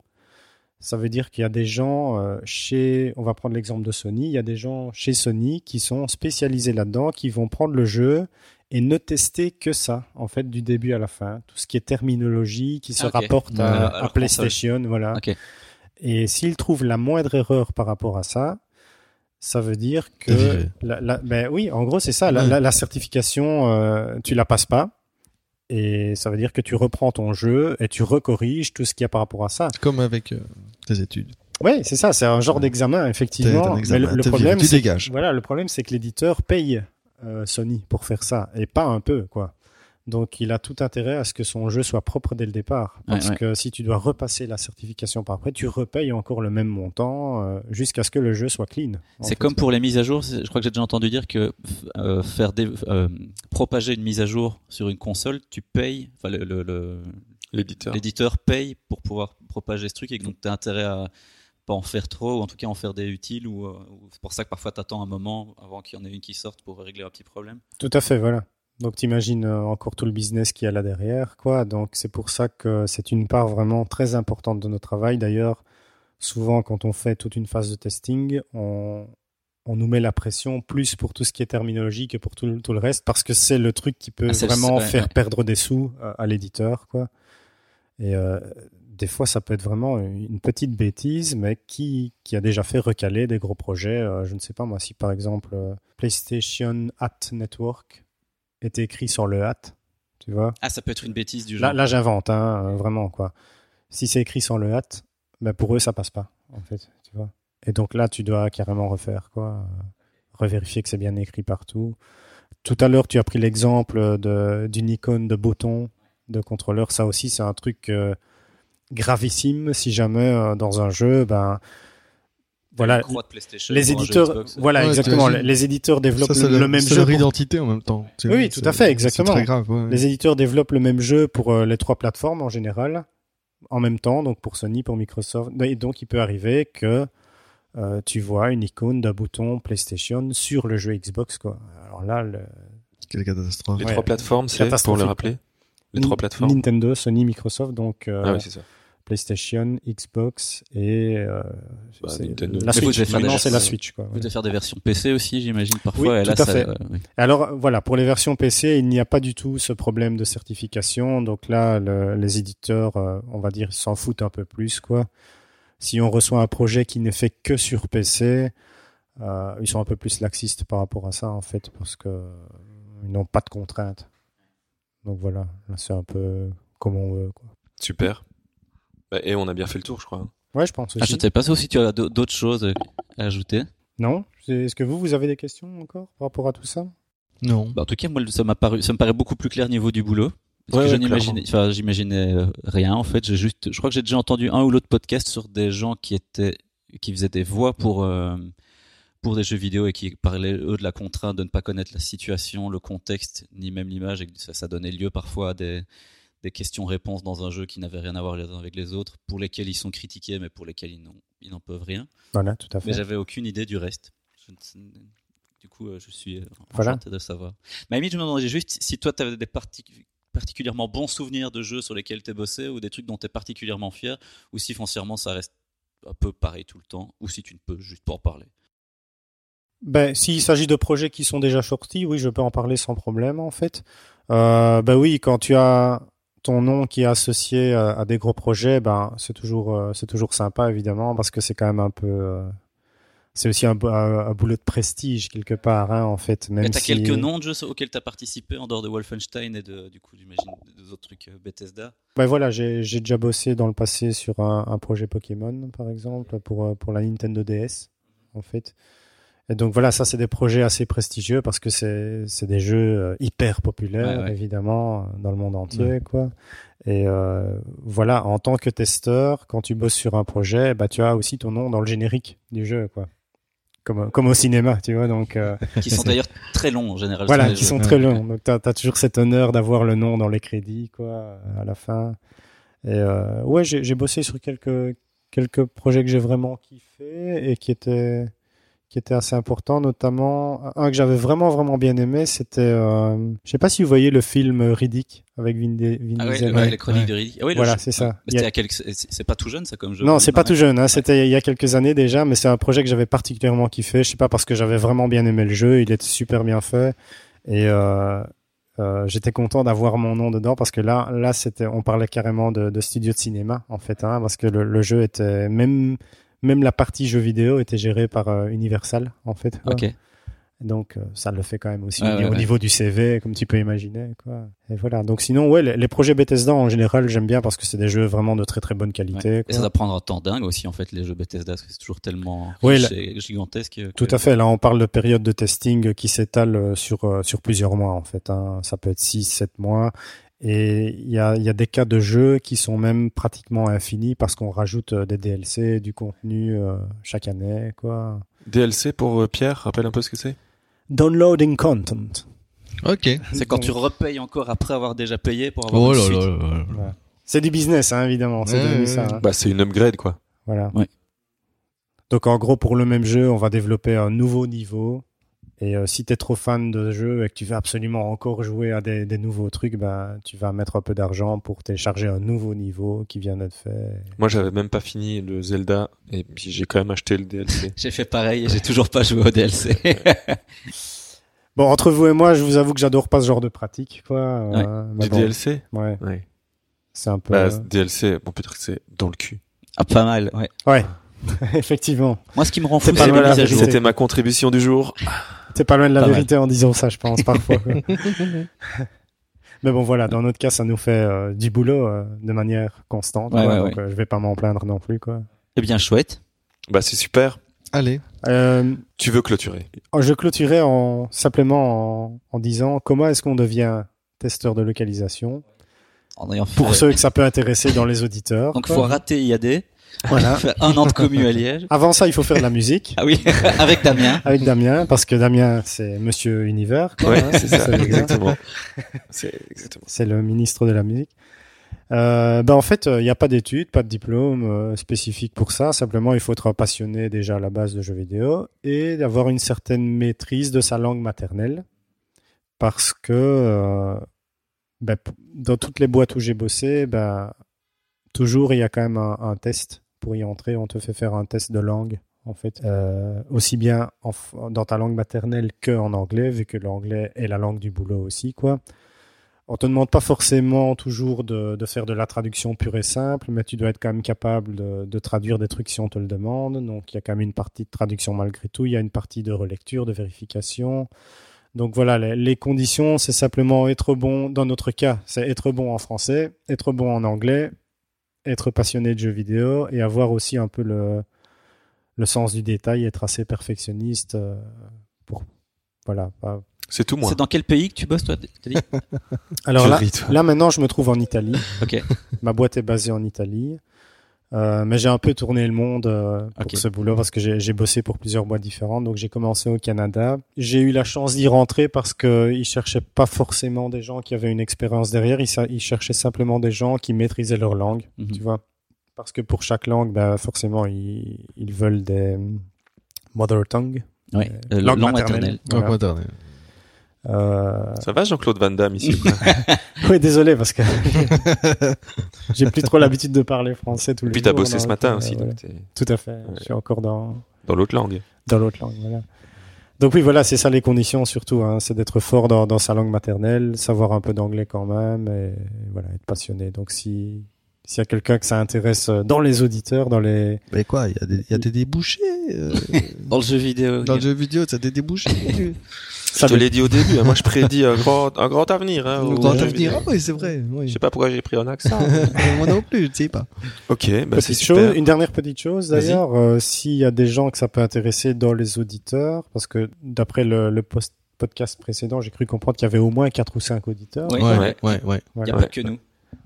S3: Ça veut dire qu'il y a des gens euh, chez, on va prendre l'exemple de Sony, il y a des gens chez Sony qui sont spécialisés là-dedans, qui vont prendre le jeu et ne tester que ça, en fait, du début à la fin. Tout ce qui est terminologie, qui se
S4: Ah, ok.
S3: rapporte à,
S4: Ouais,
S3: à
S4: alors qu'on
S3: PlayStation, voilà.
S4: Ok.
S3: Et s'ils trouvent la moindre erreur par rapport à ça, ça veut dire que,
S5: viré.
S3: la, la- ben oui, en gros, c'est ça. La, la- la certification, euh, tu la passes pas. Et ça veut dire que tu reprends ton jeu et tu recorriges tout ce qu'il y a par rapport à ça.
S2: Comme avec euh, tes études.
S3: Oui, c'est ça, c'est un genre d'examen,
S2: T'as
S3: effectivement.
S2: un
S3: Mais
S2: examen,
S3: le, le
S2: t'as viré,
S3: problème,
S2: tu
S3: c'est-
S2: dégages.
S3: voilà, le problème, c'est que l'éditeur paye euh, Sony pour faire ça, et pas un peu, quoi. Donc, il a tout intérêt à ce que son jeu soit propre dès le départ. Parce
S4: Ouais, ouais.
S3: que si tu dois repasser la certification par après, tu repayes encore le même montant euh, jusqu'à ce que le jeu soit clean. en
S4: C'est
S3: fait.
S4: comme pour les mises à jour. c'est- Je crois que j'ai déjà entendu dire que f- euh, faire des- euh, propager une mise à jour sur une console, tu payes. Enfin, le- le- le-
S1: L'éditeur.
S4: l'éditeur paye pour pouvoir propager ce truc et que donc t'as intérêt à pas en faire trop ou en tout cas en faire des utiles ou, euh, ou- c'est pour ça que parfois t'attends un moment avant qu'il y en ait une qui sorte pour régler un petit problème.
S3: Tout à fait, voilà. Donc t'imagines euh, encore tout le business qu'il y a là derrière, quoi. Donc c'est pour ça que c'est une part vraiment très importante de notre travail. D'ailleurs, souvent quand on fait toute une phase de testing, on, on nous met la pression plus pour tout ce qui est terminologie que pour tout, le- tout le reste, parce que c'est le truc qui peut
S4: Ah, c'est le-
S3: vraiment
S4: ouais,
S3: faire
S4: ouais.
S3: perdre des sous euh, à l'éditeur, quoi. Et euh, des fois, ça peut être vraiment une petite bêtise, mais qui, qui a déjà fait recaler des gros projets. euh, je ne sais pas moi si par exemple euh, PlayStation At Network est écrit sur le at, tu vois.
S4: Ah, ça peut être une bêtise du genre.
S3: Là, là j'invente, hein, euh, vraiment quoi. Si c'est écrit sur le at, bah, pour eux ça passe pas, en fait, tu vois. Et donc là, tu dois carrément refaire quoi, euh, revérifier que c'est bien écrit partout. Tout à l'heure, tu as pris l'exemple de- d'une icône de bouton de contrôleur. Ça aussi, c'est un truc euh, gravissime. Si jamais euh, dans un jeu, ben voilà,
S4: Une croix de PlayStation
S3: les
S4: pour un jeu
S3: éditeurs,
S4: Xbox.
S3: voilà
S2: Ouais,
S3: exactement, les,
S2: t'imagines.
S3: les éditeurs développent
S2: Ça, c'est
S3: le,
S2: leur-
S3: le même
S2: c'est
S3: jeu
S2: leur
S3: pour
S2: identité en même temps. Tu
S3: Oui,
S2: vois,
S3: tout
S2: c'est-
S3: à fait,
S2: c'est
S3: exactement.
S2: très grave. ouais.
S3: les éditeurs développent le même jeu pour euh, les trois plateformes en général, en même temps, donc pour Sony, pour Microsoft. Et donc, il peut arriver que euh, tu vois une icône d'un bouton PlayStation sur le jeu Xbox. Quoi. Alors là, le
S2: Quelle catastrophe.
S1: Les
S3: Ouais.
S1: trois plateformes, c'est pour le
S3: Catastrophique.
S1: rappeler. Les trois plateformes.
S3: Nintendo, Sony, Microsoft, donc euh,
S1: Ah oui, c'est ça.
S3: PlayStation, Xbox et euh,
S1: Bah,
S3: c'est-
S1: Nintendo.
S3: la
S1: Mais
S4: vous
S3: Switch.
S4: devez faire
S3: Maintenant,
S4: des-
S3: c'est la Switch. Quoi,
S4: Vous
S3: ouais.
S4: devez faire des versions PC aussi, j'imagine, parfois.
S3: Oui,
S4: et là,
S3: tout à
S4: ça-
S3: fait.
S4: euh, oui.
S3: Alors voilà, pour les versions PC, il n'y a pas du tout ce problème de certification. Donc là, le- les éditeurs, euh, on va dire, s'en foutent un peu plus. quoi. Si on reçoit un projet qui n'est fait que sur PC, euh, ils sont un peu plus laxistes par rapport à ça, en fait, parce que euh, ils n'ont pas de contraintes. Donc voilà, là, c'est un peu comme on veut. Quoi.
S1: Super. Bah, et on a bien fait le tour, je crois. hein.
S3: Ouais, je pense
S4: Ah, je
S3: aussi.
S4: ne sais pas si tu as d'au- d'autres choses à ajouter.
S3: non C'est- Est-ce que vous, vous avez des questions encore par rapport à tout ça
S2: Non.
S4: Bah, en tout cas, moi, ça m'a paru, ça me paraît beaucoup plus clair niveau du boulot. Parce
S1: Ouais,
S4: que je
S1: ouais,
S4: n'imaginais, enfin, j'imaginais euh, rien en fait. J'ai juste, je crois que j'ai déjà entendu un ou l'autre podcast sur des gens qui étaient, qui faisaient des voix pour euh, pour des jeux vidéo et qui parlaient eux de la contrainte de ne pas connaître la situation, le contexte, ni même l'image, et que ça, ça donnait lieu parfois à des des questions-réponses dans un jeu qui n'avaient rien à voir les uns avec les autres, pour lesquels ils sont critiqués, mais pour lesquels ils n'ont- ils n'en peuvent rien.
S3: Voilà, tout à fait.
S4: Mais j'avais aucune idée du reste. Je ne- du coup, euh, je suis euh,
S3: Voilà.
S4: enchanté de savoir. Mais à la limite, je me demandais juste si toi, tu avais des partic- particulièrement bons souvenirs de jeux sur lesquels tu bossé ou des trucs dont tu es particulièrement fier ou si foncièrement ça reste un peu pareil tout le temps, ou si tu ne peux juste pas en parler.
S3: Ben, s'il s'agit de projets qui sont déjà sortis, oui, je peux en parler sans problème, en fait. Euh, ben oui, quand tu as ton nom qui est associé euh, à des gros projets, ben, c'est toujours, euh, c'est toujours sympa, évidemment, parce que c'est quand même un peu, euh, c'est aussi un, bo- un- un boulot de prestige, quelque part, hein, en fait, même
S4: Mais t'as
S3: si- euh,
S4: quelques noms de jeux auxquels t'as participé en dehors de Wolfenstein et de, du coup, j'imagine, des autres trucs euh, Bethesda.
S3: Ben voilà, j'ai j'ai déjà bossé dans le passé sur un, un projet Pokémon, par exemple, pour, euh, pour la Nintendo DS, en fait. Et donc voilà, ça, c'est des projets assez prestigieux parce que c'est c'est des jeux euh, hyper populaires,
S4: Ouais, ouais.
S3: évidemment, dans le monde entier, quoi. Et euh, voilà, en tant que testeur, quand tu bosses sur un projet, bah, tu as aussi ton nom dans le générique du jeu, quoi. Comme, comme au cinéma, tu vois, donc... euh, <laughs>
S4: qui sont d'ailleurs très longs en général.
S3: voilà,
S4: sur les
S3: qui
S4: jeux.
S3: sont très longs. Donc, t'as as toujours cet honneur d'avoir le nom dans les crédits, quoi, à la fin. Et euh, ouais, j'ai j'ai bossé sur quelques quelques projets que j'ai vraiment kiffé et qui étaient qui étaient assez importants, notamment un que j'avais vraiment vraiment bien aimé, c'était, euh, je sais pas si vous voyez le film euh, Riddick avec Vin, Di- Vin
S4: Ah ouais,
S3: Diesel.
S4: ouais,
S2: ouais.
S4: les chroniques de Riddick. Ah ouais, le
S3: Voilà,
S4: jeu.
S3: c'est ça.
S4: Mais
S3: Il y a-
S4: c'était à quelques- c'est- C'est pas tout jeune ça comme jeu.
S3: non, c'est pas tout
S4: ouais.
S3: jeune. Hein. C'était il y a quelques années déjà, mais c'est un projet que j'avais particulièrement kiffé. Je sais pas parce que j'avais vraiment bien aimé le jeu. Il était super bien fait et euh, euh, j'étais content d'avoir mon nom dedans parce que là, là, c'était, on parlait carrément de, de studio de cinéma en fait, hein, parce que le, le jeu était même même la partie jeu vidéo était gérée par euh, Universal en fait. quoi.
S4: Ok.
S3: Donc euh, ça le fait quand même aussi
S4: Ouais,
S3: au
S4: ouais, ouais.
S3: niveau du CV, comme tu peux imaginer. Quoi. Et voilà. Donc sinon, ouais, les, les projets Bethesda en général, j'aime bien parce que c'est des jeux vraiment de très très bonne qualité.
S4: Ouais. Et
S3: quoi.
S4: ça doit prendre un temps dingue aussi en fait les jeux Bethesda parce que c'est toujours tellement
S3: Ouais,
S4: riche et gigantesque. que-
S3: Tout à fait. Là, on parle de période de testing qui s'étale euh, sur, euh, sur plusieurs mois, en fait. hein. Ça peut être 6, 7 mois. Et il y a, il y a des cas de jeux qui sont même pratiquement infinis parce qu'on rajoute euh, des DLC, du contenu euh, chaque année, quoi.
S1: DLC pour euh, Pierre, rappelle un peu ce que c'est.
S3: Downloading content.
S2: Ok.
S4: C'est quand tu repayes encore après avoir déjà payé pour avoir
S2: Oh
S4: une
S2: là
S4: suite.
S2: là là là.
S3: Ouais. C'est du business, hein, évidemment. C'est
S2: Ouais,
S3: devenu
S2: ouais,
S3: ça.
S2: ouais.
S3: hein.
S1: Bah, c'est une upgrade, quoi.
S3: Voilà.
S4: Ouais.
S3: Donc en gros, pour le même jeu, on va développer un nouveau niveau. Et euh, si t'es trop fan de jeu et que tu veux absolument encore jouer à des, des nouveaux trucs, bah, tu vas mettre un peu d'argent pour télécharger un nouveau niveau qui vient d'être fait.
S1: Moi, j'avais même pas fini le Zelda, et puis j'ai quand même acheté le
S3: <laughs>
S1: DLC.
S4: J'ai fait pareil et j'ai toujours pas joué au DLC.
S3: Bon, entre vous et moi, je vous avoue que j'adore pas ce genre de pratique. Quoi. Euh, mais
S1: du
S3: bon,
S1: DLC
S3: ouais,
S1: Ouais.
S3: c'est un peu...
S1: Bah, DLC, on peut dire que c'est dans le cul.
S4: ah, pas mal. Ouais.
S3: Ouais, <laughs> effectivement.
S4: Moi ce qui me rend
S3: C'est
S4: fou
S3: pas
S4: c'est les
S3: mal à
S4: mises à jour.
S3: jour.
S1: C'était ma contribution du jour.
S3: T'es pas loin de la
S4: Pas mal.
S3: vérité en disant ça, je pense,
S4: <laughs>
S3: parfois. <laughs> quoi. Mais bon, voilà, dans notre cas, ça nous fait euh, du boulot euh, de manière constante.
S4: Ouais,
S3: quoi.
S4: ouais,
S3: donc, euh, je vais pas m'en plaindre non plus. Quoi.
S4: Eh bien chouette.
S1: Bah, c'est super.
S2: Allez.
S3: Euh,
S1: Tu veux clôturer
S3: je clôturais en, simplement en, en disant comment est-ce qu'on devient testeur de localisation
S4: En ayant
S3: pour
S4: fait-
S3: ceux que ça peut intéresser dans les auditeurs.
S4: Donc
S3: quoi.
S4: faut rater IAD.
S3: Voilà.
S4: Faire un an de commu
S3: <laughs>
S4: à Liège.
S3: Avant ça, il faut faire de la musique
S4: Ah oui. <laughs>
S3: <laughs>
S4: Avec Damien.
S3: avec Damien, parce que Damien, c'est Monsieur Univers. quoi,
S1: Ouais,
S3: hein,
S1: c'est ça,
S3: le gars.
S1: exactement. C'est exactement.
S3: C'est le ministre de la musique. Euh, ben en fait, euh, il n'y a pas d'études, pas de diplôme euh, spécifique pour ça. Simplement, il faut être passionné déjà à la base de jeux vidéo et d'avoir une certaine maîtrise de sa langue maternelle. Parce que euh, ben, p- dans toutes les boîtes où j'ai bossé, ben, toujours il y a quand même un, un test. Pour y entrer, on te fait faire un test de langue, en fait, euh, aussi bien en f- dans ta langue maternelle que en anglais, vu que l'anglais est la langue du boulot aussi, quoi. On te demande pas forcément toujours de, de faire de la traduction pure et simple, mais tu dois être quand même capable de, de traduire des trucs si on te le demande. Donc il y a quand même une partie de traduction malgré tout, il y a une partie de relecture, de vérification. Donc voilà, les, les conditions, c'est simplement être bon, dans notre cas, c'est être bon en français, être bon en anglais, être passionné de jeux vidéo et avoir aussi un peu le, le sens du détail, être assez perfectionniste euh, pour... Voilà. pas-
S1: C'est tout moi.
S4: C'est dans quel pays que tu bosses toi t'as dit
S3: Alors
S1: Tu
S3: là,
S1: ris, toi.
S3: là maintenant, je me trouve en Italie.
S4: Ok.
S3: <laughs> Ma boîte est basée en Italie. Euh, mais j'ai un peu tourné le monde euh, pour
S4: Ok.
S3: ce boulot parce que j'ai j'ai bossé pour plusieurs boîtes différentes. Donc j'ai commencé au Canada. J'ai eu la chance d'y rentrer parce que ils cherchaient pas forcément des gens qui avaient une expérience derrière. Ils, sa- ils cherchaient simplement des gens qui maîtrisaient leur langue
S4: Mhm.
S3: tu vois. Parce que pour chaque langue, bah, forcément, ils, ils veulent des euh, mother tongue.
S4: Ouais.
S3: Euh,
S4: Euh,
S3: langue
S4: langue
S3: maternelle.
S4: maternelle.
S2: <laughs>
S3: Voilà.
S2: Donc, attendez.
S3: Euh,
S1: Ça va, Jean-Claude Van Damme, ici
S3: <laughs> Oui, désolé parce que j'ai plus trop l'habitude de parler français tous les
S1: Puis
S3: jours.
S1: t'as bossé
S3: donc,
S1: ce matin
S3: euh,
S1: aussi,
S3: voilà.
S1: donc t'es
S3: Tout à fait. Je suis encore dans,
S1: dans l'autre langue.
S3: dans l'autre langue. Voilà. Donc oui, voilà, c'est ça les conditions surtout. Hein, c'est d'être fort dans, dans sa langue maternelle, savoir un peu d'anglais quand même, et voilà, être passionné. Donc si s'il y a quelqu'un que ça intéresse euh, dans les auditeurs, dans les
S2: Mais quoi, il y, a des- il y a des débouchés. euh,
S4: Dans le jeu vidéo.
S2: dans le jeu vidéo, t'as des <laughs> débouchés.
S1: Je
S3: ça
S1: te l'ai dit au début, hein, moi je prédis un grand, un grand avenir. hein,
S2: Donc,
S1: au-
S2: dans
S1: au-
S2: l'avenir, ah oui, c'est vrai.
S1: Je
S2: Oui.
S1: sais pas pourquoi j'ai pris un
S3: <laughs>
S1: accent.
S2: <laughs> Moi non plus, je sais pas.
S1: ok, bah c'est
S3: Petite
S1: super.
S3: chose, une dernière petite chose
S1: Vas-y.
S3: d'ailleurs, euh, s'il y a des gens que ça peut intéresser dans les auditeurs, parce que d'après le, le post- podcast précédent, j'ai cru comprendre qu'il y avait au moins quatre ou cinq auditeurs.
S4: Oui.
S2: Ouais, ouais, ouais.
S4: Il n'y a
S3: Voilà.
S4: pas que nous.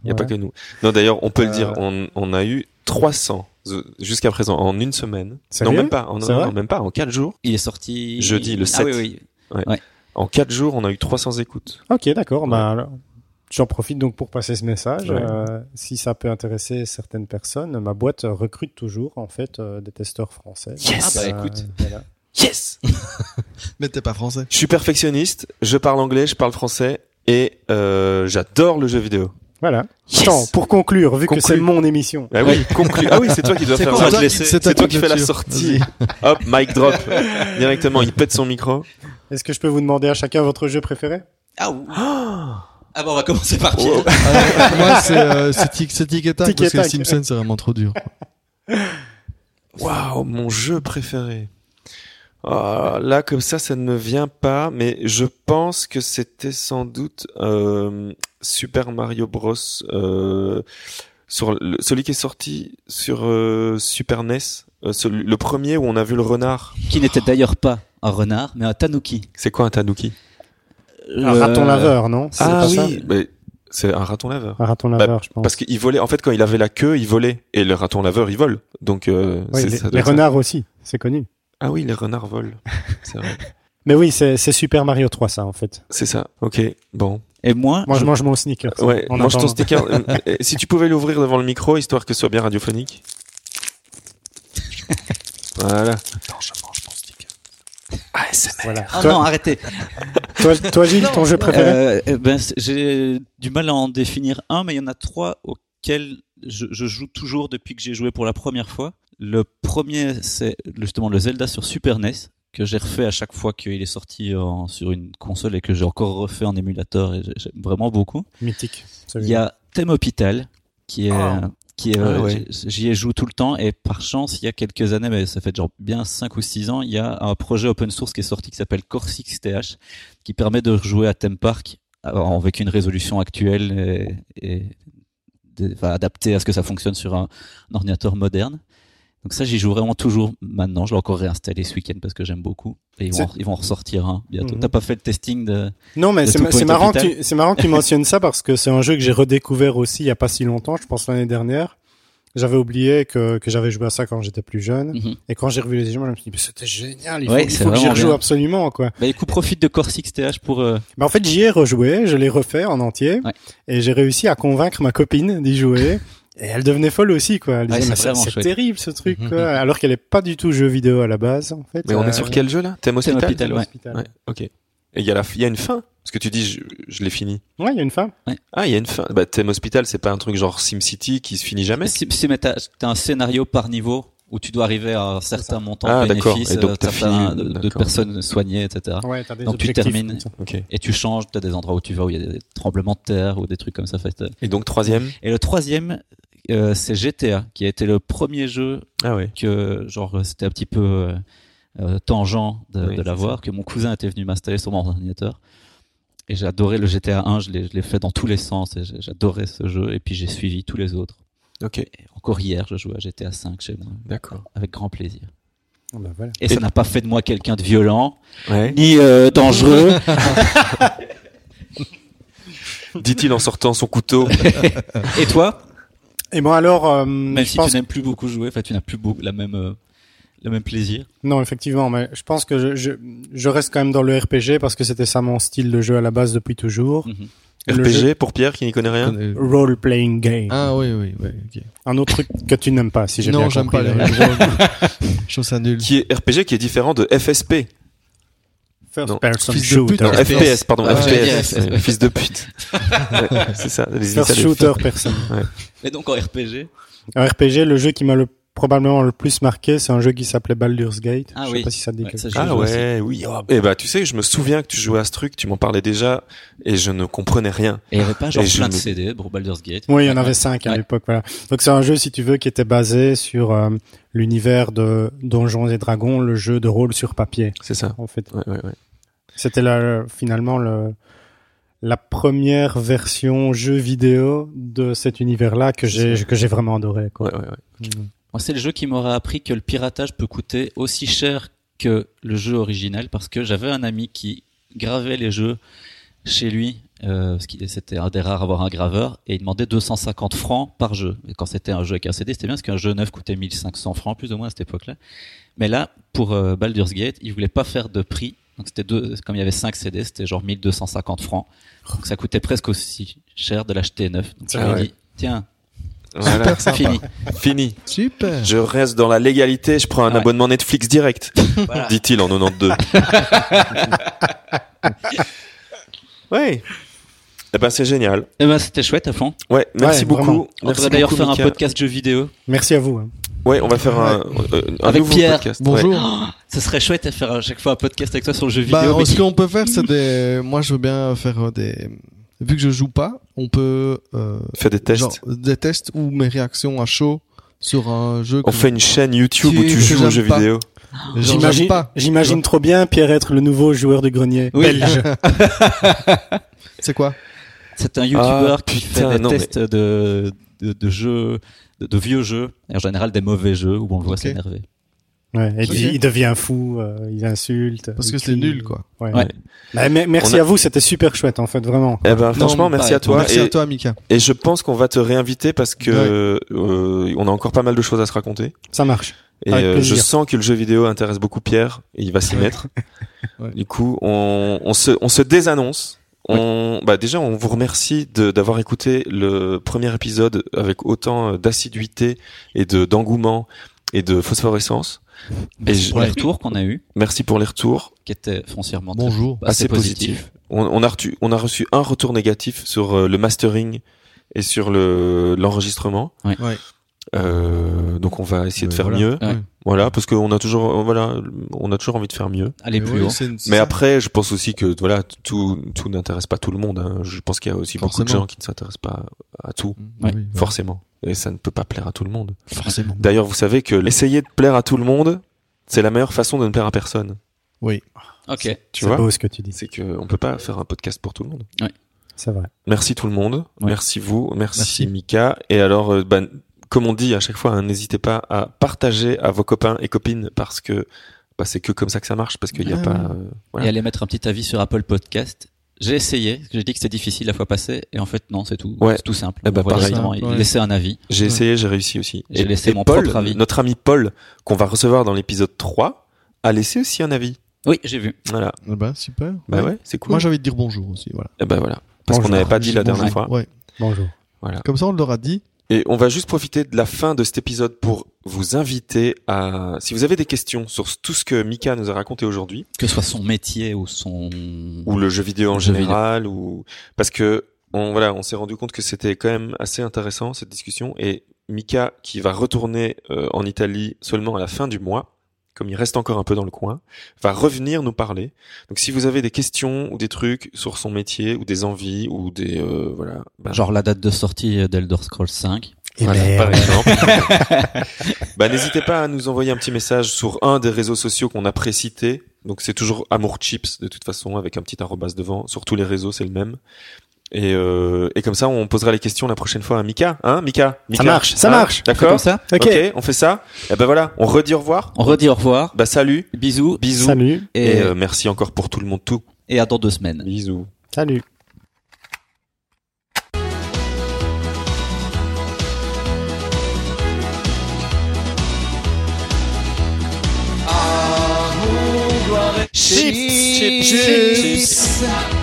S1: Il n'y a pas
S3: Voilà.
S1: que nous. Non, d'ailleurs, on peut le
S3: Euh,
S1: dire, on, on a eu 300 euh, jusqu'à présent en une semaine.
S3: Sérieux
S1: non, même pas, en,
S3: C'est vrai
S1: non, même pas, en 4 jours.
S4: Il est sorti.
S1: Jeudi, le
S4: Ah
S1: 7.
S4: oui, oui.
S1: En 4 jours, on a eu 300 écoutes.
S3: Ok, d'accord.
S1: Ouais.
S3: Bah, alors, J'en profite donc pour passer ce message.
S1: Ouais.
S3: Euh, si ça peut intéresser certaines personnes, ma boîte euh, recrute toujours en fait euh, des testeurs français. euh,
S4: Yes Ah bah, écoute.
S3: voilà.
S1: bah, Yes
S2: Mais t'es pas français.
S1: Je suis perfectionniste, je parle anglais, je parle français et euh, j'adore le jeu vidéo.
S3: Voilà. Attends, pour conclure, vu
S1: Conclue.
S3: que c'est mon émission.
S1: Ah oui, conclu. Ah oui, c'est toi qui dois
S2: C'est
S1: faire
S2: toi
S1: ça.
S2: qui-
S1: Je laissais-
S2: c'est toi
S1: C'est toi
S2: qui
S1: qui fais la
S2: clôture.
S1: sortie. Hop, mic drop. Directement, il pète son micro.
S3: Est-ce que je peux vous demander à chacun votre jeu préféré
S4: Ah, ouh. ah bah on va commencer par Pierre.
S1: Wow.
S2: Alors, moi, c'est euh, c'est tic, c'est tic et tac,
S3: Tic et
S2: parce que
S3: tac.
S2: Simpson, c'est vraiment trop dur.
S1: Waouh, mon jeu préféré. Ah, là, comme ça, ça ne me vient pas, mais je pense que c'était sans doute euh, Super Mario Bros. euh, sur le- celui qui est sorti sur euh, Super NES, euh, celui- le premier où on a vu le renard.
S4: Qui n'était d'ailleurs pas un renard, mais un tanuki. Euh,
S1: C'est quoi un tanuki Euh,
S3: Un
S4: Le-
S3: raton laveur, non
S1: Ah
S3: C'est pas ça
S1: mais c'est un raton laveur.
S3: Un raton
S1: Bah,
S3: laveur, je pense.
S1: Parce qu'il volait. En fait, quand il avait la queue, il volait. Et le raton laveur, il vole. Donc, euh,
S3: Oui,
S1: c'est-
S3: les,
S1: ça doit
S3: les
S1: être ça.
S3: renards aussi, c'est connu.
S1: Ah oui, les renards <laughs> volent. C'est vrai.
S3: Mais oui, c'est c'est Super Mario 3, ça, en fait.
S1: C'est ça. Ok. Bon.
S4: Et moi,
S3: Moi, je mange mon sneaker. ça,
S1: Ouais,
S3: en
S1: mange ton
S3: attendant.
S1: sticker. Euh, euh, si tu pouvais l'ouvrir devant le micro, histoire que ce soit bien radiophonique. Voilà. Attends, je mange mon sticker. ASMR.
S3: Voilà.
S4: Ah
S3: toi,
S4: non,
S3: <laughs>
S4: arrêtez. <laughs>
S3: toi, toi, Gilles, ton jeu préféré
S4: Euh, eh ben, c'est- j'ai du mal à en définir un, mais il y en a trois auxquels je, je joue toujours depuis que j'ai joué pour la première fois. Le premier, c'est justement le Zelda sur Super NES, que j'ai refait à chaque fois qu'il est sorti en- sur une console et que j'ai encore refait en émulateur, et j'ai- j'aime vraiment beaucoup.
S3: Mythique.
S4: Il
S3: celui-là.
S4: y a Thème Hôpital, qui est,
S1: Ah.
S4: qui est,
S1: Ah
S4: euh,
S1: ouais.
S4: j- j'y ai joué tout le temps, et par chance, il y a quelques années, mais ça fait genre bien 5 ou 6 ans, il y a un projet open source qui est sorti qui s'appelle Corsix-TH, qui permet de jouer à Theme Park alors, avec une résolution actuelle et, et de- enfin, adaptée à ce que ça fonctionne sur un, un ordinateur moderne. Donc ça, j'y joue vraiment toujours maintenant. Je l'ai encore réinstallé ce week-end parce que j'aime beaucoup. Et ils vont, en- ils vont en ressortir un bientôt.
S3: Mhm.
S4: T'as pas fait le testing de...
S3: Non, mais
S4: Le
S3: c'est
S4: Two
S3: ma- c'est
S4: Point
S3: marrant, que
S4: Capital.
S3: tu- c'est marrant que tu mentionnes ça parce que c'est un jeu que j'ai redécouvert aussi il y a pas si longtemps, je pense l'année dernière. J'avais oublié que, que j'avais joué à ça quand j'étais plus jeune.
S4: Mhm.
S3: Et quand j'ai revu les images, je me suis dit, mais c'était génial, il faut,
S4: Ouais,
S3: il
S4: c'est
S3: faut que j'y
S4: vraiment
S3: rejoue
S4: bien.
S3: absolument, quoi.
S4: Bah, écoute, profite de Corsix-TH pour... euh,
S3: Bah, en fait, j'y ai rejoué, je l'ai refait en entier,
S4: Ouais.
S3: et j'ai réussi à convaincre ma copine d'y jouer.
S4: <laughs>
S3: Et elle devenait folle aussi, quoi. Elle
S4: Ouais,
S3: disait,
S4: c'est
S3: mais c'est
S4: vraiment
S3: c'est
S4: chouette. Mm,
S3: terrible ce truc, quoi. Alors qu'elle est pas du tout jeu vidéo à la base, en fait.
S1: Mais on
S3: Euh,
S1: est sur quel jeu là Thème
S4: Thème
S1: Hospital
S4: Hospital, ouais.
S3: Hospital.
S1: Ouais, ok. Et il y, a la f- il y a une fin Parce que tu dis, je, je l'ai fini.
S3: Ouais, il y a une femme.
S1: Ah, il y a une fin. Bah, Thème Hospital, c'est pas un truc genre SimCity qui se finit jamais
S4: Si, si, mais t'as t'as un scénario par niveau où tu dois arriver à un certain montant
S1: Ah,
S4: de
S1: d'accord.
S4: bénéfices,
S1: Et donc,
S4: euh,
S1: t'as
S4: certains-
S1: fini,
S4: de- de
S1: d'accord.
S4: personnes soignées, etc.
S3: Ouais, t'as des
S4: Ah. Donc, tu
S3: objectifs
S4: termines.
S3: comme ça.
S1: Ok.
S4: Et tu changes, t'as des endroits où tu vas où il y a des tremblements de terre ou des trucs comme ça. en fait. euh.
S1: Et donc, troisième
S4: Et le troisième, euh, c'est GTA, qui a été le premier jeu
S1: Ah ouais.
S4: que genre c'était un petit peu euh, euh, tangent de,
S1: Oui,
S4: de
S1: c'est
S4: l'avoir, que mon cousin était venu m'installer sur mon ordinateur. Et j'ai adoré le GTA 1, je l'ai je l'ai fait dans tous les sens, et j'ai- j'adorais ce jeu, et puis j'ai suivi tous les autres.
S1: Ok.
S4: Et encore hier, je jouais à GTA 5 chez moi,
S1: D'accord.
S4: avec grand plaisir.
S3: Ah, bah, voilà.
S4: Et, ça n'a pas fait de moi quelqu'un de violent, <laughs>
S1: Ouais.
S4: ni euh, <laughs> dangereux.
S1: Dit-il en sortant son couteau.
S4: Et toi,
S3: Et bon, alors, euh,
S4: même
S3: je
S4: si
S3: pense
S4: tu n'aimes plus beaucoup jouer, enfin, tu n'as plus beaucoup la même, euh, le même plaisir.
S3: Non, effectivement, mais je pense que je, je, je reste quand même dans le RPG parce que c'était ça mon style de jeu à la base depuis toujours.
S4: Mhm.
S3: Le
S1: RPG pour Pierre qui n'y connaît rien.
S3: Role playing game.
S2: Ah oui, oui, oui.
S3: Un autre truc que tu n'aimes pas, si j'ai bien
S2: non,
S3: compris.
S2: j'aime pas les
S3: d'ailleurs.
S2: jeux. Je trouve ça nul.
S1: Qui est RPG qui est différent de FSP.
S3: First
S1: Non.
S3: person
S2: Fils de pute.
S3: shooter.
S1: Non,
S2: FPS.
S1: FPS, pardon,
S4: Ah, ouais.
S1: FPS, ouais, fils de pute. Ouais, c'est ça, les
S3: First
S1: initiales.
S3: shooter person.
S4: Et donc en RPG,
S3: Un RPG, le jeu qui m'a le, probablement le plus marqué, c'est un jeu qui s'appelait Baldur's Gate.
S4: Ah
S3: je
S4: oui.
S3: sais pas si ça te dit
S4: Ouais,
S3: quelque
S4: ça,
S3: chose.
S4: j'ai
S1: Ah
S4: joué
S1: ouais, oui. Et bah tu sais, je me souviens que tu jouais à ce truc, tu m'en parlais déjà, et je ne comprenais rien.
S4: et il y avait pas genre
S1: Et je
S4: plein de
S1: me-
S4: CD pour Baldur's Gate.
S3: Oui, il y en avait cinq à
S4: Ouais.
S3: l'époque, voilà. Donc c'est un jeu, si tu veux, qui était basé sur euh, l'univers de Donjons et Dragons, le jeu de rôle sur papier,
S1: C'est ça.
S3: en fait.
S1: Ouais, ouais, ouais.
S3: C'était là, euh, finalement, le, la première version jeu vidéo de cet univers-là que j'ai, que j'ai vraiment adoré, quoi.
S1: Ouais, ouais, ouais.
S4: Moi, c'est le jeu qui m'aura appris que le piratage peut coûter aussi cher que le jeu original parce que j'avais un ami qui gravait les jeux chez lui. Euh, parce qu'il c'était un des rares à avoir un graveur et il demandait 250 francs par jeu. Et quand c'était un jeu avec un CD, c'était bien parce qu'un jeu neuf coûtait 1500 francs plus ou moins à cette époque-là. Mais là, pour euh, Baldur's Gate, il voulait pas faire de prix. Donc c'était deux, comme il y avait 5 CD, c'était genre 1250 francs. Donc ça coûtait presque aussi cher de l'acheter neuf. Donc
S1: Ah
S4: je lui ai
S1: ouais.
S4: dit, tiens,
S1: Voilà,
S2: Super sympa.
S4: fini.
S1: fini.
S2: Super.
S1: Je reste dans la légalité, je prends un
S4: Ouais. Ah.
S1: abonnement Netflix direct,
S4: Voilà.
S1: dit-il en 92. ouais. Eh ben c'est génial.
S4: Eh ben c'était chouette à fond.
S1: Ouais, merci
S3: Ouais,
S1: beaucoup.
S3: vraiment.
S1: Merci
S4: On devrait d'ailleurs
S1: beaucoup,
S4: faire un
S1: Mika.
S4: podcast jeux vidéo.
S3: Merci à vous. hein.
S1: Ouais, on va faire un, euh, un
S4: Avec
S1: nouveau
S4: Pierre.
S1: podcast.
S2: Bonjour.
S4: Ce serait chouette à faire à chaque fois un podcast avec toi sur le jeu
S2: Bah,
S4: vidéo. mais
S2: ce
S4: qui-
S2: qu'on peut faire, c'est des. Moi, je veux bien faire euh, des. Vu que je joue pas, on peut. euh,
S1: Ouais. Fais des tests.
S2: genre, des tests ou mes réactions à chaud sur un jeu que
S1: on fait une chaîne YouTube où
S2: Tu-
S1: tu
S2: que
S1: joues aux
S2: j'aime
S1: jeux
S2: pas.
S1: vidéo.
S2: Genre, j'aime
S3: J'imagine,
S2: pas.
S3: j'imagine trop bien Pierre être le nouveau joueur du grenier
S1: <laughs>
S4: Oui.
S3: belge.
S2: C'est quoi
S4: C'est un YouTuber
S1: Ah,
S4: qui
S1: putain,
S4: fait des
S1: non, mais-
S4: tests de, de, de jeux, de, de vieux jeux, et en général des mauvais jeux où on le voit
S2: Ok.
S4: s'énerver.
S3: Ouais, et
S2: Ok.
S3: puis, il devient fou, euh, il insulte.
S2: Parce
S3: il
S2: que c'est
S3: crie.
S2: nul, quoi.
S3: Ouais.
S4: Ouais.
S3: Bah, mais- merci
S1: On a-
S3: à vous, c'était super chouette en fait, vraiment.
S1: Eh ben franchement,
S2: mais
S1: merci
S4: pareil.
S1: à toi.
S2: Merci
S1: et,
S2: à toi, Mika.
S1: et je pense qu'on va te réinviter parce que euh, on a encore pas mal de choses à se raconter.
S3: Ça marche.
S1: Et
S3: Avec
S1: euh, je
S3: plaisir.
S1: sens que le jeu vidéo intéresse beaucoup Pierre et il va s'y
S2: Ouais.
S1: mettre.
S2: <laughs> Ouais.
S1: Du coup, on, on se, on se désannonce. On, bah déjà, on vous remercie de- d'avoir écouté le premier épisode avec autant euh, d'assiduité et de d'engouement et de phosphorescence.
S4: Merci
S1: je-
S4: pour les retours qu'on a eu,
S1: Merci pour les retours.
S4: qui étaient foncièrement très-
S2: Bonjour.
S4: assez,
S1: Assez
S4: positifs.
S1: On, on a reçu, on a reçu un retour négatif sur euh, le mastering et sur le l'enregistrement.
S4: Ouais.
S2: Ouais.
S1: Euh, donc on va essayer de
S2: Euh,
S1: faire
S2: voilà.
S1: mieux.
S4: Ouais.
S1: Voilà, parce qu'on a toujours, euh, voilà, on a toujours envie de faire mieux.
S4: Allez plus
S2: Ouais,
S4: haut.
S2: c'est une- c'est
S1: Mais
S2: ça.
S1: après, je pense aussi que voilà, tout, tout n'intéresse pas tout le monde. hein. Je pense qu'il y a aussi beaucoup de
S2: Forcément.
S1: gens qui ne s'intéressent pas à tout,
S4: Ouais.
S2: Oui.
S1: forcément. Et ça ne peut pas plaire à tout le monde.
S4: Forcément.
S1: D'ailleurs, vous savez que l'essayer de plaire à tout le monde, c'est la meilleure façon de ne plaire à personne.
S4: Ok.
S1: Tu
S3: C'est
S1: vois
S3: beau ce que tu dis.
S1: C'est qu'on peut pas faire un podcast pour tout le monde.
S3: C'est vrai.
S1: Merci tout le monde.
S4: Ouais.
S1: Merci vous. Merci,
S2: Merci.
S1: Mika. Et alors, euh, ben, comme on dit à chaque fois, hein, n'hésitez pas à partager à vos copains et copines parce que bah, c'est que comme ça que ça marche, parce qu'il n'y a
S2: Ouais,
S1: pas.
S2: ouais.
S1: euh, voilà.
S4: Et allez mettre un petit avis sur Apple Podcast. J'ai essayé, parce que j'ai dit que c'était difficile la fois passée, et en fait non, c'est tout.
S1: Ouais.
S4: C'est tout simple.
S1: Eh ben,
S4: On voit
S1: pareil.
S4: directement,
S2: Ouais.
S4: Laissez un avis.
S1: J'ai
S2: Ouais.
S1: essayé, Hmm. j'ai réussi aussi.
S4: J'ai
S1: Et-
S4: laissé
S1: et
S4: mon
S1: Paul,
S4: propre avis.
S1: Notre ami Paul, qu'on va recevoir dans l'épisode 3, a laissé aussi un avis.
S4: Oui, j'ai vu.
S1: Voilà.
S2: Ah bah, super.
S1: Bah
S2: Ouais.
S1: ouais, c'est cool.
S2: Moi, j'ai envie de dire bonjour aussi. Voilà.
S1: Eh ben voilà. Parce qu'on
S3: Bonjour.
S1: n'avait pas dit la
S2: Bonjour.
S1: dernière fois.
S2: Ouais.
S3: Bonjour.
S2: Comme ça, on leur a dit.
S1: Et on va juste profiter de la fin de cet épisode pour vous inviter à, si vous avez des questions sur tout ce que Mika nous a raconté aujourd'hui,
S4: Que ce soit son métier ou son...
S1: ou le jeu vidéo en
S4: Le jeu vidéo.
S1: général, ou, parce que, on, voilà, on s'est rendu compte que c'était quand même assez intéressant, cette discussion, et Mika, qui va retourner euh, en Italie seulement à la fin du mois, comme il reste encore un peu dans le coin, va revenir nous parler. Donc si vous avez des questions ou des trucs sur son métier ou des envies ou des euh, voilà, ben,
S4: Ah. Genre la date de sortie d'Elder Scrolls 5.
S3: Et
S1: voilà,
S3: Eh merde.
S1: par exemple.
S3: <laughs>
S1: bah, n'hésitez pas à nous envoyer un petit message sur un des réseaux sociaux qu'on a précité. Donc c'est toujours Amour Chips de toute façon avec un petit arrobas devant. Sur tous les réseaux c'est le même. Et, euh, et comme ça on posera les questions la prochaine fois à Mika, hein Mika, Mika
S3: marche, ça
S1: Hein
S3: marche.
S4: C'est comme
S1: D'accord.
S4: ça
S3: Ok.
S1: ok, on fait ça. Et ben voilà, on redit au revoir.
S4: On redit au revoir.
S1: Bah salut,
S4: Bisous.
S1: bisous.
S3: Salut.
S4: Et,
S1: Et euh, merci encore pour tout le monde tout.
S4: et à dans deux semaines.
S1: Bisous.
S3: Salut.
S5: Chips, chips, chips, chips.